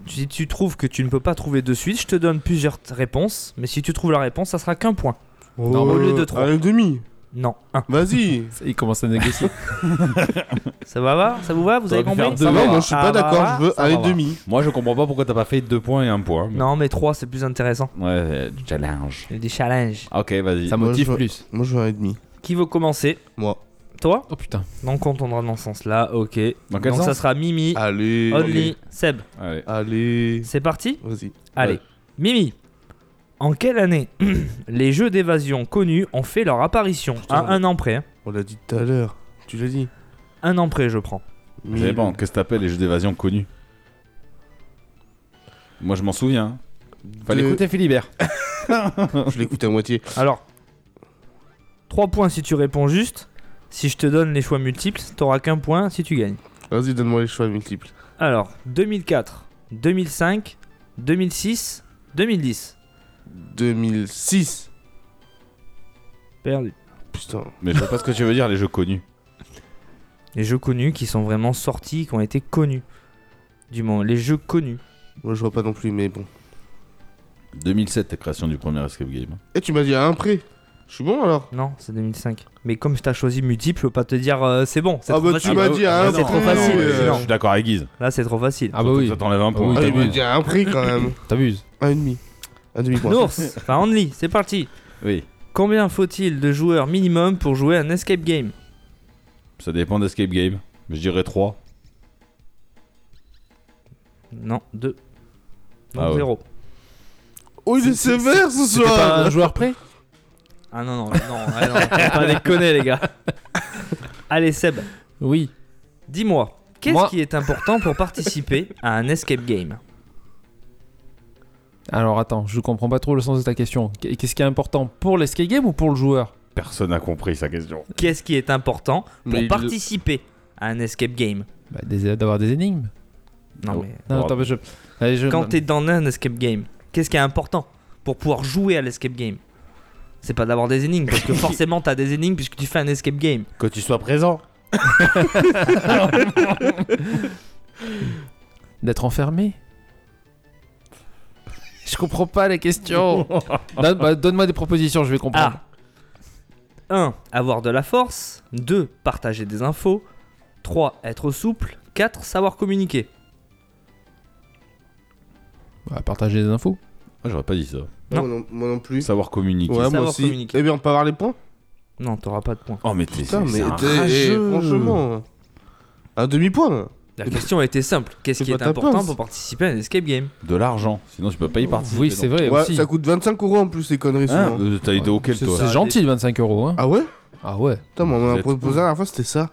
Si tu trouves que tu ne peux pas trouver de suite, je te donne plusieurs t- réponses, mais si tu trouves la réponse, ça sera qu'un point. Non, au lieu de trois. Euh, Un demi. Non, un. Vas-y. Il commence à négocier. Ça va, va Ça vous va Vous Ça avez va faire compris deux. Ça va, va. moi je suis Ah, pas d'accord, bah, je veux ça aller va. demi. Moi, je comprends pas pourquoi t'as pas fait deux points et un point. mais- Non, mais 3 c'est plus intéressant. Ouais, euh, challenge. Il y a Des challenges. Ok, vas-y. ça Moi, motive je vois- plus. Moi je veux aller demi. Qui veut commencer Moi. Toi Oh putain. Donc on tournera dans ce sens-là, ok. Dans quel Donc ça sens sera Mimi, Allez. Only, Seb. Allez. Allez. C'est parti Vas-y. Allez, Ouais. Mimi, en quelle année les jeux d'évasion connus ont fait leur apparition Putain, À un an près. hein. On l'a dit tout à l'heure. Tu l'as dit. Un an près, je prends. Ça Mais dépend, qu'est-ce que t'appelles les jeux d'évasion connus Moi, je m'en souviens. hein, Fallait De- écouter Philibert. Je l'écoute à moitié. Alors, 3 points si tu réponds juste, Si je te donne les choix multiples, t'auras qu'un point si tu gagnes. Vas-y, donne-moi les choix multiples. Alors, 2004, 2005, 2006, 2010. 2006. Perdu. Putain. Mais je vois pas ce que tu veux dire, les jeux connus. Les jeux connus qui sont vraiment sortis, qui ont été connus. Du moins, les jeux connus. Moi, je vois pas non plus, mais bon. 2007, la création du premier escape game. Et Eh, tu m'as dit à un prix. Je suis bon alors Non, c'est 2005. Mais comme je t'ai choisi multiple, je peux pas te dire euh, c'est bon. c'est Ah trop bah, facile. tu m'as dit à bah, un c'est prix. trop facile, euh, non. Je suis d'accord avec Guise. Là, c'est trop facile. Ah bah oui, Ça t'enlève un point. Oui, Ah, t'as il m'a dit à un prix quand même. t'abuses. Un et demi. Un demi point. Nours, enfin Only, c'est parti. Oui. Combien faut-il de joueurs minimum pour jouer à un escape game Ça dépend d'escape game. Mais je dirais 3. Non, 2. Ah Non, ouais. 0. Oh, il est sévère ce C'était pas soir un joueur prêt Ah non, non, non, ah non, faut pas déconner les gars. Allez Seb, Oui. dis-moi, qu'est-ce Moi. qui est important pour participer à un escape game Alors attends, je comprends pas trop le sens de ta question. Qu- Qu'est-ce qui est important pour l'escape game ou pour le joueur Personne n'a compris sa question. Qu'est-ce qui est important pour Mais il- participer à un escape game bah, des- D'avoir des énigmes. Non Oh. mais Non, Bon. attends, bah, je... Allez, je... quand t'es dans un escape game, qu'est-ce qui est important pour pouvoir jouer à l'escape game C'est pas d'avoir des énigmes parce que forcément t'as des énigmes puisque tu fais un escape game. Que tu sois présent. D'être enfermé Je comprends pas la question. Donne- bah, Donne-moi des propositions, je vais comprendre. Ah 1. Avoir de la force. 2. Partager des infos. 3. Être souple. 4. Savoir communiquer. Bah, partager des infos. Ah, J'aurais pas dit ça. Non, Moi non, moi non plus. Savoir communiquer. Ouais, moi Savoir aussi. communiquer. Eh bien, on peut avoir les points Non, t'auras pas de points. Oh, mais t'es. Putain, c'est- mais c'est un t'es- eh, rageux. franchement. Un demi-point La question était simple. Qu'est-ce Oh. C'est qui pas est ta important pince. pour participer à un escape game De l'argent. Sinon, tu peux pas y participer. Oui, c'est donc. vrai Ouais, aussi. ça coûte 25 euros en plus, les conneries Hein souvent. Euh, T'as été auquel C'est toi c'est gentil, le 25 euros. Hein. Ah ouais Ah ouais. Putain, moi, on Vous m'a êtes- proposé la dernière fois, c'était ça.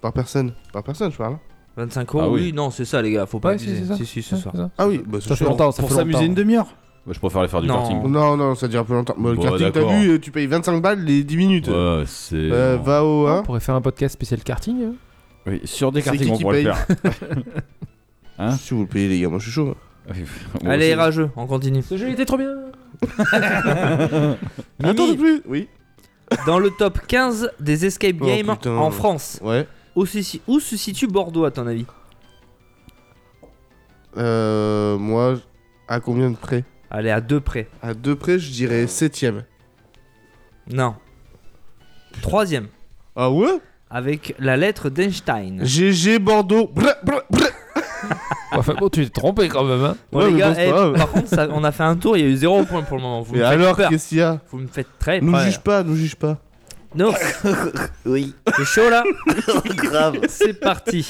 Par personne. Par personne, je parle. 25 euros Ah oui. oui. non, c'est ça, les gars. Faut pas Ouais, abuser. c'est ça. Si, si, ce soir. Ça Ah oui, bah c'est Ça fait cher. longtemps, ça fait longtemps. demi-heure Je préfère aller faire du Non. karting. Non, non, ça dure un peu longtemps. Mais le Bon, karting, t'as d'accord. vu, euh, tu payes 25 balles les 10 minutes. Ouais, c'est. Euh, va au On 1. pourrait faire un podcast spécial karting. hein. Oui, sur des C'est kartings, qui on qui pourrait le paye faire. Hein si vous le payez, les gars, moi je suis chaud. Bon, Allez, c'est- rageux, E, on continue. Ce jeu était trop bien. Attendez Mimi, plus Oui. dans le top 15 des escape Oh, games putain. en France, Ouais. où se, où se situe Bordeaux à ton avis Euh, moi, à combien de près Allez, à deux près. À deux près, je dirais 7ème. Non. Troisième, Ah ouais avec la lettre d'Einstein. GG Bordeaux. Brr, brr, brr. Enfin bon, tu t'es trompé quand même. Hein. Bon, Ouais, les mais gars, bon, c'est eh, pas grave. par contre, ça- on a fait un tour, il y a eu zéro point pour le moment. Vous, Mais me, faites alors, peur. qu'est-ce qu'il y a vous me faites très Nous peur. juge pas, nous juge pas. Non, Oui, c'est chaud là grave. C'est parti.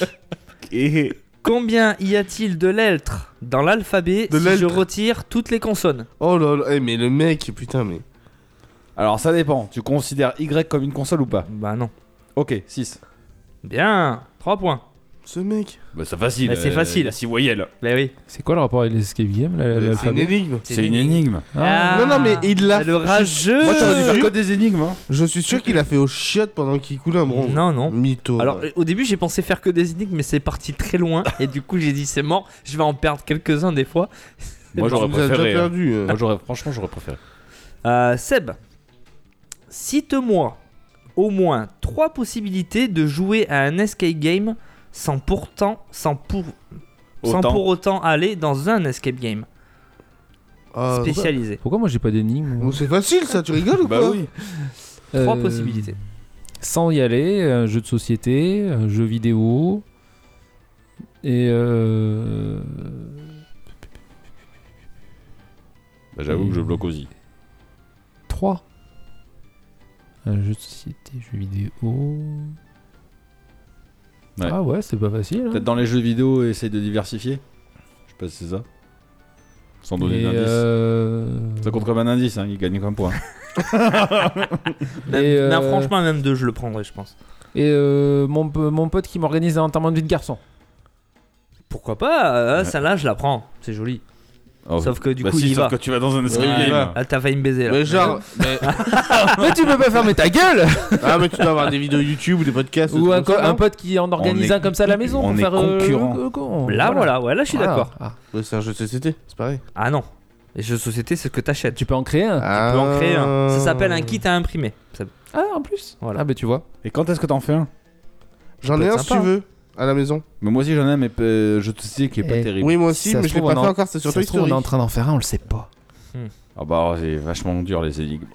Et Combien y a-t-il de lettres dans l'alphabet De si lettres. je retire toutes les consonnes Oh là là, eh, mais le mec, putain, mais. Alors ça dépend, tu considères Y comme une console ou pas Bah non. Ok, 6. Bien, 3 points. Ce mec. Bah c'est facile. Bah, c'est facile. 6 voyelles. Bah oui. C'est quoi le rapport avec les escape games là, C'est une l'alphabet énigme. C'est une énigme. Ah. Non, non, mais il l'a. Le rageux Moi, j'aurais dû faire code des énigmes. Hein. Je suis sûr qu'il a fait au chiottes pendant qu'il coulait un bronze. Non, non. Mytho. Alors euh, au début j'ai pensé faire que des énigmes mais c'est parti très loin et du coup j'ai dit c'est mort, je vais en perdre quelques-uns des fois. Moi Tu j'aurais nous as déjà préféré. hein. perdu. euh. Moi j'aurais franchement j'aurais préféré. Euh, Seb, cite-moi au moins 3 possibilités de jouer à un escape game sans pourtant sans pour sans Autant. pour autant aller dans un escape game Ah, bah, spécialisé. Pourquoi moi j'ai pas d'énigme Bon, c'est facile ça, tu rigoles Bah ou quoi Trois Euh, possibilités. Sans y aller, un jeu de société, un jeu vidéo. Et euh... Bah, j'avoue que je bloque aussi. 3. Un jeu de société, jeu vidéo. Ouais. Ah ouais, c'est pas facile. hein. Peut-être dans les jeux vidéo essaye de diversifier. Je sais pas si c'est ça. Sans donner Et, d'indice. euh, Ça compte comme un indice, hein, il gagne comme point. Même- et, euh, non, franchement même deux je le prendrais je pense. Et euh, mon, p- mon pote qui m'organise un enterrement de vie de garçon. Pourquoi pas euh, Ouais. Celle-là je la prends, c'est joli. Oh. Sauf que du Bah coup, si, il y sauf va. que tu vas dans un escape Oui, il y game. va. Ah, t'as failli me baiser là. Mais genre, mais- Mais tu peux pas fermer ta gueule ah, mais tu dois avoir des vidéos YouTube ou des podcasts. Ou des un, trucs co- comme ça, un pote qui en organise On un comme ça à la maison on pour est faire euh, concurrent. le- le con. Là, voilà, ouais, là, je suis Ah. d'accord. Ah. non Ouais, C'est un jeu de société, c'est pareil. Ah non. Les jeux de société, c'est ce que t'achètes. Tu peux en Ah. créer un. Ah. Tu peux en créer un. Ça s'appelle un kit à imprimer. Ça- Ah, en plus Voilà. Ah, bah tu vois. Et quand est-ce que t'en fais un J'en peut ai être un si tu sympa, hein. veux, à la maison. Mais moi aussi j'en ai un, mais euh, je te sais qu'il est pas Eh. terrible. Oui, moi Si aussi, ça mais se je l'ai trouve, pas on fait en- encore, c'est surtout Ça se trouve, on est en historique. train d'en faire un, on le sait pas. Ah bah c'est vachement dur les énigmes.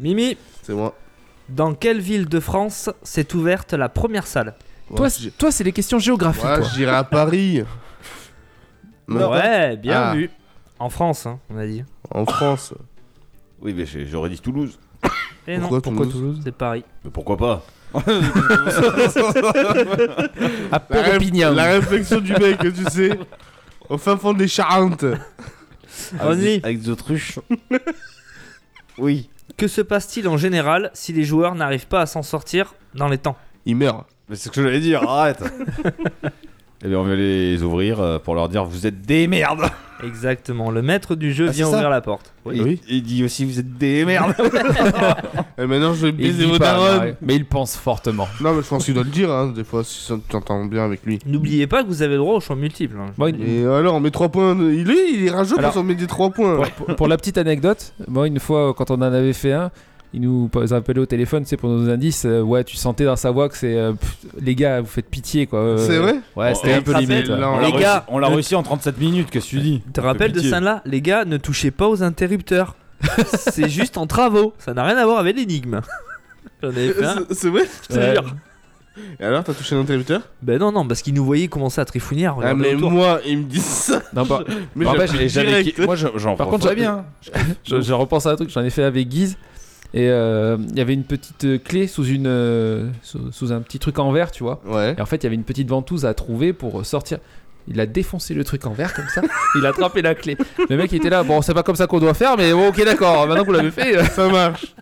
Mimi, C'est moi. dans quelle ville de France s'est ouverte la première salle Toi, Ouais, c'est- j'ai- toi, c'est les questions géographiques. Ouais, toi. j'irai à Paris. Non. Ouais, bien Ah. vu. En France, hein, on a dit. En France. Ah. oui mais j'ai- j'aurais dit Toulouse. Eh Et non, Pourquoi Toulouse c'est Paris. Mais pourquoi pas À La, réf- Perpignan. la réflexion du mec, tu sais. Au fin fond des Charentes. On Avec- y. Avec des autruches. oui. Que se passe-t-il en général si les joueurs n'arrivent pas à s'en sortir dans les temps Il meurt. Mais c'est ce que j'allais dire, arrête Eh bien on va les ouvrir euh, pour leur dire vous êtes des merdes Exactement, le maître du jeu Ah, vient c'est ça ouvrir la porte. Il- Il, dit aussi vous êtes des merdes Et maintenant, je vais Il baiser dit vos pas, darons. Marie. Mais il pense fortement. Non, mais je pense qu'il doit le dire, hein, des fois, si ça- tu t'entends bien avec lui. N'oubliez pas que vous avez le droit au champ multiple. hein. Bon, il- Et alors, on met 3 points. de- Il est, il est rageux Mm. Alors- parce qu'on met des 3 points. pour, pour la petite anecdote, moi une fois quand on en avait fait un, il nous appelait au téléphone, c'est pour nos indices. euh, ouais, tu sentais dans sa voix que c'est euh, pff, les gars, vous faites pitié quoi. euh, C'est vrai Ouais, c'était On- un peu on limite. s'appelle, ouais. là, On on l'a Les réussi- gars, On l'a ne- réussi en 37 minutes, qu'est-ce que tu dis Tu te rappelles de pitié. celle-là Les gars, ne touchez pas aux interrupteurs. c'est juste en travaux. Ça n'a rien à voir avec l'énigme. J'en avais fait un, Euh, C'est- C'est vrai je te Ouais. jure. Et alors, t'as touché l'interrupteur Ben non, non, parce qu'ils nous voyaient commencer à trifouiller, à Ah, regarder mais autour. moi, ils me disent ça. Non, par, Mais Bon, après, j'appuie Et j'avais direct. qui- Moi je- j'en par contre, profite. j'avais bien. Je, je repense à un truc, j'en ai fait avec Guise. Et euh, il y avait une petite euh, clé sous, une, euh, sous, sous un petit truc en verre, tu vois. Ouais. Et en fait, il y avait une petite ventouse à trouver pour euh, sortir. Il a défoncé le truc en verre comme ça. il a attrapé la clé. Le mec était là. Bon, c'est pas comme ça qu'on doit faire, mais bon, ok, d'accord. Maintenant que vous l'avez fait. euh, Ça marche.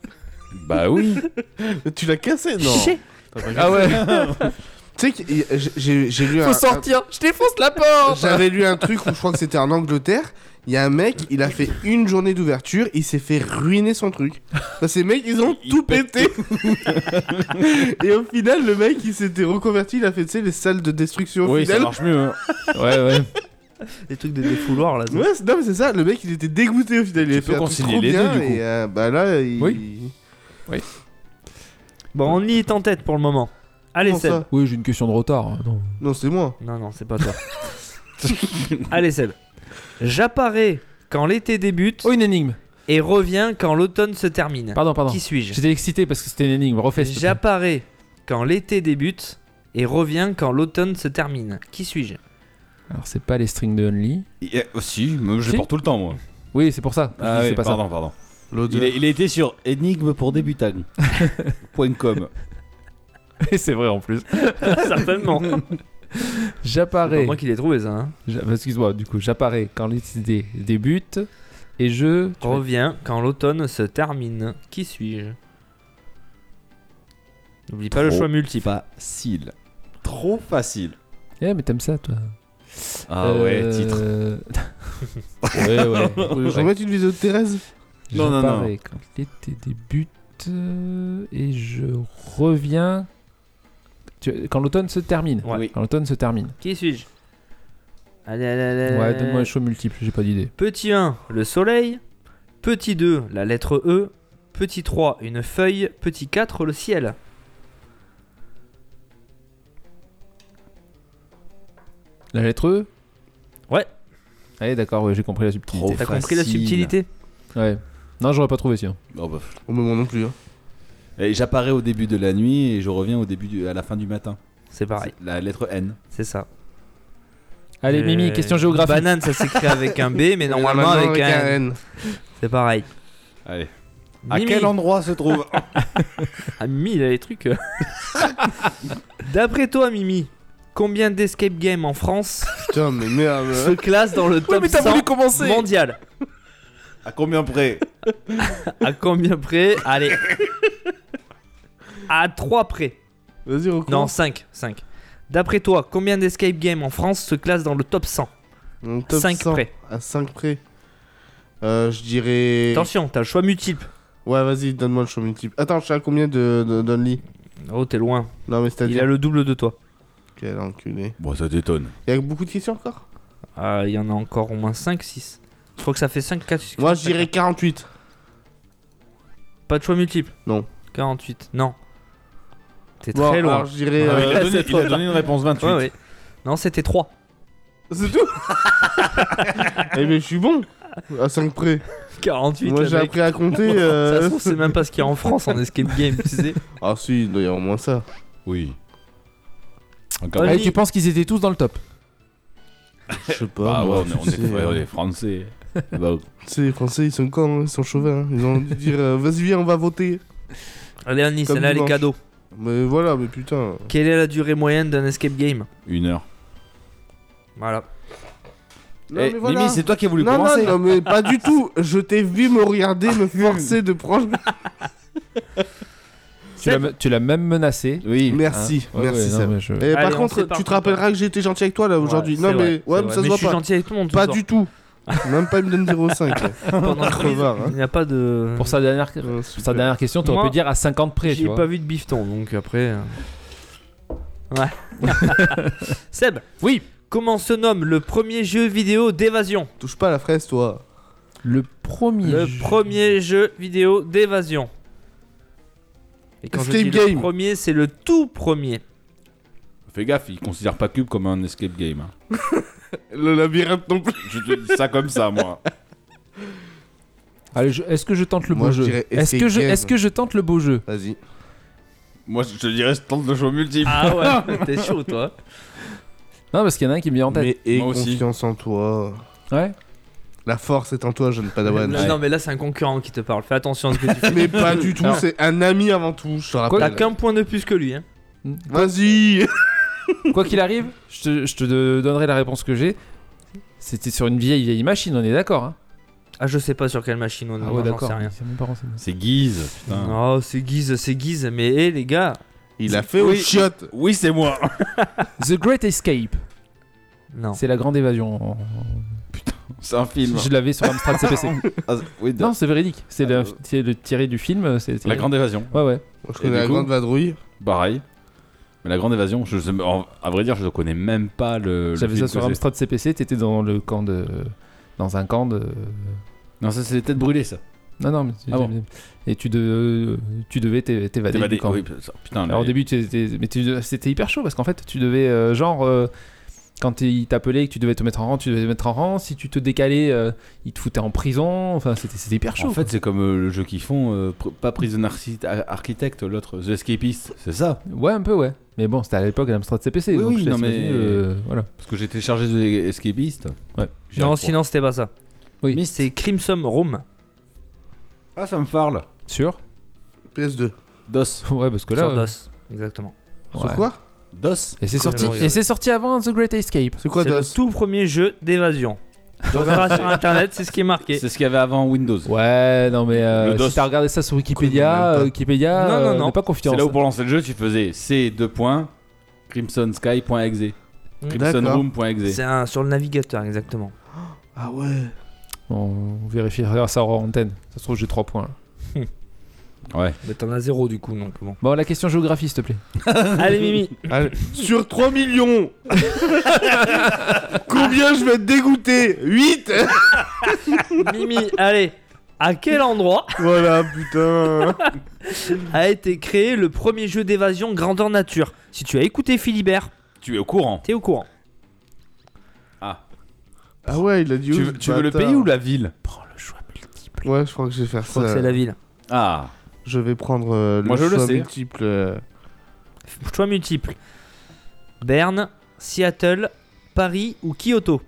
Bah oui tu l'as cassé, non Chier. Ah ouais. Tu sais que y- j'ai- j'ai j'ai lu Faut un. sortir. Je défonce la porte. un- J'avais lu un truc où je crois que c'était en Angleterre. Il y a un mec, il a fait une journée d'ouverture, il s'est fait ruiner son truc. Parce que ces mecs, ils ont Ils tout pété. Et au final, le mec, il s'était reconverti, il a fait, tu sais, les salles de destruction. Au Oui, ça final, marche mieux hein. Ouais, ouais. Des trucs de défouloir là. Ouais, c'est- non, mais c'est ça, le mec il était dégoûté au final. Il avait peux fait un truc concilier trop les bien deux, du coup. et euh, bah là, il. Oui. Bon, on y est en tête pour le moment. Allez, Comment Seb. ça Oui, j'ai une question de retard. Non. Non, c'est moi. Non, non, c'est pas toi. Allez, Seb. J'apparais quand l'été débute Oh, une énigme. et reviens quand l'automne se termine. Pardon, pardon. Qui suis-je J'étais excité parce que c'était une énigme. Refais. s'il te plaît. J'apparais quand l'été débute et reviens quand l'automne se termine. Qui suis-je Alors, c'est pas les strings de Only. Et- oh, Si, mais je Si. les porte tout le temps moi Oui, c'est pour ça. Je dis, Ah oui, c'est pas pardon, pardon L'odeur. Il, est- il a été sur énigme pour débutants. Point com. ça. c'est vrai en plus. Certainement. C'est pas J'apparais. moi qui l'ai trouvé ça. hein. J'a- Excuse-moi. Du coup, j'apparais quand l'été débute et je. tu vois- Reviens quand l'automne se termine. Qui suis-je N'oublie pas le Trop choix multiple. Facile. Trop facile. Eh, mais t'aimes ça, toi. Ah ouais, Euh, titre. ouais, ouais. Je vais mettre une vidéo de Thérèse. Non, non, J'apparais quand l'été débute euh, et je reviens. tu- Quand l'automne se termine. Ouais. Oui. Quand l'automne se termine. Qui suis-je Allez, allez, allez. Euh. Ouais, allez, donne-moi un allez. choix multiple, j'ai pas d'idée. Petit 1, le soleil. Petit 2, la lettre E. Petit 3, une feuille. Petit 4, le ciel. La lettre E Ouais. Allez, d'accord, ouais, j'ai compris la subtilité. T'as compris la Facile. subtilité Ouais. Non, j'aurais pas trouvé sinon. Oh, bah. Oh, mais moi non plus. Hein. Et J'apparais au début de la nuit et je reviens au début du- à la fin du matin. C'est pareil, La lettre N. c'est ça. Allez, Euh, Mimi, question géographique. Banane, ça s'écrit avec un B, mais Et normalement maintenant, avec un. N. N. C'est pareil. Allez. À Mimi. quel endroit se trouve Ah, Mimi, il a les trucs. euh. D'après toi, Mimi, combien d'escape games en France Putain, mais merde. se hein. classent dans le top 100 mondial À combien près À combien près Allez. À 3 près. Vas-y, recours. Non, 5. 5. D'après toi, combien d'escape games en France se classent dans le top 100 Un top 5 100, près. À 5 près. Euh, je dirais. Attention, t'as le choix multiple. Ouais, vas-y, donne-moi le show multiple. Attends, je suis à combien de, de d'Only Oh, t'es loin. Non, mais c'est-à-dire. Il a le double de toi. Quel enculé. Bon, ça t'étonne. Il y a beaucoup de questions encore Ah, il y en a encore au moins 5, 6. Je crois que ça fait 5, 4. Moi, je dirais 48. Pas de choix multiple Non. 48, non. T'es Bon, très loin. alors, je dirais. Ah, il, euh, a donné, il a donné une réponse 28. Ouais, ouais. Non, c'était 3. euh, C'est tout Eh, mais je suis bon À 5 près. 48, Moi, le j'ai mec. appris à compter. De toute euh, façon, c'est même pas ce qu'il y a en France en escape game, tu sais. Ah, si, il doit y avoir au moins ça. Oui. Encore Allez. Allez, Eh, tu penses qu'ils étaient tous dans le top Eh, Je sais pas. Ah ouais, moi, on est, on tu sais, est- ouais, on euh, est français. Bah, Tu sais, les Français, ils sont cons, hein, ils sont chauvins. hein. Ils ont dû dire euh, vas-y, viens, on va voter. Allez, Annie, Comme celle-là, les dimanche. cadeaux. Mais voilà, mais putain. Quelle est la durée moyenne d'un escape game une heure. Voilà. Non, Eh, mais voilà. Mimi, c'est toi qui as voulu non, non, commencer. non, mais pas du tout. Je t'ai vu me regarder, me forcer de prendre. tu l'as, tu l'as même menacé. Oui. Merci, Ah, Ouais, merci, ouais, non, Seb. mais je- Et par Allez, on contre, sépare tu te tout, rappelleras que j'ai été gentil avec toi là aujourd'hui. Ouais, non, c'est mais vrai, ouais, mais c'est vrai. ça se je voit suis pas. gentil avec tout le monde. ce Pas soir. du tout. Même pas, il me donne 0,5. là. Pendant le quiz, Crevard, hein. Il n'y a pas Eh. de. Pour sa dernière, pour Ouais, sa super. dernière question, tu aurais Moi, pu dire à 50 près. Tu J'ai vois. pas vu de bifton, donc après. euh. Ouais. Seb Oui. Comment se nomme le premier jeu vidéo d'évasion Touche pas à la fraise, toi. Le premier. Le jeu- premier jeu vidéo d'évasion. Et quand je Escape dis game. le premier, c'est le tout premier. Fais gaffe, il considère pas Cube comme un escape game. hein. Le labyrinthe non plus. Je te dis ça comme ça, moi. Allez, je- est-ce que je tente le Moi, beau je jeu dirais Est-ce que escape je, game. est-ce que je tente le beau jeu Vas-y. Moi, je te dirais, je tente le choix multiple. Ah ouais, t'es chaud toi. Non, parce qu'il y en a un qui me vient en tête. Mais aie Moi aussi. confiance en toi. Ouais. La force est en toi, jeune Padawan. Non, non, mais là c'est un concurrent qui te parle. Fais attention à ce que tu fais. Mais pas du tout, Alors. c'est un ami avant tout, je te T'as rappelle. qu'un point de plus que lui. Hein. Vas-y Quoi qu'il arrive, je te, je te de- donnerai la réponse que j'ai. C'était sur une vieille vieille machine, on est d'accord. hein Ah, je sais pas sur quelle machine Ah on est, moi, j'en sais rien. C'est mon parent, c'est C'est Guise, putain. Oh, c'est Guise, c'est Guise, mais hé les gars, Il a fait au Oui. chiotte Oui, c'est moi. The Great Escape. non. C'est la grande évasion. C'est un film. Je l'avais sur Amstrad CPC. Ah, oui, non, c'est véridique. C'est Ah, le, euh. c'est le tiré du film. c'est- c'est- La grande évasion. Ouais, ouais. Moi, Je Et du connais la coup grande vadrouille. Pareil. Mais la grande évasion, je, sais- en- à vrai dire, je ne connais même pas le. le J'avais film ça que sur c'est. Amstrad CPC. T'étais dans le camp de. Dans un camp de. Non, ça, c'est les têtes brûlées, ça. Non, non, mais Ah bon. Et tu, de... euh, tu devais t'é- t'évader. T'évadé. du camp. Oui, ça- putain, Alors au les- début, tu étais- mais tu- c'était hyper chaud parce qu'en fait, tu devais, euh, genre, euh, quand ils t'appelaient et que tu devais te mettre en rang, tu devais te mettre en rang. Si tu te décalais, euh, ils te foutaient en prison. Enfin, c'était c'était hyper chaud. En fait, c'est comme euh, le jeu qu'ils font, euh, pr- pas Prison Archi- Ar- Architect, l'autre, The Escapist, c'est ça ouais, un peu, ouais. Mais bon, c'était à l'époque de l'Amstrad CPC. Oui, donc oui, je non, laisse mais- imaginer, euh, voilà. Parce que j'ai téléchargé The Escapist. Ouais. J'y Non, arrive pas. sinon c'était pas ça. Oui. Mais c'est Crimson Room. Ah, ça me parle. Sûr PS2. DOS. Ouais, parce que là. sur euh, DOS, exactement. ouais. C'est quoi DOS Et c'est sorti, Ouais, ouais. et c'est sorti avant The Great Escape. C'est quoi C'est le DOS tout premier jeu d'évasion. On verra sur internet, c'est ce qui est marqué. C'est ce qu'il y avait avant Windows. Ouais, non mais euh, Le DOS. si t'as regardé ça sur Wikipédia, même pas. euh, Wikipédia, Non, non, euh, non. n'est pas C'est confiance. là où pour lancer le jeu, tu faisais C, deux points, crimsonsky.exe. Hmm. Crimsonroom.exe. C'est un sur le navigateur, exactement. Ah ouais. On vérifiera ça en antenne. Ça se trouve j'ai 3 points. là. Ouais. Mais t'en as zéro du coup, donc bon. Bon, la question géographie, s'il te plaît. Allez Mimi, Allez, Sur 3 millions Combien je vais te dégoûter 8 Mimi, allez. À quel endroit Voilà, putain a été créé le premier jeu d'évasion grandeur nature Si tu as écouté Philibert, Tu es au courant. t'es au courant. Ah ouais, il a dit Tu où, veux, ce tu veux le bâtard pays ou la ville Prends le choix multiple. Ouais, je crois que je vais faire Je crois que ça. c'est la ville. Ah, Je vais prendre euh, Moi, je le le choix sais. multiple. euh, Choix multiple. Berne, Seattle, Paris ou Kyoto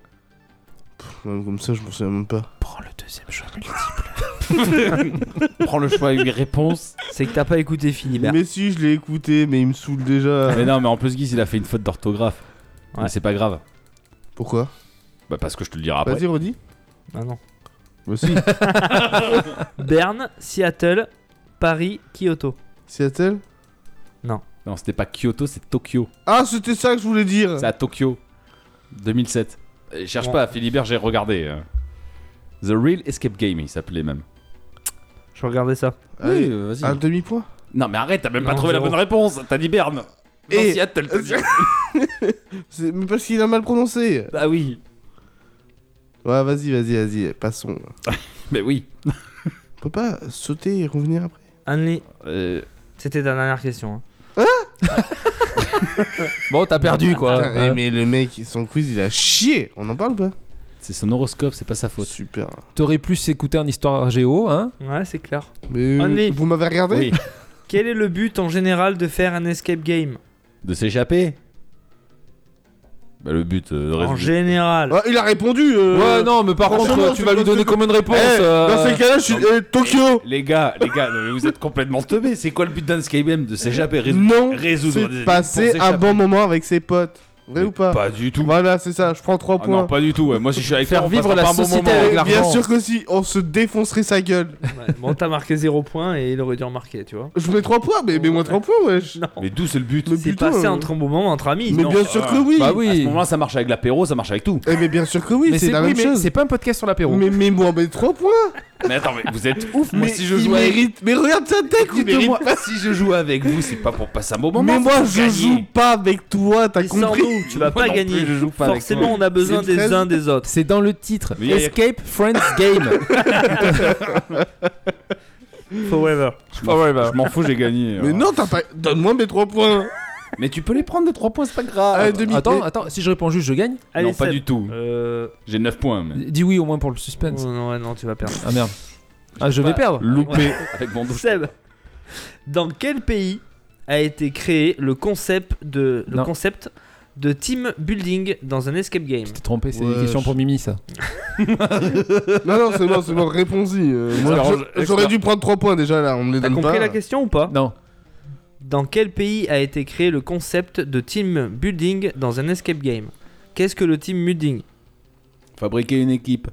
pff, même comme ça, je m'en souviens même pas. Prends le deuxième choix multiple. prends le choix et lui réponse. C'est que t'as pas écouté Philibert. Mais si, je l'ai écouté, mais il me saoule déjà. Mais non, mais en plus, Guise, il a fait une faute d'orthographe. Ouais. Mais c'est pas grave. Pourquoi Bah, parce que je te le dirai après. Vas-y, redis. Ah non. Bah si, Berne, Seattle, Paris, Kyoto. Seattle Non, c'était pas Kyoto, c'est Tokyo. Ah, c'était ça que je voulais dire C'est à Tokyo. 2007. Et Euh, cherche Bon. pas, Philibert, j'ai regardé. euh, The Real Escape Game, il s'appelait même. Je regardais ça. Allez, euh, vas-y. Un demi-point Non, mais arrête, t'as même pas Non, trouvé la zéro. bonne réponse. T'as dit Berne. Et- Et Seattle, t'as dit. C'est mais parce qu'il a mal prononcé. Bah oui. Ouais, vas-y, vas-y, vas-y, passons. Mais oui. On peut pas sauter et revenir après Anne-Lee, Euh, c'était ta dernière question. hein. Bon, t'as perdu quoi. Putain, eh, Hein. Mais le mec, son quiz, il a chié. On en parle pas c'est son horoscope, c'est pas sa faute. Super. T'aurais plus écouté un histoire géo, hein Ouais, c'est clair. Mais euh, Only. vous m'avez regardé Oui. Quel est le but en général de faire un escape game De s'échapper Bah le but euh, En reste- général. Ah, il a répondu. euh, Ouais, non, mais par contre, franchement, tu c'est vas lui parce donner que- comme une eh, réponse. Dans euh, ces cas-là, je suis euh, Tokyo. Les gars, les gars, non, mais vous êtes complètement teubés. C'est quoi le but d'un escape game De s'échapper résoudre- Non. résoudre des C'est énigmes passer pour un s'échapper. bon moment avec ses potes. Vrai Mais ou pas Pas du tout. Voilà, c'est ça. Je prends 3 Ah points. non, pas du tout. ouais. Moi, si je suis avec Faire toi, on vivre passera la pas un bon société moment. avec la- Bien l'argent. sûr que si, on se défoncerait sa gueule. Ouais, bon, t'as marqué 0 points et il aurait dû en marquer, tu vois. Je mets 3 points, mais, mais moins 3 points, wesh. Non. Mais d'où c'est le but Mais C'est plutôt, passé euh, entre un bon moment entre amis. Mais non. bien sûr que euh, oui. bah À ce oui. moment-là, ça marche avec l'apéro, ça marche avec tout. Eh, mais bien sûr que oui, mais c'est la oui, même mais chose. c'est pas un podcast sur l'apéro. Mais, mais moi, mais 3 points. Mais attends, mais vous êtes ouf. mais moi, si je il joue avec mérite. Mais regarde sa tête, Écoute, il te mais voit. moi, si je joue avec vous, c'est pas pour passer un bon moment. mais c'est moi, pour je gagner. joue pas avec toi, t'as Et sans compris nous, tu vas Moi pas non gagner. plus, je joue pas avec Forcément, toi. on a besoin C'est des très- uns des autres. C'est dans le titre. Mais- Escape Friends Game. Forever. Je m'en fous, j'ai gagné. Ah bah. Mais non, t'as pas. Donne-moi mes 3 points. Mais tu peux les prendre les 3 points, c'est pas grave. Ah, demi- attends, attends, si je réponds juste, je gagne Allez, non, pas Seb. du tout. Euh. J'ai 9 points. mais- Dis oui au moins pour le suspense. oh, non, ouais, non, tu vas perdre. Ah merde. Ah, je vais Bah, perdre. Loupé avec mon douche. Seb, dans quel pays a été créé le concept de, le Non. concept de team building dans un escape game Ah, T'es trompé, c'est Ouais, une question je- pour Mimi ça. Non, non, c'est bon, c'est bon, réponds-y. euh, moi, Excellent, je- J'aurais dû prendre 3 points déjà là, on me les T'as donne compris pas. la question ou pas Non. Dans quel pays a été créé le concept de team building dans un escape game Qu'est-ce que le team building Fabriquer une équipe.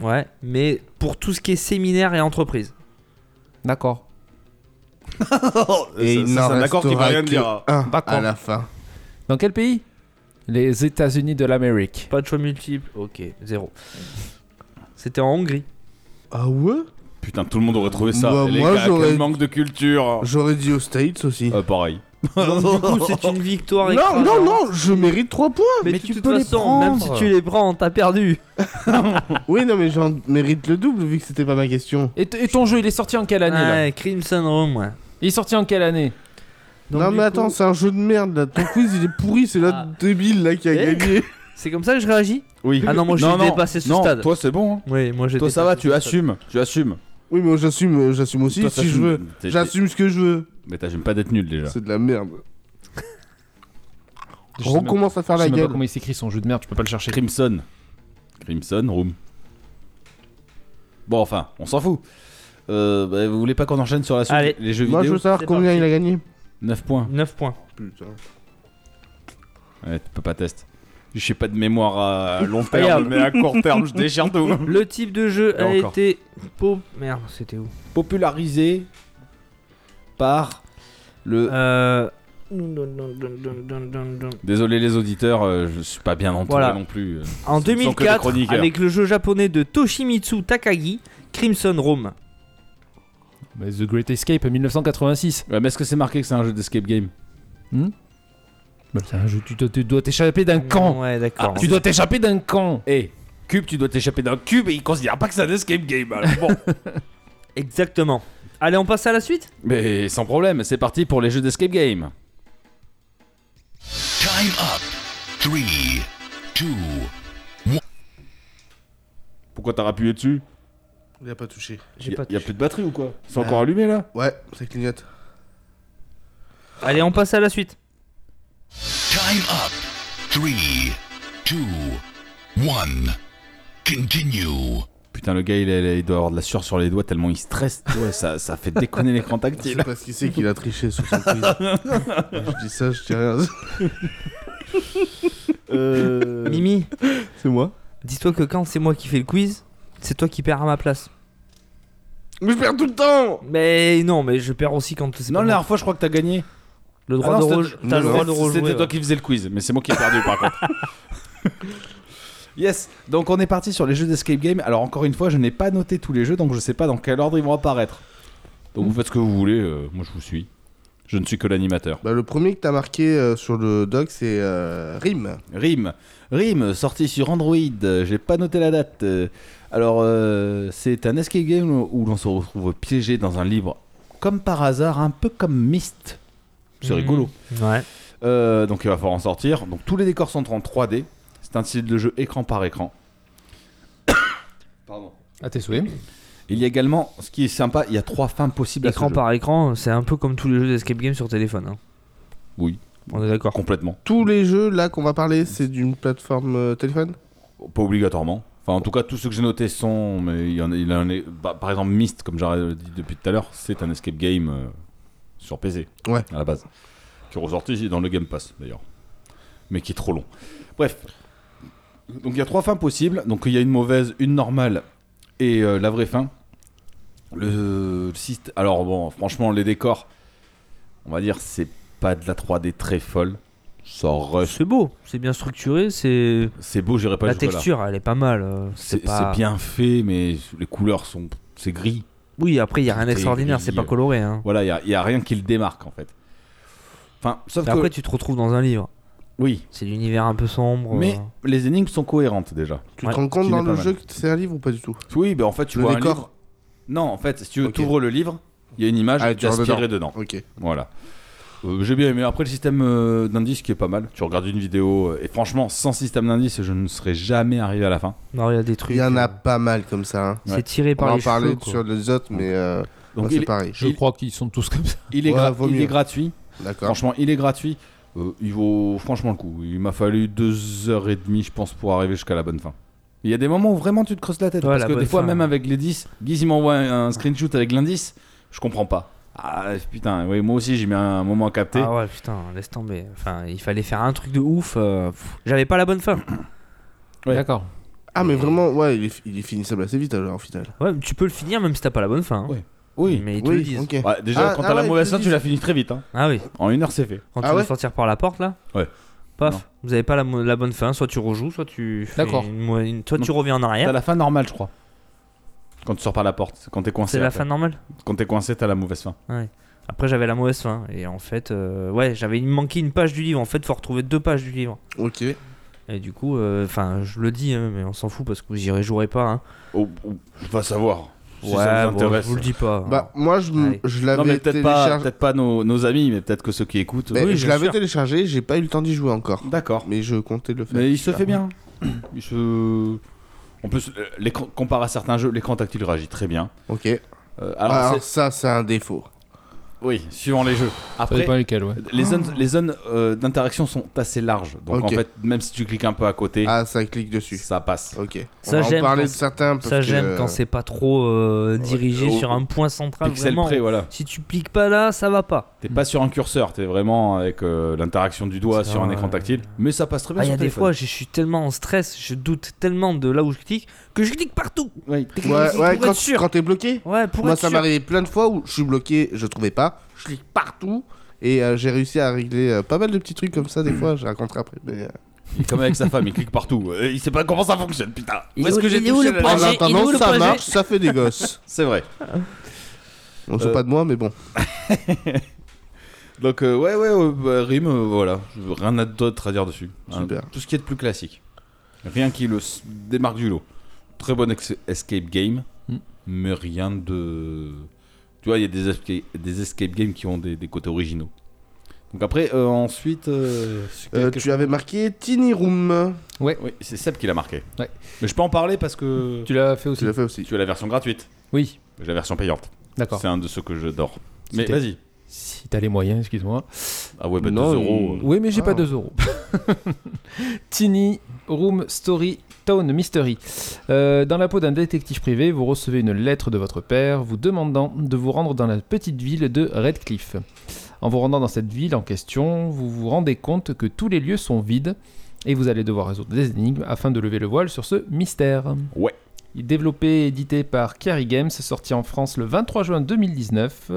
Ouais, mais pour tout ce qui est séminaire et entreprise. D'accord. Et Ça, il ça, n'en c'est un accord qui va restera rien que dire. un D'accord. à la fin. Dans quel pays Les États-Unis de l'Amérique. Pas de choix multiple. Ok, zéro. C'était en Hongrie. Ah ouais Putain, tout le monde aurait trouvé ça. Bah, les moi, gars, j'aurais- quel manque de culture. J'aurais dit aux States aussi. Euh, pareil. Donc, du coup, c'est une victoire. Non, écrasante. non, non, je mérite 3 points. Mais, Mais de tu toute peux les façon, même si prendre. tu les prends, t'as perdu. Oui, non, mais j'en mérite le double vu que c'était pas ma question. Et, t- et ton jeu, il est sorti en quelle année là Ouais, Crimson Room, ouais. Il est sorti en quelle année Donc, non, du mais attends, coup, c'est un jeu de merde là. Ton quiz il est pourri, c'est l'autre Ah. débile là qui a Eh gagné. c'est comme ça que je réagis Oui. Ah non, moi, je suis dépassé ce non, stade. Toi, c'est bon. hein. Oui, moi j'ai Toi, ça va, tu assumes. Tu assumes. Oui, mais j'assume, euh, j'assume aussi Toi, si t'assumes. je veux. T'es- J'assume ce que je veux. Mais t'assumes pas d'être nul déjà. C'est de la merde. Je sais même- Recommence à faire Je sais la même pas gueule. comment il s'écrit son jeu de merde, je peux pas le chercher. Crimson. Crimson Room. Bon, enfin, on s'en fout. Euh, bah, vous voulez pas qu'on enchaîne sur la suite Allez. Les jeux Moi, je vidéo veux savoir C'est combien parti. il a gagné. 9 points. 9 points. Putain. Ouais, tu peux pas test. Je sais pas de mémoire à long terme, Incroyable. mais à court terme, je déchire tout. Le type de jeu Et a encore. été. pop- Merde, c'était où Popularisé par le. Euh. Désolé les auditeurs, euh, je suis pas bien entouré Voilà. non plus. euh. En Ce ne sont que des 2004, chroniqueurs. avec le jeu japonais de Toshimitsu Takagi, Crimson Room. Mais The Great Escape 1986. Ouais, mais est-ce que c'est marqué que c'est un jeu d'escape game Bah, c'est un jeu, tu, dois- tu dois t'échapper d'un camp. Ouais, d'accord. Ah, Tu dois t'échapper d'un camp. Eh, cube, tu dois t'échapper d'un cube et il considère pas que c'est un escape game. alors bon. Exactement. Allez, on passe à la suite mais sans problème, c'est parti pour les jeux d'escape game. Time up. Three, two, Pourquoi t'as rappuyé dessus Il a pas touché. J'ai Y a- pas y a touché. plus de batterie ou quoi C'est Ah. encore allumé là Ouais, ça clignote. Allez, on passe à la suite. time up. Three, two, one. Continue. Putain, le gars, il, a- il doit avoir de la sueur sur les doigts tellement il stresse. Ouais, ça, ça fait déconner l'écran C'est tactile. parce qu'il sait qu'il a triché sur son quiz. je dis ça, je dis rien. Euh. Mimi, C'est moi. dis-toi que quand c'est moi qui fais le quiz, c'est toi qui perds à ma place. Mais je perds tout le temps Mais non, mais je perds aussi quand c'est Non, pas la moi. dernière fois, je crois que t'as gagné. Le droit de Ah non, rej- c'était- t'as non, le droit de rejouer. C'était toi ouais. qui faisais le quiz, mais c'est moi qui ai perdu par contre. Yes, donc on est parti sur les jeux d'escape game. Alors encore une fois, je n'ai pas noté tous les jeux, donc je sais pas dans quel ordre ils vont apparaître. Donc vous faites ce que vous voulez, euh, moi je vous suis. Je ne suis que l'animateur. Bah, le premier que t'as marqué euh, sur le doc, c'est euh, Rim. Rim, Rim, sorti sur Android, euh, j'ai pas noté la date. Euh, Alors, euh, c'est un escape game où l'on se retrouve piégé dans un livre, comme par hasard, un peu comme Myst. C'est Mhm. rigolo. Ouais. Euh, donc il va falloir en sortir. Donc tous les décors sont en 3D. C'est un style de jeu écran par écran. Pardon. À tes souhaits. Il y a également, ce qui est sympa, il y a trois fins possibles à Écran ce jeu. par écran, c'est un peu comme tous les jeux d'escape game sur téléphone. hein. Oui. On est d'accord. Complètement. Tous les jeux là qu'on va parler, c'est d'une plateforme euh, téléphone Pas obligatoirement. Enfin, en tout cas, tous ceux que j'ai notés sont. Mais il y en a, il en est- bah, par exemple, Myst, comme j'ai dit depuis tout à l'heure, c'est un escape game euh, sur PC. Ouais. À la base. Qui est ressorti dans le Game Pass, d'ailleurs. Mais qui est trop long. Bref. Donc, il y a trois fins possibles. Donc, il y a une mauvaise, une normale et euh, la vraie fin. Le, le syst- Alors, bon, franchement, les décors, on va dire, c'est pas de la 3D très folle. Ça rush. C'est beau, c'est bien structuré, c'est C'est beau, j'irai pas la jusque-là. texture, elle est pas mal. euh, C'est pas- c'est bien fait, mais les couleurs sont. C'est gris. Oui, après il y a rien C'est d'extraordinaire, c'est gris, pas euh. coloré. hein. Voilà, il n'y a, y a rien qui le démarque en fait. Enfin, sauf Mais que. Après tu te retrouves dans un livre. Oui, C'est l'univers un peu sombre. mais euh. les énigmes sont cohérentes déjà. Tu Ouais, te rends compte qui dans n'est le pas jeu que c'est un livre ou pas du tout Oui, ben en fait, tu Le vois. un décor livre- Non, en fait, si tu veux, Ok. t'ouvres le livre, il y a une image Ah, et tu tu rentres aspiré dedans. Ok. Voilà. Euh, J'ai bien aimé. Après, le système euh, d'indices qui est pas mal. Tu regardes une vidéo, euh, et franchement, sans système d'indices, je ne serais jamais arrivé à la fin. Non, il y a des trucs. Il y en a euh, pas mal comme ça. hein. C'est Ouais. tiré On par va en les parler cheveux. quoi. sur les autres, mais euh, Donc, bah, il, c'est pareil. Je crois qu'ils sont tous comme ça. il est, Ouais, gra- vaut il mieux. est gratuit. D'accord. Franchement, il est gratuit. Euh, il vaut franchement le coup. Il m'a fallu deux heures et demie, je pense, pour arriver jusqu'à la bonne fin. Il y a des moments où vraiment tu te creuses la tête. Ouais, parce la que des bonne fois, fin. même avec les 10, Guiz il m'envoie un, un screenshot avec l'indice, je comprends pas. Ah putain, oui, moi aussi j'ai mis un moment à capter. Ah ouais, putain, laisse tomber. Enfin, il fallait faire un truc de ouf. euh, pff, J'avais pas la bonne fin. Ouais. D'accord. Ah, mais vraiment, ouais, il est, il est finissable assez vite alors, en final. Ouais, mais tu peux le finir même si t'as pas la bonne fin. hein. Ouais. Oui. Mais ils te le Oui, disent. ok. Ouais, déjà, Ah, quand ah t'as la ouais, mauvaise tu fin, dis- tu l'as fini très vite. hein. Ah oui. En une heure, c'est fait. Quand Ah tu veux ouais sortir par la porte là Ouais. Paf, Non. vous avez pas la, mo- la bonne fin, soit tu rejoues, soit tu. fais D'accord. une mo- une- Soit tu Non. reviens en T'as arrière. la fin normale, je crois. Quand tu sors par la porte, c'est quand t'es coincé. C'est la après. fin normale. Quand t'es coincé, t'as la mauvaise fin. Après j'avais la mauvaise fin et en fait euh, ouais j'avais manqué une page du livre en fait faut retrouver deux pages du livre Ok. et du coup euh, enfin je le dis hein, mais on s'en fout parce que vous y rejouerez pas hein. Oh, oh, va savoir. Si ouais ça vous bon, intéresse. je vous le dis pas Bah, moi, je, m- Ouais. je non, l'avais mais peut-être pas, téléchargé. peut pas nos, nos amis, mais peut-être que ceux qui écoutent. Mais Oui, je bien l'avais sûr. téléchargé, j'ai pas eu le temps d'y jouer encore. D'accord. Mais je comptais le faire. Mais il se fait bien. Il se... En plus, euh, l'écran, comparé à certains jeux, l'écran tactile réagit très bien. Ok. Euh, alors, Ah, Alors, c'est- ça, c'est un défaut. oui, suivant les jeux. Ça Après, dépend lesquels, ouais. les zones, les zones euh, d'interaction sont assez larges. Donc Ok. en fait, même si tu cliques un peu à côté, Ah, ça clique dessus. ça passe. Ok. Ça, On va en j'aime parler quand de certains. parce ça que- euh, j'aime quand c'est pas trop euh, dirigé au- sur un point central Pixel vraiment près, voilà. si tu piques pas là ça va pas T'es pas sur un curseur, t'es vraiment avec euh, l'interaction du doigt C'est sur un vrai. écran tactile. Mais ça passe très Ah, bien. il y sur a des téléphone. fois je suis tellement en stress je doute tellement de là où je clique que je clique partout Oui. Ouais, ouais, pour quand, être sûr quand t'es bloqué. ouais pour Moi, être ça m'est sûr arrivé plein de fois où je suis bloqué, je trouvais pas, je clique partout. Et euh, j'ai réussi à régler euh, pas mal de petits trucs comme ça des fois, je raconterai après. mais, euh, Il est Comme avec sa femme, il clique partout. Euh, Il sait pas comment ça fonctionne, putain. Il Où est-ce est où- que j'ai il est où touché le la- point En G, il est où attendant, le ça projet marche, ça fait des gosses. C'est vrai. On sait Euh, pas de moi, mais bon. Donc euh, ouais ouais, ouais, bah, Rime euh, voilà Je veux rien d'autre à dire dessus. hein. Super. Tout ce qui est de plus classique. Rien qui le s- démarque du lot. Très bon ex- escape game, Hmm. Mm. mais rien de. Tu vois il y a des, esca- des escape games qui ont des, des côtés originaux. Donc après euh, ensuite. euh, c'est Euh, quelque- tu avais marqué Tiny Room. Oui c'est Seb qui l'a marqué. Ouais. Mais je peux en parler parce que Tu l'as fait Tu aussi l'as fait aussi. tu as la version gratuite, Oui, j'ai la version payante. d'accord. C'est un de ceux que j'adore. Mais C'était- vas-y. Si t'as les moyens, excuse-moi. Ah ouais bah Non, 2 euros. il- euh, Oui, mais j'ai Ah. pas 2 euros. Tiny Room Story Town Mystery. Euh, dans la peau d'un détective privé, vous recevez une lettre de votre père vous demandant de vous rendre dans la petite ville de Redcliffe. En vous rendant dans cette ville en question, vous vous rendez compte que tous les lieux sont vides et vous allez devoir résoudre des énigmes afin de lever le voile sur ce mystère. Ouais. Il est développé et édité par Carrie Games, sorti en France le 23 juin 2019.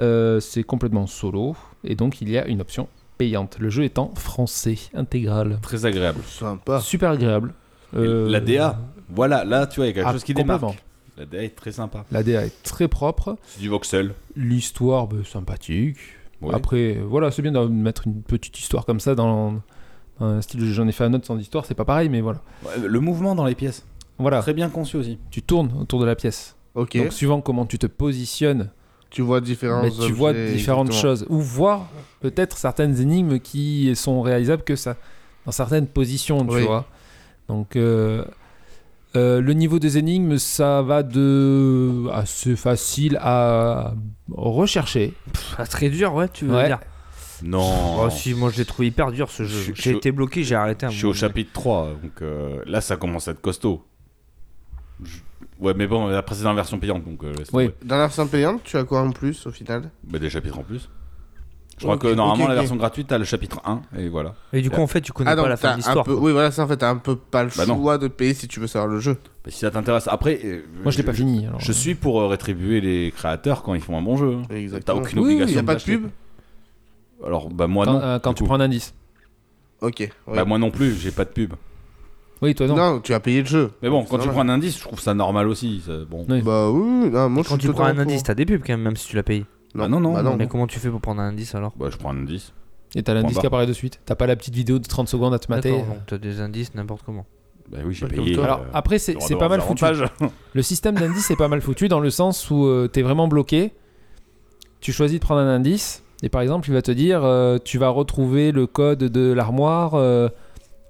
Euh, c'est complètement solo et donc il y a une option payante. Le jeu est en français intégral. Très agréable. Sympa. Super agréable. Et Euh, La DA, voilà, là tu vois, il y a quelque ah, chose qui démarque. complètement. La DA est très sympa. La DA est très propre. C'est du voxel. L'histoire, bah, sympathique. Ouais. Après, euh, voilà, c'est bien de mettre une petite histoire comme ça dans, dans un style. J'en ai fait un autre sans histoire, c'est pas pareil, mais voilà. Ouais, Le mouvement dans les pièces, Voilà, très bien conçu aussi. tu tournes autour de la pièce. Ok. Donc, suivant comment tu te positionnes, tu vois différents. mais tu vois objets, différentes exactement. choses. Ou voir peut-être certaines énigmes qui sont réalisables que ça, dans certaines positions, tu Oui. vois. Donc, euh, euh, le niveau des énigmes, ça va de assez facile à rechercher. Ah, très dur, ouais, tu veux Ouais. dire. Non. Oh, si, moi je l'ai trouvé hyper dur ce Je- jeu. je- J'ai été bloqué, j'ai arrêté. à un Je suis au moment donné. chapitre 3, donc euh, là ça commence à être costaud. Je- Ouais, mais bon, après c'est dans la version payante, donc euh, laisse Oui. tomber. Dans la version payante, tu as quoi en plus au final Bah, des chapitres en plus. Je crois Ok, que normalement ok, la ok. version gratuite, t'as le chapitre 1, et voilà. Et du coup, en fait, tu connais Ah pas donc la fin t'as de un l'histoire. peu. Oui, voilà, c'est en fait, t'as un peu pas le Bah non. choix de payer si tu veux savoir le jeu. Mais si ça t'intéresse, après. euh, Moi, je l'ai pas fini. alors. Je suis pour euh, rétribuer les créateurs quand ils font un bon jeu. hein. T'as Exactement. aucune Oui, oui, obligation. Il n'y a pas de l'acheter. pub Alors, bah moi quand non. euh, quand du tu coup. prends un indice. Ok. euh, ouais. Bah moi non plus, j'ai pas de pub. Oui, toi non. non. tu as payé le jeu. Mais bon, Donc, quand c'est tu prends normal. un indice, je trouve ça normal aussi. ça- Bon. Ouais. Bah oui, oui, non, moi je Quand suis tu prends un totalement indice, pour. t'as des pubs quand même, même si tu l'as payé. Ah non, non, bah non. Mais comment tu fais pour prendre un indice alors Bah je prends un indice. Et t'as Point l'indice qui barre. apparaît de suite. T'as pas la petite vidéo de 30 secondes à te mater. D'accord, donc t'as des indices n'importe comment. Bah oui, j'ai Pas comme payé. toi. euh, Alors après, c'est droit c'est de pas mal foutu. revantage. Le système d'indice est pas mal foutu dans le sens où euh, t'es vraiment bloqué. Tu choisis de prendre un indice et par exemple, il va te dire euh, tu vas retrouver le code de l'armoire euh,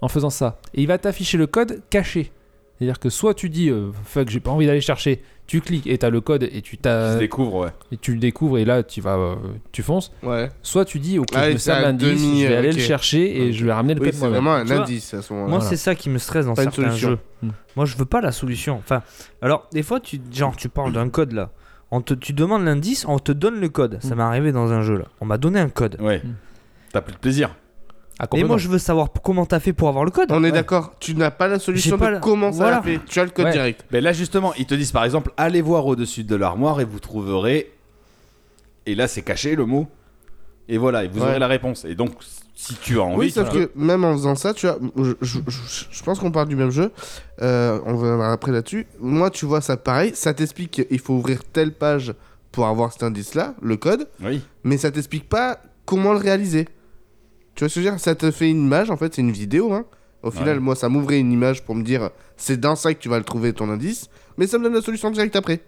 en faisant ça. Et il va t'afficher le code caché. C'est-à-dire que soit tu dis euh, fuck, j'ai pas envie d'aller chercher, tu cliques et t'as le code et tu, Je t'as- découvre, ouais. et tu le découvres et là tu vas, euh, tu fonces. Ouais. Soit tu dis ok, je Allez, me c'est sers à l'indice, demi, je vais aller ok. le chercher et Ok. je vais ramener le Oui, code c'est moi-même. vraiment un Tu vois, indice à ce moment-là. Moi, Voilà. c'est ça qui me stresse dans Pas une certains solution. jeux. Hmm. Moi, je veux pas la solution. Enfin, alors, des fois, tu, genre, tu parles d'un code là. On te, tu demandes l'indice, on te donne le code. Ça Hmm. m'est arrivé dans un jeu là. On m'a donné un code. Ouais. Mm. T'as plus de plaisir. Ah, Mais complètement. moi, je veux savoir p- comment t'as fait pour avoir le code. On est d'accord, tu n'as pas la solution J'ai pas de la- comment ça Voilà. l'a fait. Tu as le code Ouais. direct. Mais là justement, ils te disent par exemple, allez voir au-dessus de l'armoire et vous trouverez. Et là c'est caché le mot. Et voilà, et vous Ouais. aurez la réponse. Et donc si tu as envie, Oui, sauf tu que même en faisant ça, tu vois, je, je- je- je pense qu'on parle du même jeu. Euh, on reviendra après là-dessus. Moi, tu vois ça pareil. Ça t'explique qu'il faut ouvrir telle page pour avoir cet indice-là, le code, Oui. mais ça t'explique pas comment le réaliser. Tu vois ce que je veux dire Ça te fait une image, en fait, c'est une vidéo. hein. Au final, moi, ça m'ouvrait une image pour me dire c'est dans ça que tu vas le trouver ton indice, mais ça me donne la solution directe après.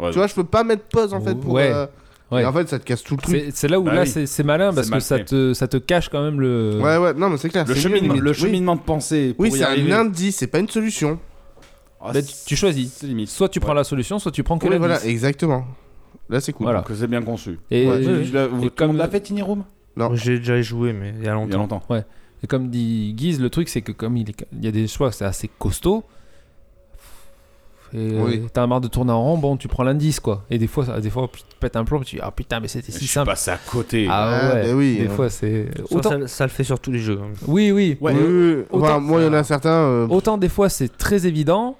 Ouais, Tu vois, je peux pas mettre pause en fait pour. Ouais. euh, Ouais. et en fait, ça te casse tout le truc. C'est c'est là où Bah là oui. c'est c'est malin parce C'est que mal ça fait. te, ça te cache quand même le. Ouais, ouais, non, mais c'est clair. euh, le c'est mieux, cheminement, limite. le Oui. cheminement de pensée. Pour Oui, y c'est arriver. un indice, c'est pas une solution. Ah, Bah, tu, c'est- tu choisis. C'est limite. Soit tu prends la solution, soit tu prends que Oui, la voilà, liste. exactement. Là, c'est cool. Voilà. Que c'est bien conçu. Et, Ouais. Tu l'as- vous- et tout le monde comme- l'a fait Tiny Room Non. J'ai déjà joué, mais il y a Il y a longtemps. longtemps. et comme dit Guise, le truc c'est que comme il, est- il y a des choix, c'est assez costaud. Et Oui. euh, t'as marre de tourner en rond, bon tu prends l'indice quoi. Et des fois, ça- des fois tu te pètes un plomb, tu dis ah putain mais c'était Je si suis simple. passé à côté. Ah Ah, ouais. bah oui, des hein. fois c'est Ça, autant. ça, ça le fait sur tous les jeux. hein. Oui oui. Oui, oui, oui. Autant- Oh. Enfin, moi, il y en a certains. euh, Autant des fois c'est très évident,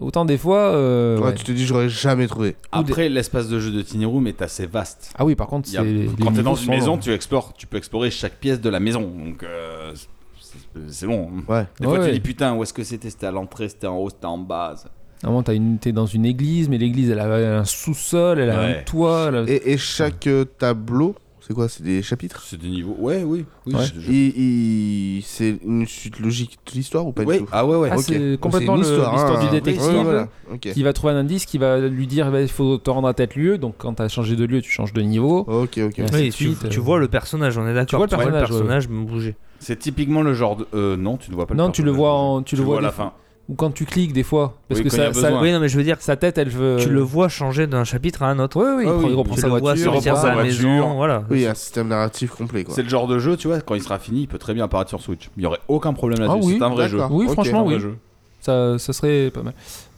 autant des fois. euh, ouais, ouais. Tu te dis, j'aurais jamais trouvé. Après, l'espace de jeu de Tiny Room est assez vaste. Ah oui par contre Il y a- c'est. les Quand t'es niveaux dans une sont- maison, tu explores, tu peux explorer chaque pièce de la maison. Donc euh, c'est- c'est bon. Ouais. Des fois, Ouais. tu dis putain, où est-ce que c'était C'était à l'entrée, c'était en haut, c'était en bas. À un moment, t'as une- t'es dans une église, mais l'église, elle a elle a un sous-sol, elle a Ouais. un toit. elle a- Et, et chaque euh, tableau, c'est quoi C'est des chapitres C'est des niveaux. Ouais, oui. oui Ouais. je- je- Il- il- C'est une suite logique de l'histoire ou pas Oui, du tout Ah ouais, ouais. Ah, Ok. c'est Donc, complètement une le- l'histoire du hein. détective. Oui, voilà. Ok. Qui va trouver un indice, qui va lui dire bah, il faut te rendre à tel lieu. Donc, quand t'as changé de lieu, tu changes de niveau. Ok, ok. Ouais. Oui, Ainsi de tu, suite, tu euh. vois le personnage, on est d'accord. vois le personnage, le personnage me bouger. C'est typiquement le genre de. euh, non, tu ne vois pas. Non, tu le vois, personnage. en, tu le vois, à des la fois. fin. Ou quand tu cliques, des fois. Parce Oui, que quand ça- il y a ça- besoin. Oui, non, mais je veux dire, sa tête, elle veut. tu le vois changer d'un chapitre à un autre. Oui, oui, Euh, il Ah prend- oui, il reprend Tu sa le vois voiture. il sortir reprend de sa la voiture. maison, voilà. Oui, un système narratif complet, quoi. C'est le genre de jeu, tu vois, quand il sera fini, il peut très bien apparaître sur Switch. Il n'y aurait aucun problème là-dessus. Ah oui, c'est un vrai jeu. d'accord. Oui, Ok, franchement, Un vrai oui. jeu. Ça, ça serait pas mal.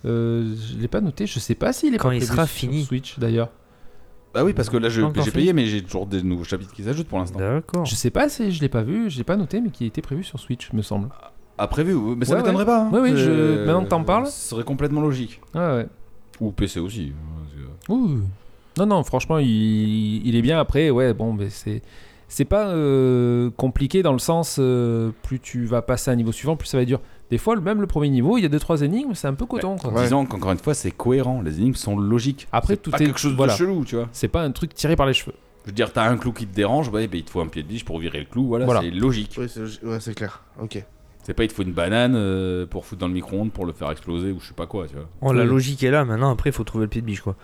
Euh, je l'ai pas noté, je sais pas s'il est Quand pas il prévu sera sur fini. Switch d'ailleurs. Bah oui, parce que là, je- Encore j'ai payé, mais j'ai toujours des nouveaux chapitres qui s'ajoutent pour l'instant. D'accord. Je sais pas si je l'ai pas vu, je l'ai pas noté, mais qui était prévu sur Switch, me semble. À Ah, prévu, oui, mais ça Ouais, m'étonnerait pas. hein. Oui, oui, je- Euh, maintenant que t'en parles. Ce serait complètement logique. Ah ouais. Ou PC aussi. hein, Ouh. Non, non, franchement, il, il est bien. Après, ouais, bon, mais c'est. C'est pas euh, compliqué dans le sens, euh, plus tu vas passer à un niveau suivant, plus ça va être dur. Des fois, le- même le premier niveau, il y a 2-3 énigmes, c'est un peu coton. quoi. En disant qu'encore une fois, c'est cohérent. Les énigmes sont logiques. Après, C'est tout pas est- quelque chose voilà. de chelou, tu vois. C'est pas un truc tiré par les cheveux. Je veux dire, t'as un clou qui te dérange, ouais, ben, il te faut un pied de biche pour virer le clou, voilà, Voilà. c'est logique. Ouais, c'est ouais, c'est clair. Ok. C'est pas il te faut une banane euh, pour foutre dans le micro-ondes pour le faire exploser ou je sais pas quoi, tu vois. Oh, la Oui. logique est là, maintenant après il faut trouver le pied de biche quoi.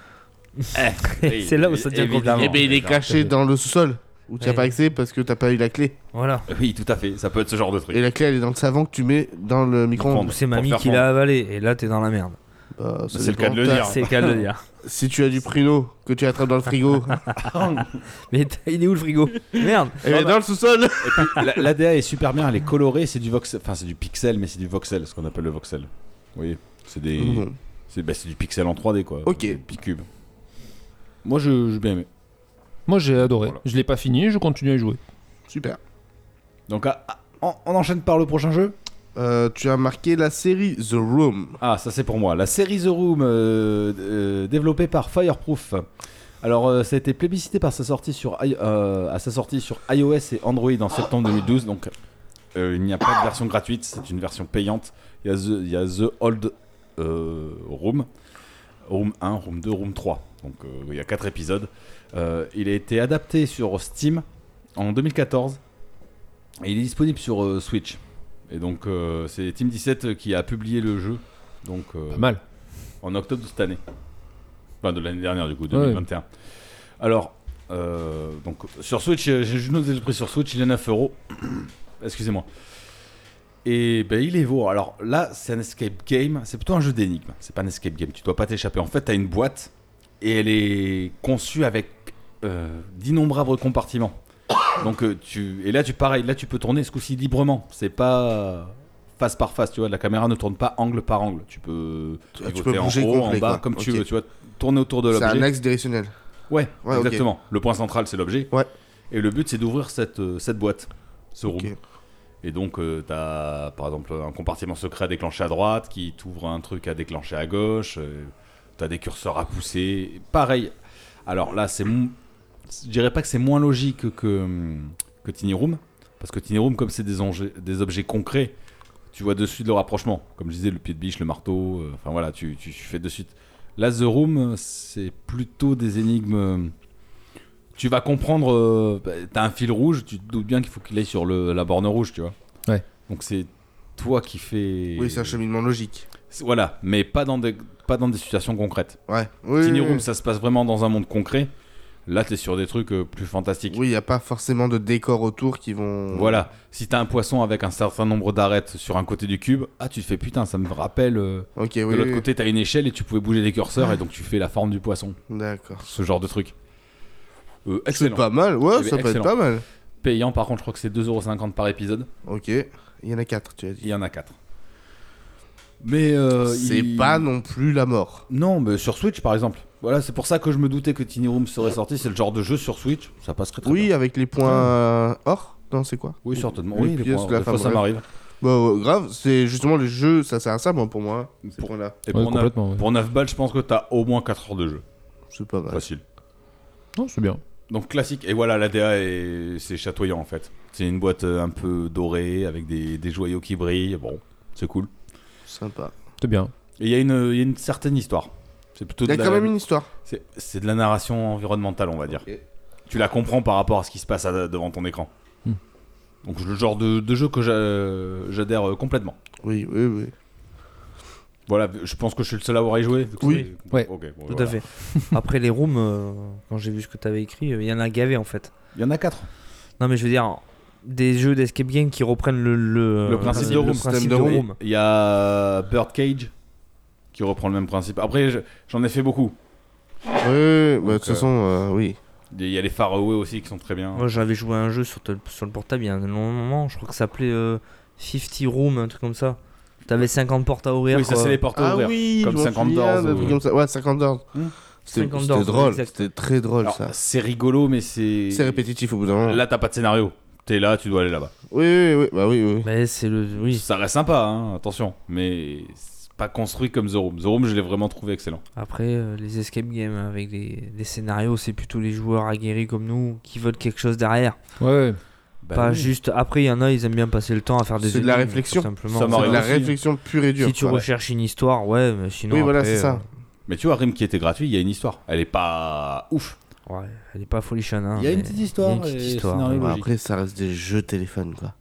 Eh, C'est là où ça devient évidemment. compliqué. Eh ben, il est D'accord. caché dans le sous-sol où t'as Ouais. pas accès parce que t'as pas eu la clé. Voilà. Oui, tout à fait, ça peut être ce genre de truc. Et la clé, elle est dans le savon que tu mets dans le micro-ondes. Ou c'est Pour mamie faire qui l'a avalé et là t'es dans la merde. Bah, ça C'est le dépend. cas de le T'as- dire. C'est le cas de le dire. Si tu as du pruneau que tu attrapes dans le frigo, Mais t'as- il est où le frigo Merde elle est eh dans le sous-sol. Et puis, la, la DA est super bien, elle est colorée, c'est du voxel, enfin c'est du pixel, mais c'est du voxel, ce qu'on appelle le voxel. Oui, c'est des, Mhm. c'est bah, c'est du pixel en 3D quoi. Ok. euh, Picube. Moi, je, j'ai bien aimé. Moi, j'ai adoré. Voilà. Je l'ai pas fini, je continue à y jouer. Super. Donc, ah, ah, on, on enchaîne par le prochain jeu. Euh, tu as marqué la série The Room. Ah, ça c'est pour moi. La série The Room, euh, euh, développée par Fireproof. Alors, euh, ça a été plébiscité par sa sortie sur, i- euh, à sa sortie sur iOS et Android en septembre 2012. Donc, euh, il n'y a pas de version gratuite, c'est une version payante. Il y a The, il y a The Old euh, Room, Room 1, Room 2, Room 3. Donc, euh, il y a 4 épisodes. Euh, il a été adapté sur Steam en 2014 et il est disponible sur euh, Switch. Et donc, euh, c'est Team 17 qui a publié le jeu. Donc, euh, Pas mal. en octobre de cette année. Enfin, de l'année dernière, du coup, Ouais. 2021. Alors, euh, donc, sur Switch, euh, j'ai juste noté le prix sur Switch, il est 9 euros. Excusez-moi. Et ben, il est vaut. Alors là, c'est un escape game, c'est plutôt un jeu d'énigmes. C'est pas un escape game, tu dois pas t'échapper. En fait, t'as une boîte et elle est conçue avec euh, d'innombrables compartiments. Donc, euh, tu, et là, tu pareil, là, tu peux tourner ce coup-ci librement. C'est pas face par face, tu vois. La caméra ne tourne pas angle par angle. Tu peux, Tu- tu pivoter peux bouger en haut, complet, en bas, quoi. comme tu Ok. veux. Tu vois, tourner autour de C'est l'objet. un axe directionnel. Ouais, Ouais, ok. exactement. Le point central, c'est l'objet. Ouais. Et le but, c'est d'ouvrir cette, euh, cette boîte, ce room. Ok. Et donc, euh, t'as par exemple un compartiment secret à déclencher à droite qui t'ouvre un truc à déclencher à gauche. euh, t'as des curseurs à pousser. Pareil. Alors là, c'est. mon- Je dirais pas que c'est moins logique que, hum, que Tiny Room. Parce que Tiny Room, comme c'est des, enje- des objets concrets, tu vois de suite le rapprochement. Comme je disais, le pied de biche, le marteau. euh, Enfin voilà, tu, tu- tu fais de suite. Là, The Room, euh, c'est plutôt des énigmes. euh, Tu vas comprendre. euh, bah, T'as un fil rouge, tu te doutes bien qu'il faut qu'il aille sur le- la borne rouge, tu vois. Ouais. Donc c'est toi qui fais. Oui, c'est un cheminement logique. C'est- Voilà, mais pas dans des, pas dans des situations concrètes. Ouais. Oui, Tiny oui, Room, oui. ça se passe vraiment dans un monde concret. Là, t'es sur des trucs euh, plus fantastiques. Oui, il n'y a pas forcément de décor autour qui vont. Voilà, si t'as un poisson avec un certain nombre d'arêtes sur un côté du cube, ah tu te fais putain, ça me rappelle. euh, Ok, oui. de l'autre oui, côté, t'as une échelle et tu pouvais bouger les curseurs et donc tu fais la forme du poisson. oui. D'accord. Ce genre de truc. Euh, C'est excellent. pas mal. Ouais, Eh ben, ça peut être excellent. pas mal. Payant, par contre, je crois que c'est 2,50€ par épisode. Ok. Il y en a quatre, tu as Il dit. y en a 4. Mais. euh, C'est il- pas non plus la mort. Non, mais sur Switch par exemple. Voilà, c'est pour ça que je me doutais que Tiny Room serait sorti. C'est le genre de jeu sur Switch. Ça passerait très Oui, bien. Ah. avec les points euh, or Non, c'est quoi Oui, certainement. Les Oui, les pièces, points, la des femme, fois, ça bref. m'arrive. Bah, ouais, grave, c'est justement le jeu, ça sert à ça, moi, pour moi. hein, C'est- Pour là. Et Ouais, pour, 9, complètement. ouais. balles, je pense que t'as au moins 4 heures de jeu. C'est pas mal. Facile. Non, c'est bien. Donc classique. Et voilà, la DA, est- c'est chatoyant en fait. C'est une boîte euh, un peu dorée avec des, des joyaux qui brillent. Bon, c'est cool. Sympa. C'est bien. Et il y, a une- il y a une certaine histoire. C'est plutôt Il y de a la, quand même une histoire. c'est- c'est de la narration environnementale, on va dire. Ok. Tu la comprends par rapport à ce qui se passe à- devant ton écran. Hmm. Donc le genre de, de jeu que j'a- j'adhère euh, complètement. Oui, oui, oui. Voilà, je pense que je suis le seul à avoir y joué. vu que Oui. c'est- Ouais. Ok, bon, Tout à voilà. fait. Après les rooms, euh, quand j'ai vu ce que t'avais écrit, euh, il y en a gavé en fait. Il y en a 4. Non mais je veux dire, des jeux d'escape game qui reprennent le, le, Le principe de room, principe système de de room. room. Il y a Birdcage qui reprend le même principe. Après, je- j'en ai fait beaucoup. Oui, bah, de Donc, toute euh, façon, euh, oui. Il y a les Faraway aussi qui sont très bien. Moi j'avais joué à un jeu sur, tel- sur le portable il y a un long moment, je crois que ça s'appelait euh, 50 Room, un truc comme ça. T'avais 50 portes à ouvrir. oui, ça quoi. c'est les portes à Ah ouvrir. oui, Comme euh. je m'en 50 souviens, doors, des ou- trucs comme ça. Ouais, 50 doors. Hmm. C'était 50 c'était doors, drôle, exact. c'était très drôle Alors, ça. C'est rigolo, mais c'est. C'est répétitif au bout d'un moment. Là, t'as pas de scénario. T'es là, tu dois aller là-bas. Oui, oui, oui, bah oui, oui. Mais c'est le... Oui, Ça reste sympa, hein, attention. Mais c'est pas construit comme The Room. The Room, je l'ai vraiment trouvé excellent. après euh, les escape games avec des, des scénarios, c'est plutôt les joueurs aguerris comme nous qui veulent quelque chose derrière. Ouais. Bah pas oui. juste. Après, il y en a, ils aiment bien passer le temps à faire des. C'est de la énigmes, réflexion. tout Simplement. Ça C'est de m'arrive la aussi. réflexion pure et dure. Si tu voilà. recherches une histoire, ouais, mais sinon. Oui, voilà, après, c'est ça. Mais tu vois, Rim qui était gratuit, il y a une histoire. Elle est pas ouf. euh, ouais, elle est pas folichonne. hein, Il y a une mais- petite histoire il y a une petite et histoire, scénario ouais. Bon, logique. après, ça reste des jeux téléphone, quoi.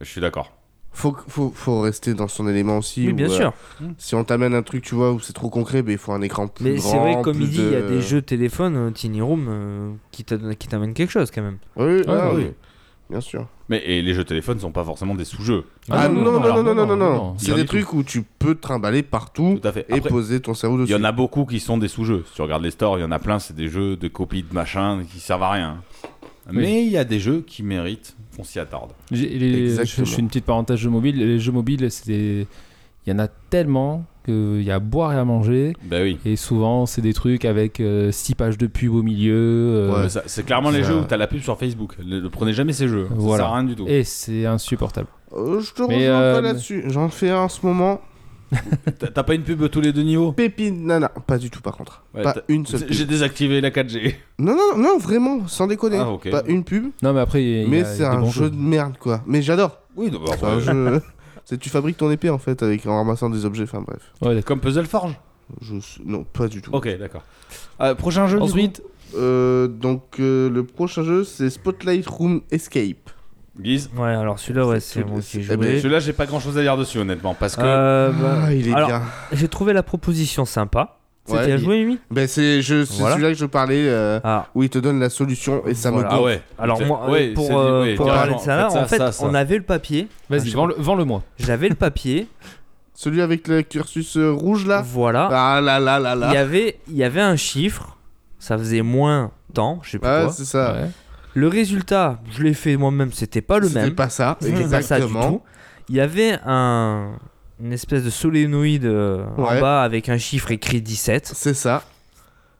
Je suis d'accord. Faut, faut, faut rester dans son élément aussi. Oui, ou, euh, bien sûr. Si on t'amène un truc, tu vois, où c'est trop concret, ben, il faut un écran plus Mais grand. c'est vrai, que comme plus il dit, il y a de- des jeux téléphone, euh, Tiny Room, euh, qui t'adonnent- qui t'amènent quelque chose quand même. Oui, oui, Ah, ah, oui. oui. Bien sûr. Mais et les jeux téléphones sont pas forcément des sous-jeux. Ah, non, non, non, non, non, non, non. Il y C'est en a des tout. trucs où tu peux te trimballer partout Tout à fait. et Après, poser ton cerveau il dessus. y en a beaucoup qui sont des sous-jeux. Si tu regardes les stores, il y en a plein, c'est des jeux de copies de machin qui servent à rien. Mais il y a des jeux qui méritent qu'on s'y attarde. J'ai- les- je, Exactement. je fais une petite parenthèse jeux mobiles. Les jeux mobiles, c'est des- il y en a tellement qu'il y a à boire et à manger. Bah oui. Et souvent, c'est des trucs avec 6 pages de pub au milieu. euh, Mais ça- c'est clairement les ça- jeux où t'as la pub sur Facebook. Ne, ne prenez jamais ces jeux. Ça Voilà. sert à rien du tout. Et c'est insupportable. Euh, je te Mais, rejoins euh, pas là-dessus. J'en fais un en ce moment. T'as t'as pas une pub tous les deux niveaux Pépine, nana. Pas du tout, par contre. Ouais, pas t'as- une seule pub. J'ai désactivé la 4G. Non, non, non, vraiment, sans déconner. Ah, ok. Pas une pub, Non, mais après, il y a- il y mais a c'est des un bons jeu jeux. de merde, quoi. Mais j'adore. Oui, non, bah, C'est un après, jeu- c'est tu fabriques ton épée en fait avec en ramassant des objets. Enfin bref, Ouais, d'accord. Comme Puzzle Forge. je sais- non pas du tout. Ok, d'accord. Euh, prochain jeu. du Ensuite, Euh, donc euh, le prochain jeu c'est Spotlight Room Escape. coup Guise. Ouais, alors celui-là, ouais, c'est tout- moi qui ai eh joué. ben, Celui-là, j'ai pas grand chose à dire dessus, honnêtement. Parce que. Euh, bah, Ah, il est alors, bien. J'ai trouvé la proposition sympa. C'était Ouais, à il- jouer, Mimi Ben c'est je- c'est Voilà. celui-là que je parlais euh, Ah. où il te donne la solution et ça Voilà. me Ah ouais. Alors C'est- moi, euh, ouais, c'est- pour, euh, ouais, pour carrément. parler de ça là, Faites en fait, ça, ça. on avait le papier. vas-y, je- vends-le- vends-le-moi. J'avais le papier. Celui avec le cursus euh, rouge là. voilà. Ah là là là Il y là. avait, il y avait un chiffre. Ça faisait moins temps, je sais pas Ah, quoi. c'est ça. Ouais. Le résultat, je l'ai fait moi-même. C'était pas le C'était même. pas ça. C'était pas ça du Exactement. tout. Il y avait un une espèce de solénoïde euh, en Ouais. bas avec un chiffre écrit 17. C'est ça.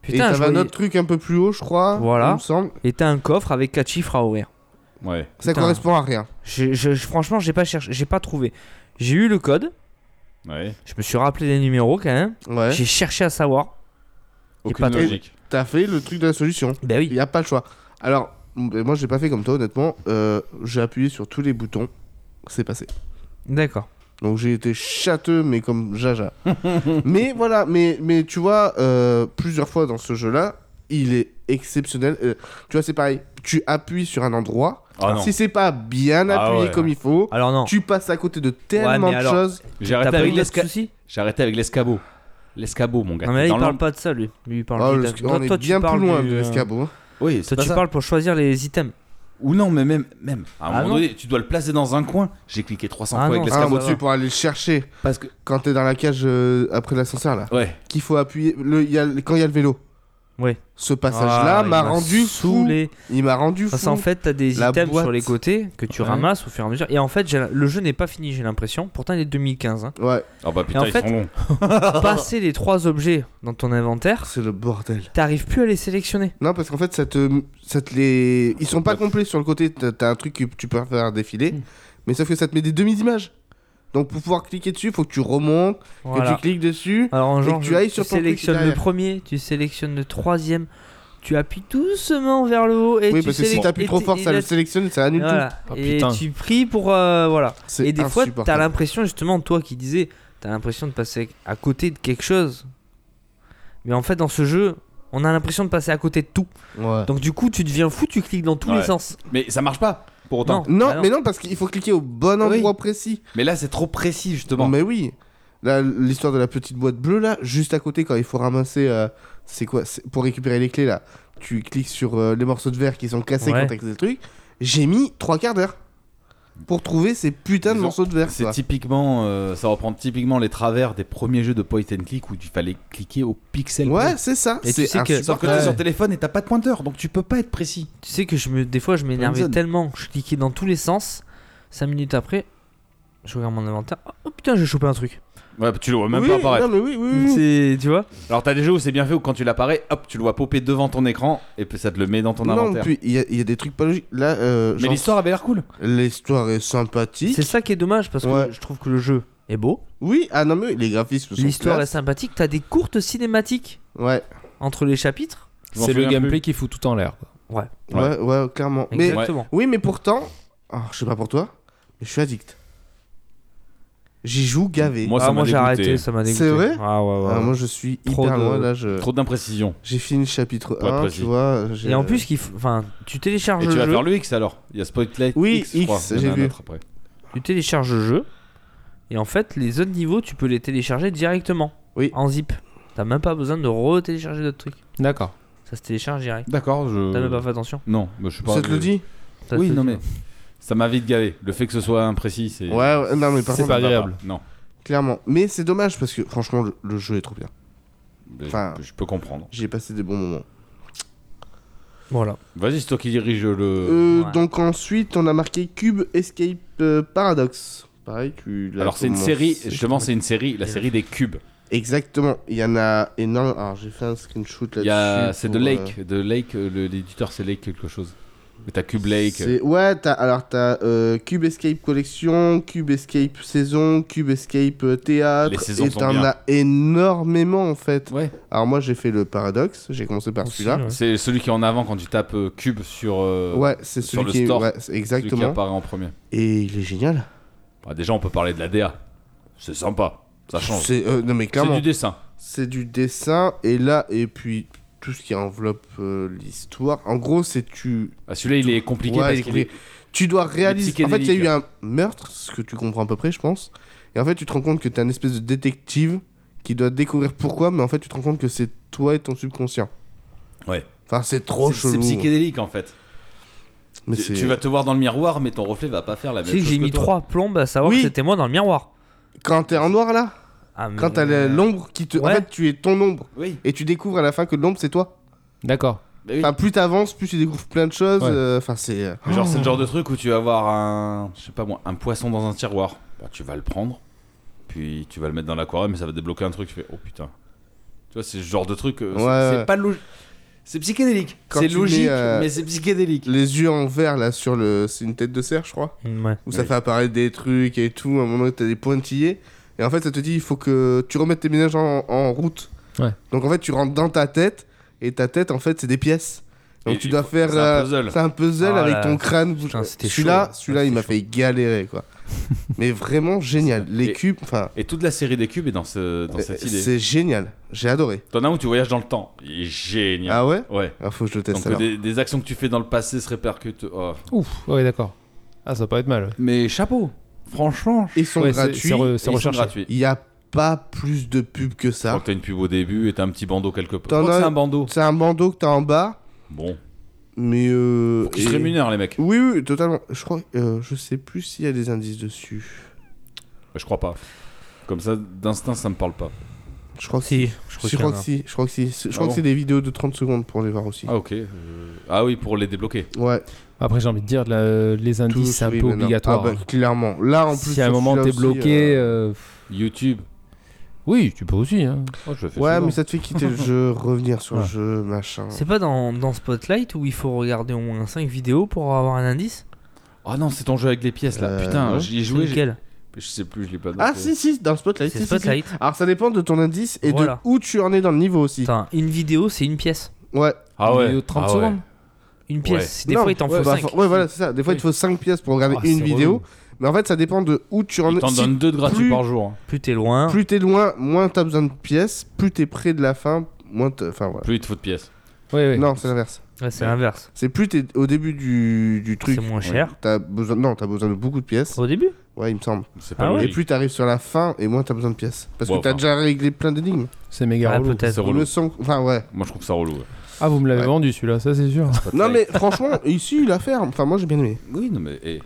et Putain, t'avais je un voyais- autre truc un peu plus haut, je crois. Voilà. Il me semble. et t'as un coffre avec quatre chiffres à ouvrir. Ouais. Ça Putain. correspond à rien. Je, je- je- franchement, j'ai pas cherché, j'ai pas trouvé. J'ai eu le code, Ouais. je me suis rappelé les numéros quand même. Ouais. J'ai cherché à savoir. Aucune pas trop. logique. T'as fait le truc de la solution. Ben Il oui. n'y a pas le choix. Alors, m- ben, moi, j'ai pas fait comme toi, honnêtement. Euh, j'ai appuyé sur tous les boutons. C'est passé. D'accord. Donc, j'ai été châteux, mais comme Jaja. mais voilà, mais, mais tu vois, euh, plusieurs fois dans ce jeu-là, il est exceptionnel. Euh, tu vois, c'est pareil. Tu appuies sur un endroit. Ah non. si c'est pas bien Ah appuyé ouais. comme il faut, Alors non. tu passes à côté de tellement mais de alors- choses. J'ai T'as arrêté, pas eu avec d'autres l'esca- soucis j'ai arrêté avec l'escabeau. L'escabeau, mon gars. Non mais là Dans il parle l'en- pas de ça lui. Lui il parle. Oh, du- le- toi, on toi, est tu bien plus parles loin du- euh, de hein. l'escabeau. Oui, Toi c'est pas tu ça. parles pour choisir les items. Ou non, mais même. même. À un Ah moment non. donné, tu dois le placer dans un coin. J'ai cliqué 300 Ah fois non. avec Ah, l'escabeau dessus dessus. pour aller le chercher. Parce que. Quand t'es dans la cage euh, après l'ascenseur, là. Ouais. qu'il faut appuyer le, il y a, le- quand il y a le vélo. Ouais. Ce passage-là Ah, il m'a rendu fou. saoulé. Il m'a rendu fou. Parce qu'en fait t'as des La items boîte. sur les côtés que tu Ouais. ramasses au fur et à mesure. Et en fait j'ai la- le jeu n'est pas fini j'ai l'impression. Pourtant il est 2015. hein. Ouais, Ah bah Et en putain, ils fait- sont longs. Passer les trois objets dans ton inventaire, c'est le bordel. t'arrives plus à les sélectionner. Non, parce qu'en fait, ça te, ça te les, ils Bah. sont pas complets sur le côté. T'as t'as un truc que tu peux faire défiler, Hmm. Mm. mais sauf que ça te met des demi-images. Donc pour pouvoir cliquer dessus, faut que tu remontes, que Voilà. tu cliques dessus. Alors en Et genre que tu tu, ailles tu sur ton truc sélectionnes le derrière. premier, tu sélectionnes le troisième, tu appuies doucement vers le haut et oui, tu parce que si sélec- t'appuies et trop t'es- fort, et ça là, le sélectionne, ça annule Voilà. Oh, et putain. tu pries pour euh, voilà. tout. C'est Et des fois, t'as insupportable. l'impression justement, toi qui disais, t'as l'impression de passer à côté de quelque chose. Mais en fait, dans ce jeu, on a l'impression de passer à côté de tout. Ouais. Donc du coup, tu deviens fou, tu cliques dans tous Ouais. les sens. Mais ça marche pas. Pour autant. Non. Non, Ah non. mais non, parce qu'il faut cliquer au bon Oui. endroit précis. Mais là, c'est trop précis, justement. Mais oui. Là, l'histoire de la petite boîte bleue, là, juste à côté, quand il faut ramasser. euh, c'est quoi c'est- Pour récupérer les clés, là, tu cliques sur euh, les morceaux de verre qui sont cassés Ouais. quand t'as cassé le truc. J'ai mis trois quarts d'heure pour trouver ces putains de Disons, morceaux de verre. C'est quoi. typiquement, euh, ça reprend typiquement les travers des premiers jeux de point and click où il fallait cliquer au pixel. Ouais, près. c'est ça. Et tu C'est sais que- insupportable. Sauf que Ouais. t'es sur téléphone et t'as pas de pointeur, donc tu peux pas être précis. Tu sais que je me, des fois, je m'énervais zone. tellement, je cliquais dans tous les sens. 5 minutes après, je regarde mon inventaire. Oh, Oh putain, j'ai chopé un truc. Ouais, tu le vois Oui, non, mais oui, oui, oui. C'est, tu vois. Alors t'as des jeux où c'est bien fait où quand tu l'apparais, hop, tu le vois popper devant ton écran et puis ça te le met dans ton Non, inventaire. puis il y, a- il y a des trucs pas logiques. Là, euh, Mais genre, l'histoire avait l'air cool. l'histoire est sympathique. C'est ça qui est dommage parce que Ouais. je trouve que le jeu est beau. Oui, ah non, mais les graphismes sont. L'histoire est classe. sympathique. T'as des courtes cinématiques Ouais, entre les chapitres. Je m'en C'est le souviens gameplay plus. qui fout tout en l'air. quoi. ouais, ouais, clairement. Mais Exactement. oui, mais pourtant, Alors, je sais pas pour toi, mais je suis addict. J'y joue gavé. Moi, ça ah, m'a moi j'ai dégoûté. arrêté, ça m'a dégoûté. C'est vrai Ah ouais, ouais. Ah, moi, je suis Trop hyper de- loin là. je- Trop d'imprécision. J'ai fini le chapitre Pas 1, précis. tu vois. j'ai- Et en plus, qu'il f- enfin, tu télécharges Et tu le vas jeu, faire le X alors Il y a Spotlight Oui, X, je crois. X, Il y en a j'ai un vu. autre après. tu télécharges le jeu, et en fait, les autres niveaux, tu peux les télécharger directement. Oui. En zip. T'as même pas besoin de re-télécharger d'autres trucs. D'accord. Ça se télécharge direct. D'accord, je. T'as même pas fait attention. Non, bah, je suis pas. Ça te le dit Ça Oui, te non dit. mais ça m'a vite gavé. Le fait que ce soit imprécis, c'est. Ouais, ouais, non, mais par C'est contre, pas ça va agréable. Non. clairement. Mais c'est dommage parce que franchement, le, le jeu est trop bien. Mais Enfin- Je peux comprendre. J'y ai passé des bons moments. Voilà. Vas-y, c'est toi qui dirige le. Euh, ouais. Donc, ensuite, on a marqué Cube Escape euh, Paradox. Pareil, tu l'as Alors c'est une commencé, série, je justement crois. c'est une série, la Il y a- série des cubes. Exactement, il y en a énorme. Alors, j'ai fait un screenshot là-dessus. Il y a, c'est de pour, Lake, de Lake, euh, le- l'éditeur c'est Lake quelque chose. Mais t'as Cube Lake. C'est- Ouais, t'as, alors t'as euh, Cube Escape Collection, Cube Escape Saison, Cube Escape euh, Théâtre. Les saisons et sont t'en bien. as énormément en fait. Ouais. Alors moi j'ai fait le paradoxe, j'ai commencé par Aussi, Ah, celui-là. ouais. C'est celui qui est en avant quand tu tapes euh, Cube sur. euh, Ouais, c'est sur le celui qui, store, ouais, c'est celui qui exactement. apparaît en premier. et il est génial. Bah, déjà on peut parler de la DA. C'est sympa, ça change. C'est euh, non mais C'est clairement, du dessin. c'est du... dessin et là et puis tout ce qui enveloppe euh, l'histoire. En gros, c'est tu Ah, celui-là il est compliqué Ouais, parce il est qu'il est- tu dois réaliser. En fait, il y a psychédélique. eu un meurtre, ce que tu comprends à peu près, je pense. Et en fait, tu te rends compte que t'es un espèce de détective qui doit découvrir pourquoi, mais en fait, tu te rends compte que c'est toi et ton subconscient. Ouais. Enfin, c'est trop c'est- c'est chelou. psychédélique en fait. mais Tu- c'est euh, Tu vas te voir dans le miroir, mais ton reflet va pas faire la Tu même sais chose. que j'ai que mis toi. trois plombes à savoir Oui. que c'était moi dans le miroir. quand t'es en noir là, Ah, mais- quand t'as le- l'ombre qui te, en Ouais. fait, tu es ton ombre Oui. et tu découvres à la fin que l'ombre c'est toi. D'accord. Bah oui. Enfin, plus t'avances, plus tu découvres plein de choses. Ouais. euh, Enfin, c'est euh, Mais Genre c'est le genre de truc où tu vas avoir un, je sais pas moi, un poisson dans un tiroir. Bah, tu vas le prendre, puis tu vas le mettre dans l'aquarium, mais ça va débloquer un truc. Tu fais oh putain. Tu vois c'est le genre de truc. euh, c'est- Ouais, c'est ouais. pas logique. C'est psychédélique. Quand C'est tu mets, logique, euh, mais c'est psychédélique. les yeux en vert là sur le, c'est une tête de cerf, je crois. Ouais. où ça fait apparaître des trucs et tout, à un moment t'as des pointillés, et en fait ça te dit il faut que tu remettes tes ménages en, en route. Ouais. Donc en fait tu rentres dans ta tête, et ta tête en fait c'est des pièces. Donc Et tu il dois faut- faire. c'est un euh, puzzle. C'est un puzzle Ah avec là ton là, crâne. putain, c'était celui-là, chaud. celui-là Ah, il m'a c'était fait galérer quoi. Mais vraiment génial. Les Et- cubes, enfin. Et toute la série des cubes est dans, ce, dans euh, cette idée. C'est génial, j'ai adoré. T'en as un où tu voyages dans le temps. Il est génial. Ah ouais Ouais. Ah, faut que je le teste Donc alors. des, des actions que tu fais dans le passé se répercutent. oh. Ouf. Ouais, d'accord. Ah, ça peut être mal. ouais. Mais chapeau. Franchement. Ils sont Ouais, c'est- gratuits, C'est re- C'est c'est recherché. gratuit. il n'y a pas plus de pubs que Je crois ça. que t'as une pub au début et t'as un petit bandeau quelque part. T'en Je crois que as- c'est un bandeau. C'est un bandeau que t'as en bas, Bon. mais. Euh, Ils se et- rémunèrent les mecs. Oui, oui, totalement. Je crois, euh, je sais plus s'il y a des indices dessus. Je crois pas. Comme ça, d'instinct, ça me parle pas. Je crois que Je Si, je crois, crois qu'il y en que a. si, je crois que si. Je Ah crois que bon c'est des vidéos de 30 secondes pour les voir aussi. Ah ok. euh, Ah oui, pour les débloquer. Ouais, Après, j'ai envie de dire, la- les tout, indices, c'est un oui, peu maintenant. obligatoire. Ah bah, clairement. Là, en plus. si à un sur moment t'es celui-là aussi, bloqué, euh, euh, YouTube. oui, tu peux aussi. hein. Oh, je le fais Ouais, souvent. mais ça te fait quitter le jeu, revenir sur le Ouais. jeu, machin. C'est pas dans, dans Spotlight où il faut regarder au moins 5 vidéos pour avoir un indice Oh non, c'est ton jeu avec les pièces là. Euh, Putain, non. j'y ai C'est joué. j'ai- lequel Je sais plus, je l'ai pas. Ah, noté. si, si, dans Spotlight. si, C'est si, si. Spotlight. Alors, ça dépend de ton indice et Voilà. de où tu en es dans le niveau aussi. Putain, une vidéo, c'est une pièce. Ouais. Ah Une vidéo de 30 Ah ouais. secondes. Une Ouais. pièce. Des Non, fois, il t'en ouais, faut bah, 5. faut- Ouais, voilà, c'est ça. Des fois, il te faut 5 pièces pour regarder Ah, une c'est vidéo. relou. Mais en fait, ça dépend de où tu en Ils es. t'en Si donnent deux de gratuits plus- par jour. hein. Plus t'es loin. Plus t'es loin, moins t'as besoin de pièces. Plus t'es près de la fin, moins t'as- Enfin, voilà. Plus il te faut de pièces. Ouais, ouais. Non, c'est l'inverse. Ouais, c'est l'inverse. C'est plus t'es au début du, du truc. C'est moins cher. T'as besoin, non, t'as besoin de beaucoup de pièces. Au début Ouais, il me semble. C'est pas Ah ouais. Et logique. plus t'arrives sur la fin, et moins t'as besoin de pièces. Parce Ouais, que t'as enfin. déjà réglé plein d'énigmes. C'est méga Ouais, relou. Ah, peut-être. C'est Il relou. me semble. Enfin, ouais. Moi, je trouve ça relou. ouais. Ah, vous me l'avez Ouais. vendu celui-là, ça c'est sûr. Non, mais franchement, ici, la ferme. Enfin, moi, j'ai bien aimé. Oui, non mais. eh,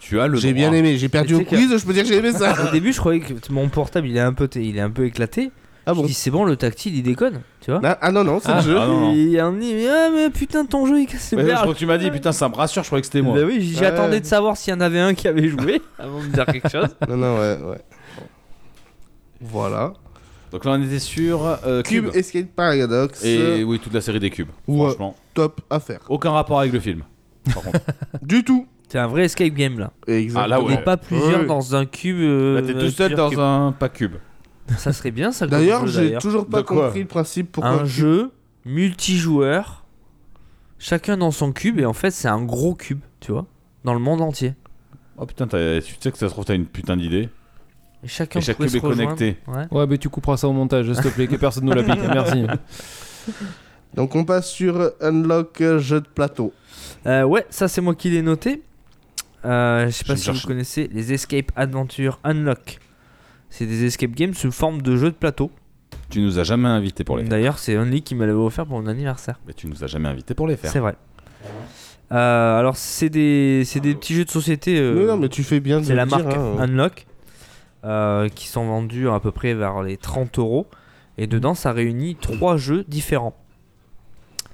Tu as le. J'ai droit. bien aimé. J'ai perdu Mais au tu sais que- quiz, je peux dire que j'ai aimé ça. Au début, je croyais que mon portable, il est un peu, il est un peu éclaté. Ah Je bon dis, c'est bon, le tactile, il déconne. Tu vois Ah ah non, non, c'est le jeu. Ah non, non. Et il y a un dit, mais, ah, mais putain, ton jeu, il casse les Ouais, je merdes. crois que tu m'as dit, putain, ça me rassure, je croyais que c'était moi. Bah oui, j- Ouais. j'attendais de savoir s'il y en avait un qui avait joué avant de me dire quelque chose. Non, non, ouais, ouais. Voilà. Donc là, on était sur euh, Cube, Cube. Escape Paradox. Et euh, oui, toute la série des cubes. Ouais. Franchement, Top à faire. aucun rapport avec le film. Par contre, Du tout. C'est un vrai escape game là. Exactement. Ah, là, On n'est ouais. pas plusieurs Ouais. dans un cube. là, euh, t'es tout seul dans plusieurs cubes. un pas cube. Ça serait bien ça. comme D'ailleurs, jeu, j'ai toujours pas De quoi compris le principe pourquoi. un jeu multijoueur, chacun dans son cube et en fait c'est un gros cube, tu vois, dans le monde entier. Oh putain, t'as- tu sais que ça se trouve, t'as une putain d'idée. Et chacun Et chaque pouvait cube est se rejoindre. connecté. Ouais. Ouais, mais tu couperas ça au montage, s'il te plaît, que personne nous la pique. Merci. Donc on passe sur Unlock euh, jeu de plateau. Euh, ouais, ça c'est moi qui l'ai noté. Euh, je sais pas Je si cherche. vous connaissez les Escape Adventure Unlock. C'est des escape games sous forme de jeu de plateau. Tu nous as jamais invités pour les faire. D'ailleurs, c'est Only qui me l'avait offert pour mon anniversaire. Mais tu nous as jamais invités pour les faire. C'est vrai. Euh, alors, c'est des, c'est des petits jeux de société. euh, non, non, mais tu fais bien de c'est le la dire, marque hein. Unlock euh, qui sont vendus à peu près vers les 30 euros. Et dedans, ça réunit trois jeux différents.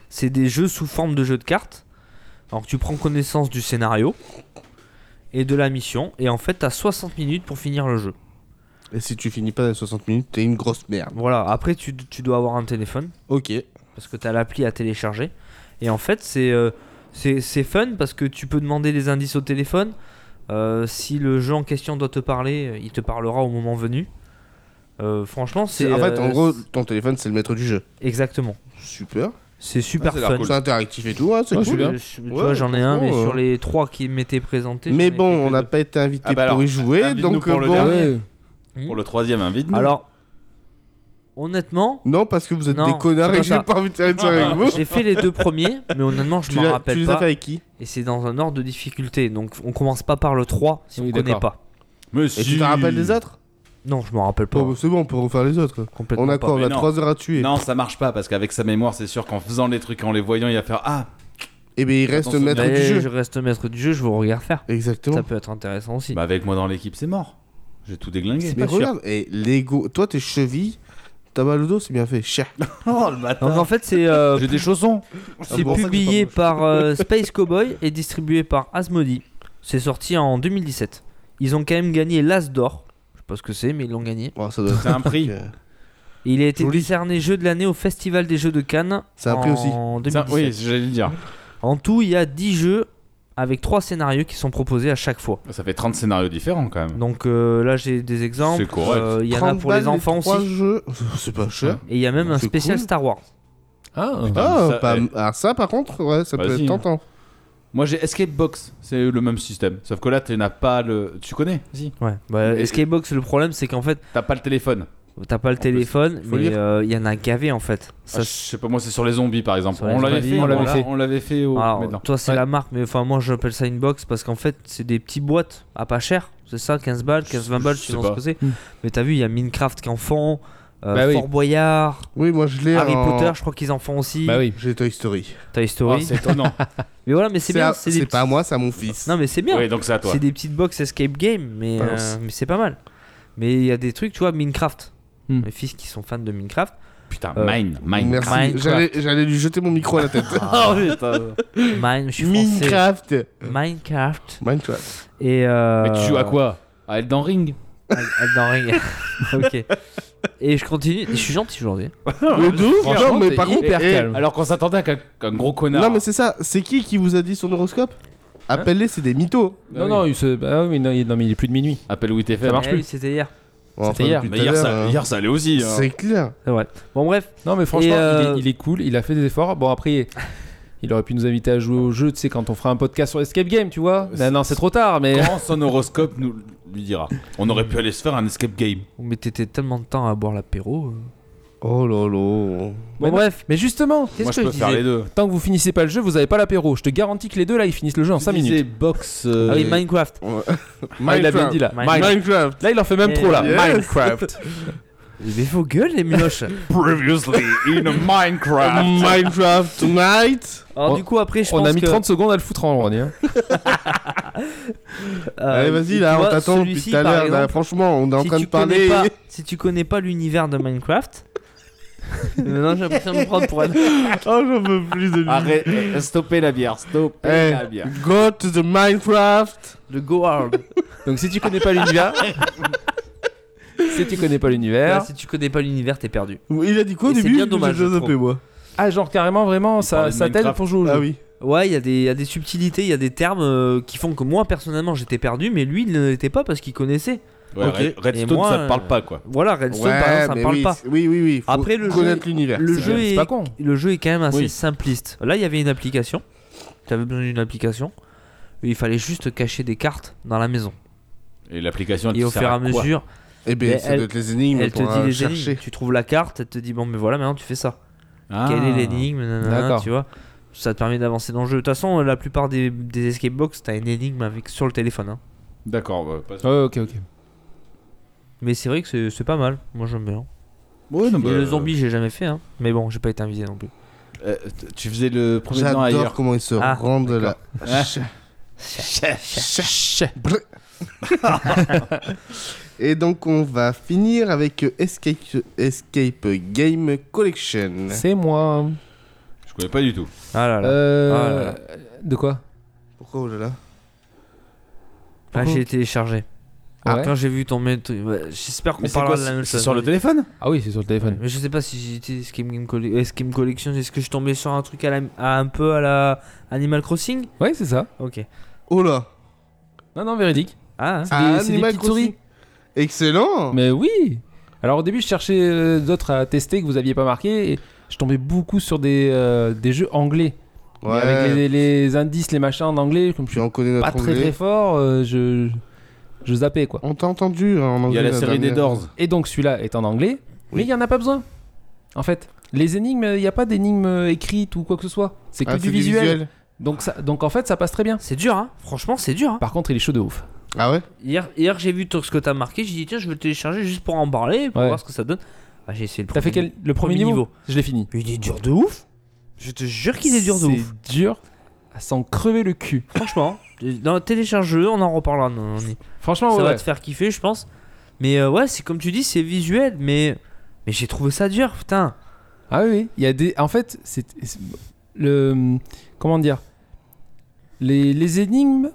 C'est des jeux sous forme de jeux de cartes. Alors tu prends connaissance du scénario et de la mission. Et en fait, t'as 60 minutes pour finir le jeu. Et si tu finis pas dans les 60 minutes, t'es une grosse merde. Voilà, après, tu, tu dois avoir un téléphone. Ok. parce que tu as l'appli à télécharger. Et en fait, c'est euh, c'est c'est fun parce que tu peux demander des indices au téléphone. Euh, si le jeu en question doit te parler, euh, il te parlera au moment venu. Euh, franchement, c'est. C'est- En fait, euh, en gros, c'est- ton téléphone, c'est le maître du jeu. Exactement. Super. C'est super Ah, c'est fun. Ah, cool. C'est interactif et tout, hein, c'est Ouais, cool. c'est bien. Je- je- tu Ouais, vois, j'en ai un, mais franchement, sur euh, les trois qui m'étaient présentés. Mais j'en ai bon, fait on que n'a deux. pas été invité Ah bah pour alors, y jouer, invite-nous donc pour euh, le bon. Ah dernier. ouais. Pour le troisième, invite. Alors, honnêtement, Non, parce que vous êtes Non, des connards et c'est pas que j'ai ça. pas envie de faire une soirée avec vous. j'ai fait les deux premiers, mais honnêtement, je Tu m'en l'as- tu rappelle les as pas. fait avec qui Et c'est dans un ordre de difficulté, donc on commence pas par le 3 si Oui, on connaît d'accord. pas. Mais Et tu te rappelles les autres Non, je m'en rappelle pas. Bon, bah, C'est bon, on peut refaire les autres. Complètement On a pas. quoi On mais a non. 3 heures à tuer. Non, ça marche pas parce qu'avec sa mémoire, c'est sûr qu'en faisant les trucs, en les voyant, il va faire Ah, Et ben il reste Attends, maître Mais du Je jeu. reste maître du jeu, je vous regarde faire. Ça Exactement. peut être intéressant aussi. bah avec moi dans l'équipe, c'est mort. J'ai tout déglingué. Mais regarde, et l'ego. Toi, tes chevilles, t'as mal au dos, c'est bien fait. Cher. Oh le matin. Donc en fait, c'est euh, J'ai des chaussons. c'est pour ça que publié c'est pas par euh, Space Cowboy et distribué par Asmodee. C'est sorti en 2017. Ils ont quand même gagné l'As d'or. Je sais pas ce que c'est, mais ils l'ont gagné. Bon, Oh, ça doit C'est un prix. être- euh, Et il a été Joli. décerné jeu de l'année au Festival des Jeux de Cannes. Ça a en pris aussi. Ça- 2017. oui, j'allais le dire. En tout, il y a 10 jeux avec 3 scénarios qui sont proposés à chaque fois. Ça fait 30 scénarios différents quand même. Donc euh, là, j'ai des exemples. C'est correct. Euh, Il y en a 30 pour les balles, enfants trois aussi. jeux. C'est pas cher. Et il y a même un C'est spécial cool. Star Wars. Ah, Ah, Ça, pas- eh. alors ça par contre, ouais, ça peut Vas-y, être tentant. Moi j'ai Escape Box, c'est le même système. Sauf que là, tu n'as pas le. Tu connais Si. Ouais. Bah, Et- Skybox, le problème, c'est qu'en fait, T'as pas le téléphone. T'as pas le peut- téléphone, faut mais euh, il lire. y en a gavé en fait. Ah, Ça, je sais pas, moi c'est sur les zombies par exemple. Sur les On l'avait zombies, fait, on on l'avait l'a- fait. on l'avait fait au. alors, Oh, Ah, mais non. oh, toi c'est Ouais. la marque, mais enfin moi j'appelle ça une box parce qu'en fait c'est des petites boîtes à pas cher, c'est ça, 15 balles, 15-20 balles, Je suivant sais ce pas. que c'est. Hmm. Mais t'as vu, il y a Minecraft qui en font, euh, Bah oui. Fort Boyard, Oui, moi je l'ai. Harry en- Potter, je crois qu'ils en font aussi, bah oui. J'ai Toy Story. Toy Oh, Story. c'est étonnant. mais voilà, mais à- c'est bien, C'est c'est des pas à petits- moi, c'est à mon fils. Non, mais c'est bien, oui, donc c'est à toi. c'est des petites box escape game, mais, Balance. euh, mais c'est pas mal. Mais il y a des trucs, tu vois, Minecraft. Hmm. Mes fils qui sont fans de Minecraft. Putain, Euh, mine, mine. Merci. Minecraft. J'allais j'allais lui jeter mon micro à la tête. Mine, je suis français. Minecraft. Minecraft. Minecraft. Et euh, Mais tu joues à quoi À Elden Ring Elden Ring. ok. Et je continue. Je suis gentil aujourd'hui. Ah, Mais de ouf, Franchement, Non, mais t'es par contre. hyper eh, calme. Alors qu'on s'attendait à qu'un- qu'un gros connard. Non, mais c'est ça. C'est qui qui vous a dit son horoscope Appelle-les, c'est des mythos. Non, non, il se- ah oui, non, il- non, mais il est plus de minuit. Appelle Wii TFM. Ça marche Eh plus. oui, C'était hier. Bon, C'était hier. depuis Mais tout à hier, l'heure, ça, euh, hier, ça allait aussi. hein. C'est clair. C'est vrai. Bon bref. Non, mais franchement, Et, il est- euh, il, est, cool, il a fait des efforts. Bon, après, il aurait pu nous inviter à jouer au jeu, tu sais, quand on fera un podcast sur Escape Game, tu vois. C'est- Non, non, c'est trop tard, mais. Quand son horoscope nous lui dira. On aurait pu aller se faire un escape game. Mais t'étais tellement de temps à boire l'apéro. euh. Oh là là. Bon Mais non. bref. Mais justement, Moi, Qu'est-ce je que je peux faire les disais deux. tant que vous finissez pas le jeu, vous avez pas l'apéro. Je te garantis que les deux là, ils finissent le jeu en 5 minutes. box. Euh, euh, Ah oui, Minecraft. Ah, il a bien dit là. Minecraft. Mine- Minecraft. Là, il en fait même Et- trop là. Yes. Minecraft. Mais vos gueules les mioches. Previously in Minecraft. Oh, Minecraft tonight. Alors On- du coup après je on pense a mis que, 30 secondes à le foutre en hein. rond. euh, Allez, vas-y, tu là, on vois, t'attend depuis celui-ci, tout à par l'heure. là, exemple, Franchement, on est en si train tu de parler. connais pas- si tu connais pas l'univers de Minecraft. Maintenant j'ai l'impression de me prendre pour un. Oh, j'en peux plus de lui. Arrête, euh, eh, stoppez la bière, stoppez Eh, la bière. go to the Minecraft. Le Go Hard. Donc, si tu connais pas l'univers. si tu connais pas Là, l'univers. si tu connais pas l'univers t'es perdu. Il a dit quoi au Et c'est début bien dommage, J'ai je zappé, trouve. moi. Ah, genre carrément, vraiment, ça, parlait de ça t'aide Minecraft. pour jouer au jeu. Ah oui. Ouais, il y, a des- il y a des subtilités, il y a des termes euh, qui font que moi personnellement j'étais perdu, mais lui il ne l'était pas parce qu'il connaissait. Ouais, Ok. Red- Redstone, Et moi, ça te parle pas quoi. Voilà, Redstone par exemple, ça mais parle oui, pas. c'est- Oui, oui, oui. faut Après, le jeu- connaître l'univers. Le C'est- jeu, c'est est, pas con. le jeu est quand même assez Oui. simpliste. Là, il y avait une application. Tu avais besoin d'une application. Il fallait juste cacher des cartes dans la maison. euh, Et l'application, elle Et au sert fur et à quoi mesure, Eh Mais ben, ça elle- doit être les énigmes elle te pour euh, dit les chercher. énigmes. Tu trouves la carte, elle te dit bon, mais voilà, maintenant tu fais ça. Ah. Quelle est l'énigme nanana, D'accord. Tu vois, ça te permet d'avancer dans le jeu. De toute façon, la plupart des, des escape box, t'as une énigme avec sur le téléphone. hein. D'accord, bah, pas- Ouais, Oh, ok, ok. Mais c'est vrai que c'est- c'est pas mal. Moi, j'aime bien. Ouais, non, Et bah, le zombie, j'ai jamais fait. hein. Mais bon, j'ai pas été invité non plus. euh, t- tu faisais le premier dedans J'adore ailleurs. comment ils se Ah, rendent là. Ah. Bleu. Et donc on va finir avec Escape, Escape Game Collection. C'est moi. Je connais pas du tout. Ah là là. Euh, De quoi Pourquoi oh là là Ah, j'ai téléchargé. Ouais. Quand j'ai vu ton mail, truc, bah, j'espère qu'on Mais c'est parlera quoi de la même C'est chose. sur le téléphone Ah oui, c'est sur le téléphone. Mais je sais pas si j'étais Escape Game, Colle- euh, Escape Collection, est-ce que je tombais sur un truc à la- à un peu à la Animal Crossing Ouais, c'est ça. Ok. Oh là Non, non, véridique. Ah, hein. C'est des- c'est des Animal petites souris. Crossing. Excellent Mais oui Alors au début, je cherchais euh, d'autres à tester que vous aviez pas marqué. Et je tombais beaucoup sur des, euh, des jeux anglais. Mais Ouais. avec les, les indices, les machins en anglais, comme je suis Puis on connaît notre pas très anglais. très fort, euh, je, je zappais quoi. On t'a entendu hein, en Il y a anglais, la série des dernière. Doors. Et donc celui-là est en anglais, mais il n'y en a pas besoin. En fait, les énigmes, il n'y a pas d'énigmes euh, écrites ou quoi que ce soit. C'est que Ah, du visuel. Donc, ça, donc en fait, ça passe très bien. c'est dur, hein. Franchement, c'est dur. Hein. Par contre, il est chaud de ouf. Ah ouais Hier, hier j'ai vu tout ce que t'as marqué, j'ai dit tiens, je vais le télécharger juste pour en parler, pour Ouais. voir ce que ça donne. Ah, j'ai essayé le T'as premier. fait quel, le premier, niveau, Je l'ai fini. Il est dur de ouf. Je te jure qu'il est dur de ouf. C'est dur à s'en crever le cul. Franchement, dans télécharge-le, on en reparlera. non, non, non. Franchement, ça Oh, ouais. va te faire kiffer, je pense. Mais euh, ouais, c'est comme tu dis, c'est visuel, mais mais j'ai trouvé ça dur, putain. Ah oui, oui, il y a des. En fait, c'est c'est- le comment dire. Les, les énigmes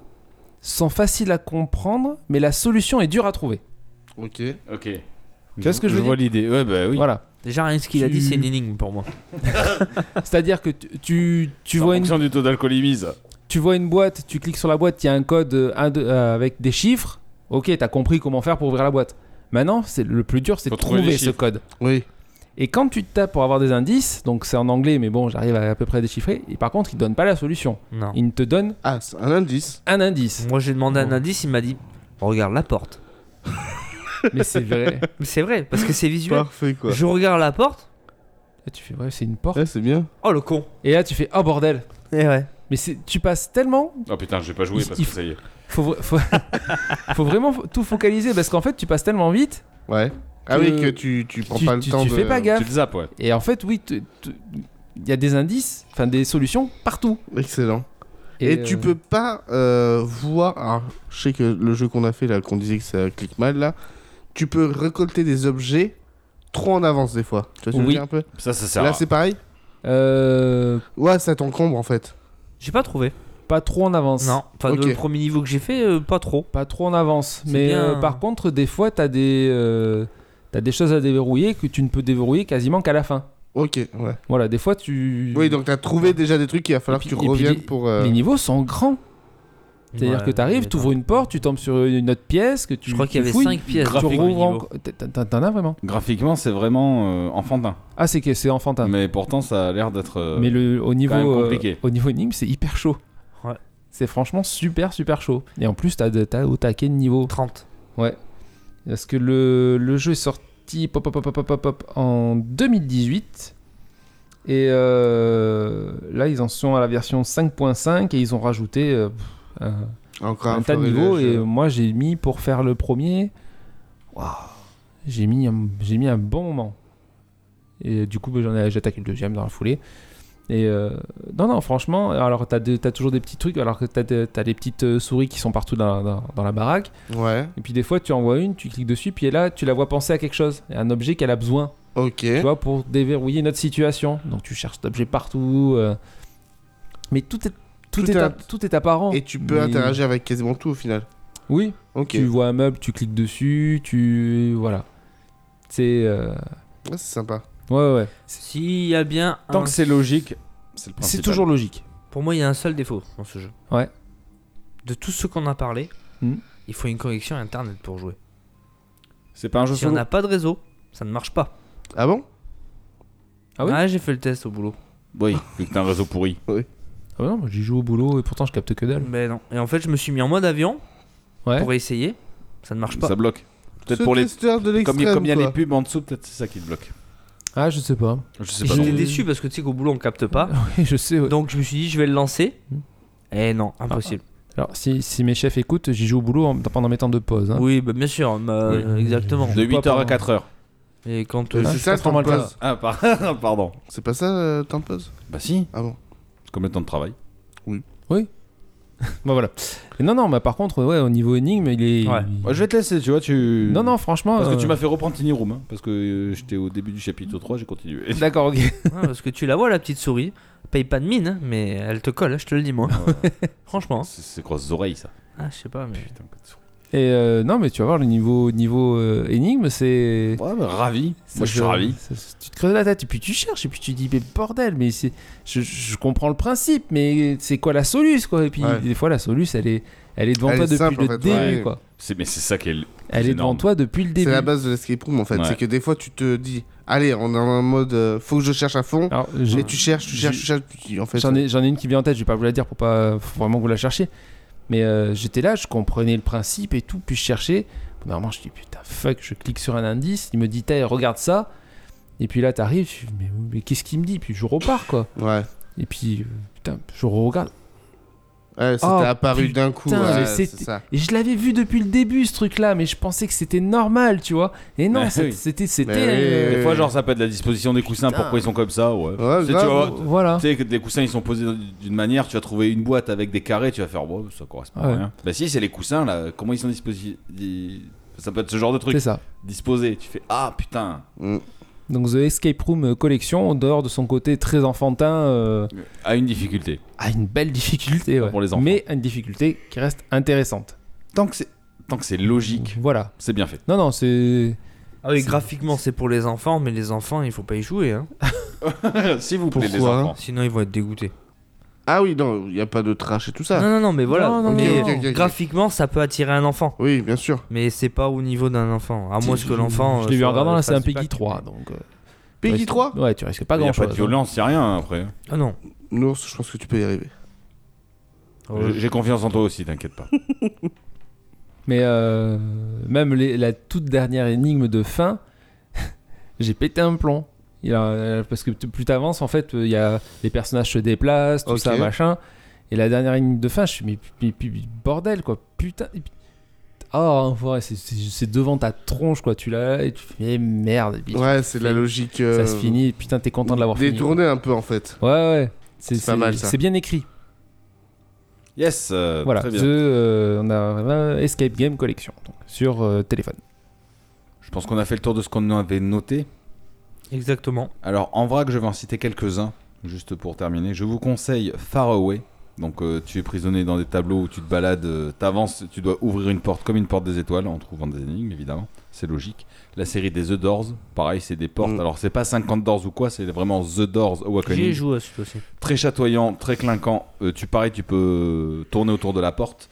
sont faciles à comprendre, mais la solution est dure à trouver. Ok. Ok. Tu vois ce que je veux Je vois l'idée. Ouais, bah oui. Voilà. Déjà rien que ce qu'il a dit, Tu- c'est une énigme pour moi. C'est-à-dire que tu tu, tu vois en une fonction du taux d'alcoolémie, ça. tu vois une boîte, tu cliques sur la boîte, il y a un code euh, un, deux, euh, avec des chiffres. Ok, t'as compris comment faire pour ouvrir la boîte. Maintenant, c'est le plus dur, c'est de Faut trouver les trouver ce chiffres. code. Oui. Et quand tu tapes pour avoir des indices, donc c'est en anglais, mais bon, j'arrive à, à peu près à déchiffrer. Et par contre, il donne pas la solution. Non. Il te donne Ah, c'est un indice. un indice. Moi j'ai demandé un Bon. indice, il m'a dit regarde la porte. mais c'est vrai. Mais C'est vrai, parce que c'est visuel. Parfait quoi. Je regarde la porte. Là, tu fais ouais, c'est une porte. Ouais, c'est bien. Oh le con. Et là, tu fais oh bordel. Eh ouais. Mais c'est- tu passes tellement, Oh putain, je vais pas jouer Il- parce il que ça y est. faut, vra- faut, faut vraiment fo- tout focaliser parce qu'en fait, tu passes tellement vite. Ouais. Ah Que- oui, que tu, tu prends tu- pas le tu- temps tu de... fais pas gaffe. Tu te zappes, ouais. Et en fait, oui, tu- tu- il y a des indices, enfin des solutions partout. Excellent. Et, tu euh, peux pas euh, voir. Alors, je sais que le jeu qu'on a fait là, qu'on disait que ça clique mal là, tu peux récolter des objets trop en avance des fois. Tu vois ce que je veux Oui. dire un peu Ça, ça sert. Là, à- c'est pareil euh, Ouais, ça t'encombre en fait. J'ai pas trouvé. pas trop en avance. Non. Enfin Ok. le premier niveau que j'ai fait, euh, pas trop. Pas trop en avance. C'est Mais bien. euh, par contre, des fois, t'as des euh, t'as des choses à déverrouiller que tu ne peux déverrouiller quasiment qu'à la fin. Ok, ouais. Voilà, des fois tu. Oui, donc t'as trouvé déjà des trucs qu'il va falloir puis- que tu et puis reviennes les- pour. euh, Les niveaux sont grands. C'est-à-dire Ouais, que t'arrives, mais t'ouvres une porte, tu tombes sur une autre pièce, que tu. Je crois qu'il y tu avait fouilles, 5 pièces. Tu dans le rouvres niveau. encore. T'en- t'en- T'en as vraiment Graphiquement, c'est vraiment euh, enfantin. Ah, c'est que c'est enfantin. Mais, Mais pourtant, ça a l'air d'être. euh, le, au niveau même euh, compliqué. au niveau énigme, c'est hyper chaud. Ouais. C'est franchement super super chaud. Et en plus, t'as de- t'as au taquet de niveau. 30. Parce que le, le jeu est sorti pop, pop, pop, pop, pop, pop, en 2018. Et euh, là, ils en sont à la version 5.5 et ils ont rajouté euh, pff, un, Encore un un tas de florilège, niveaux. Et euh, moi, j'ai mis pour faire le premier. Waouh J'ai mis, un- j'ai mis un bon moment. Et du coup, bah, j'en ai- j'attaque le deuxième dans la foulée. Et euh, non, non, franchement, alors t'as des- t'as toujours des petits trucs, alors que t'as des- t'as les petites euh, souris qui sont partout dans la- dans- dans la baraque. Ouais, Et puis des fois, tu en vois une, tu cliques dessus, puis là, tu la vois penser à quelque chose, à un objet qu'elle a besoin, ok. tu vois, pour déverrouiller notre situation. Donc tu cherches cet objet partout. euh, Mais tout est, tout, Tout est, est a- app- tout est apparent. Et tu peux Mais- interagir avec quasiment tout au final. Oui, Ok. tu vois un meuble, tu cliques dessus, tu. Voilà. C'est. euh, Ouais, Ah, c'est sympa. Ouais, ouais, ouais. S'il y a bien Tant un- que c'est logique, c'est le C'est principal. toujours logique. Pour moi, il y a un seul défaut dans ce jeu. Ouais. De tout ce qu'on a parlé, Hmm. il faut une connexion internet pour jouer. C'est pas un jeu Si on solo. n'a pas de réseau, ça ne marche pas. Ah bon Ah oui Ah j'ai fait le test au boulot. Oui, vu que t'as un réseau pourri. Ah bah non, moi j'y joue au boulot et pourtant je capte que dalle. Mais non. Et en fait, je me suis mis en mode avion Ouais. pour essayer. Ça ne marche pas. Ça bloque. Peut-être Ce pour les. testeur de Comme il y a- l'extrême, comme il y a quoi. les pubs en dessous, peut-être c'est ça qui te bloque. Ah, je sais pas. Je sais Et pas. Je- J'étais bon. déçu parce que tu sais qu'au boulot on capte pas. Oui, je sais. ouais. Donc je me suis dit je vais le lancer. Mm. Eh non, impossible. Alors, si, si mes chefs écoutent, j'y joue au boulot en, pendant mes temps de pause. hein. Oui, bah, bien sûr, mais, euh, Oui. exactement. De 8h à pendant- 4h. Et quand Euh, euh, hein, Ah, C'est je ça, passe par temps de mal, pause. Ah, par- pardon. C'est pas ça, euh, temps de pause Bah si, Ah bon c'est comme le temps de travail. Bon, Bah, voilà. Et non, non, mais par contre, ouais, au niveau énigme, il est. Ouais. Moi, je vais te laisser, tu vois, tu. Non, non, franchement. Parce que tu euh, m'as fait reprendre Tiny Room, hein, parce que euh, j'étais au début du chapitre 3, j'ai continué. D'accord, ok. euh, Ouais, parce que tu la vois la petite souris, paye pas de mine, hein, mais elle te colle, hein, je te le dis moi. Franchement. hein. C'est c'est grosses oreilles, ça. Ah, je sais pas, mais. Putain, quoi de souris. Et euh, non, mais tu vas voir, le niveau, niveau euh, énigme, c'est. Ouais, bah, ravi. c'est- Moi, je suis c'est- ravi. c'est- Tu te creuses la tête, et puis tu cherches, et puis tu dis, mais bordel, mais c'est. Je, je comprends le principe, mais c'est quoi la soluce, quoi Et puis, Ouais. des fois, la soluce, elle est, elle est devant Elle toi est depuis simple, en le fait, début, ouais. quoi. C'est- Mais c'est ça qui est. le- Elle est, devant énorme. toi depuis le C'est début. la base de l'escape room en fait. Ouais. C'est que des fois tu te dis, allez, on est en mode, euh, faut que je cherche à fond. Alors, j'ai- Et tu cherches, tu cherches, tu cherches. tu dis, en fait, J'en ai, j'en ai une qui vient en tête, je vais pas vous la dire pour pas faut vraiment que vous la cherchiez. Mais euh, j'étais là, je comprenais le principe et tout, puis je cherchais. Normalement, je dis putain, fuck, je clique sur un indice, il me dit, t'as, regarde ça. Et puis là, t'arrives, je fais, mais, mais qu'est-ce qu'il me dit Puis je repars, quoi. euh, ouais. Et puis, euh, putain, je regarde. Ouais, c'était Oh, apparu putain, d'un coup. mais ouais, c'est- c'est ça. Et je l'avais vu depuis le début, ce truc-là, mais je pensais que c'était normal, tu vois. Et non, Mais c'est- oui. c'était. c'était Mais euh, oui. Des fois, genre, ça peut être la disposition des coussins, Putain. pourquoi ils sont comme ça, ouais. Ouais, Tu sais, grave. tu vois, euh, Voilà. tu sais que des coussins ils sont posés d'une manière, tu vas trouver une boîte avec des carrés, tu vas faire, bon, ça correspond Ouais. à rien. Bah si, c'est les coussins là, comment ils sont disposés dis- Ça peut être ce genre de C'est truc, ça. disposé. Tu fais, ah putain, Mm. Donc, The Escape Room euh, Collection, en dehors de son côté très enfantin. euh, à une difficulté. a une belle difficulté ouais. Pour les enfants. mais une difficulté qui reste intéressante. Tant que c'est, tant que c'est logique, Voilà. c'est bien fait. Non non c'est Ah oui, graphiquement c'est pour les enfants, mais les enfants il faut pas y jouer. Hein. S'il vous plaît, les Pourquoi enfants. Sinon ils vont être dégoûtés. Ah oui, non, il n'y a pas de trash et tout ça. Non, non, non, mais voilà. Non, non, mais Ah. non. Ok, ok, ok. graphiquement ça peut attirer un enfant, Oui, bien sûr. mais c'est pas au niveau d'un enfant. À moins que l'enfant. Je euh, l'ai vu soit- en regardant là fasse c'est un du Peggy bac. 3 donc. euh, tu Peggy risques- 3 Ouais tu risques pas hein. Il n'y a grand pas chose. de violence, il a rien après. Ah non. Nours, je pense que tu peux y arriver. J'ai- J'ai confiance en toi aussi, t'inquiète pas. Mais euh, même les- la toute dernière énigme de fin, j'ai pété un plomb. Il y a- euh, parce que t- plus t'avances en fait euh, il y a les personnages se déplacent tout Ok. ça machin. Et la dernière énigme de fin je suis mais, mais- mais- mais bordel quoi putain. Ah enfoiré, c'est- c'est c'est devant ta tronche quoi tu l'as et tu fais eh, merde. et puis- Ouais, c'est de la fait- logique. Ça euh, se finit, putain, t'es content de l'avoir fini. Détourné un peu en fait. Ouais, ouais. C'est C'est pas c'est- mal, ça. C'est bien écrit. Yes, euh, voilà. très The, bien. euh, on a euh, Escape Game Collection donc, sur euh, téléphone. Je pense qu'on a fait le tour de ce qu'on avait noté. Exactement. Alors en vrac, je vais en citer quelques-uns, juste pour terminer. Je vous conseille Far Away. Donc euh, tu es prisonnier dans des tableaux où tu te balades, euh, t'avances, tu dois ouvrir une porte comme une porte des étoiles en trouvant des énigmes évidemment, c'est logique. La série des The Doors, pareil c'est des portes, Mm. alors c'est pas 50 Doors ou quoi, c'est vraiment The Doors J'y ai Awakening. joué à celui aussi. Très chatoyant, très clinquant, Euh, tu pareil tu peux tourner autour de la porte.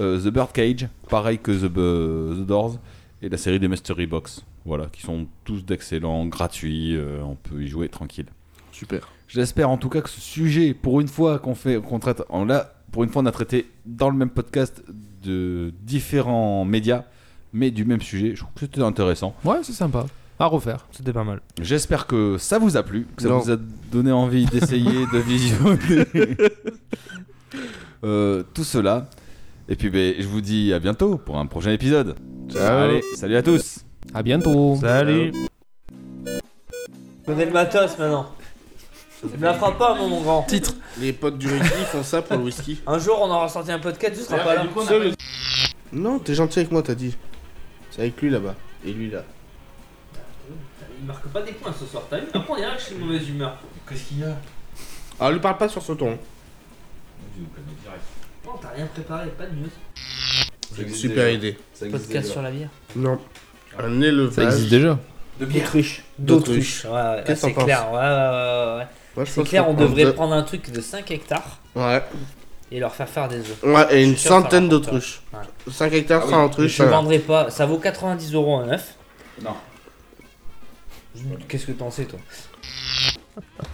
Euh, the Birdcage, pareil que The, Bu- The Doors, et la série des Mystery Box, voilà, qui sont tous d'excellents, gratuits, euh, on peut y jouer tranquille. Super. J'espère en tout cas que ce sujet, pour une fois qu'on fait, qu'on traite, on l'a, pour une fois on a traité dans le même podcast de différents médias, mais du même sujet. Je trouve que c'était intéressant. Ouais, c'est sympa. À refaire. C'était pas mal. J'espère que ça vous a plu, que ça Non. vous a donné envie d'essayer, de visionner euh, tout cela. Et puis ben, je vous dis à bientôt pour un prochain épisode. Ciao. Allez, salut à tous. À bientôt. Salut. Donnez le matos maintenant. Ne me la frappe pas, mon, mon grand. Les potes du rugby font ça pour le whisky. Un jour, on aura sorti un podcast, tu seras pas là. Non, t'es gentil avec moi, t'as dit. C'est avec lui là-bas. Et lui là. Il marque pas des points ce soir, t'as vu Après, on dirait que je suis de mauvaise humeur. Qu'est-ce qu'il y a Ah, lui parle pas sur ce ton. Non, t'as rien préparé, pas de news. C'est une super idée. Podcast sur la bière. Non. Un Ça existe élevage. déjà. De D'autruche. D'autruche. D'autruche. Ouais, ouais, Qu'est-ce c'est que t'en clair, ouais, ouais, ouais, ouais. Moi, je C'est pense clair, que- on devrait prendre un truc de 5 hectares Ouais. et leur faire faire des œufs. Ouais, et une Je suis sûr que ça centaine rapporte. d'autruches. Ouais. 5 hectares, 100 autruches. Je voilà. vendrai pas, ça vaut 90 euros un œuf. Non. Qu'est-ce que t'en sais, toi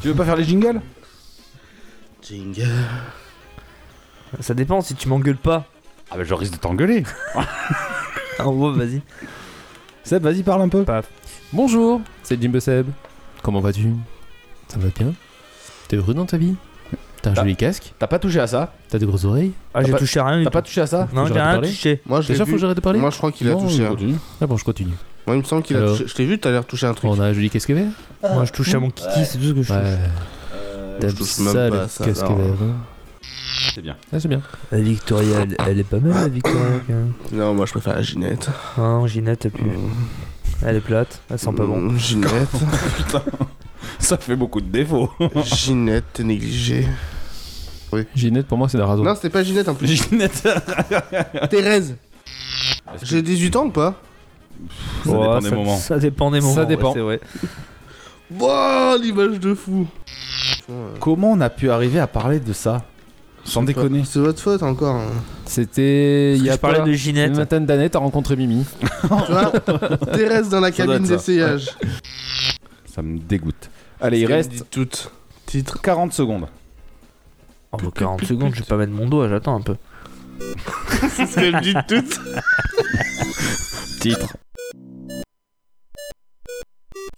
Tu veux pas faire les jingles Jingle. Ça dépend si tu m'engueules pas. Ah bah je risque de t'engueuler. Ah, En gros, vas-y. Seb, vas-y, parle un peu. Bonjour, c'est Jimbo Seb. Comment vas-tu Ça va bien T'es heureux dans ta vie T'as un Ah. joli casque T'as pas touché à ça T'as des grosses oreilles Ah, j'ai pas- touché à rien. du T'as tout. pas touché à ça Faut Non, que j'arrête j'ai de rien parler touché. Moi, je Déjà, l'ai faut que vu. j'arrête de parler Moi, je crois qu'il a Non, touché. je hein. continue. Ah bon, je continue. Moi, il me semble qu'il a Alors. touché. Je t'ai vu, t'as l'air touché un truc. On a un joli casque vert Moi, je touche à mon kiki, c'est tout ce que je touche. Ouais. T'aimes je touche même ça, pas le à ça, casque non. vert. hein C'est bien. Ah, c'est bien. La Victoria, elle, elle est pas mal, la Victoria. quand même. Non, moi, je préfère la Ginette. Ah Non, Ginette, elle pue. Elle est plate, elle sent pas bon. Mm, Ginette. Ça fait beaucoup de défauts. Ginette, t'es négligée. Ginette, pour moi, c'est la raison. Non, c'était pas Ginette en plus. Ginette. Thérèse. J'ai 18 ans ou pas Ça Ouais, dépend des ça- moments. Ça dépend des moments. ouais, dépend. c'est vrai. Wouah, l'image de fou. Comment on a pu arriver à parler de ça Sans déconner. C'est votre faute encore. hein. C'était il y a je parlais pas- de une Ginette. vingtaine d'années, t'as rencontré Mimi. tu vois Thérèse dans la Ça doit cabine être ça. d'essayage. Ça me dégoûte. Allez, il Qu'elle reste dit toute. Titre. 40 secondes. Oh, bah, 40 secondes, je vais pas mettre mon doigt, j'attends un peu. C'est ce qu'elle dit toute. Titre.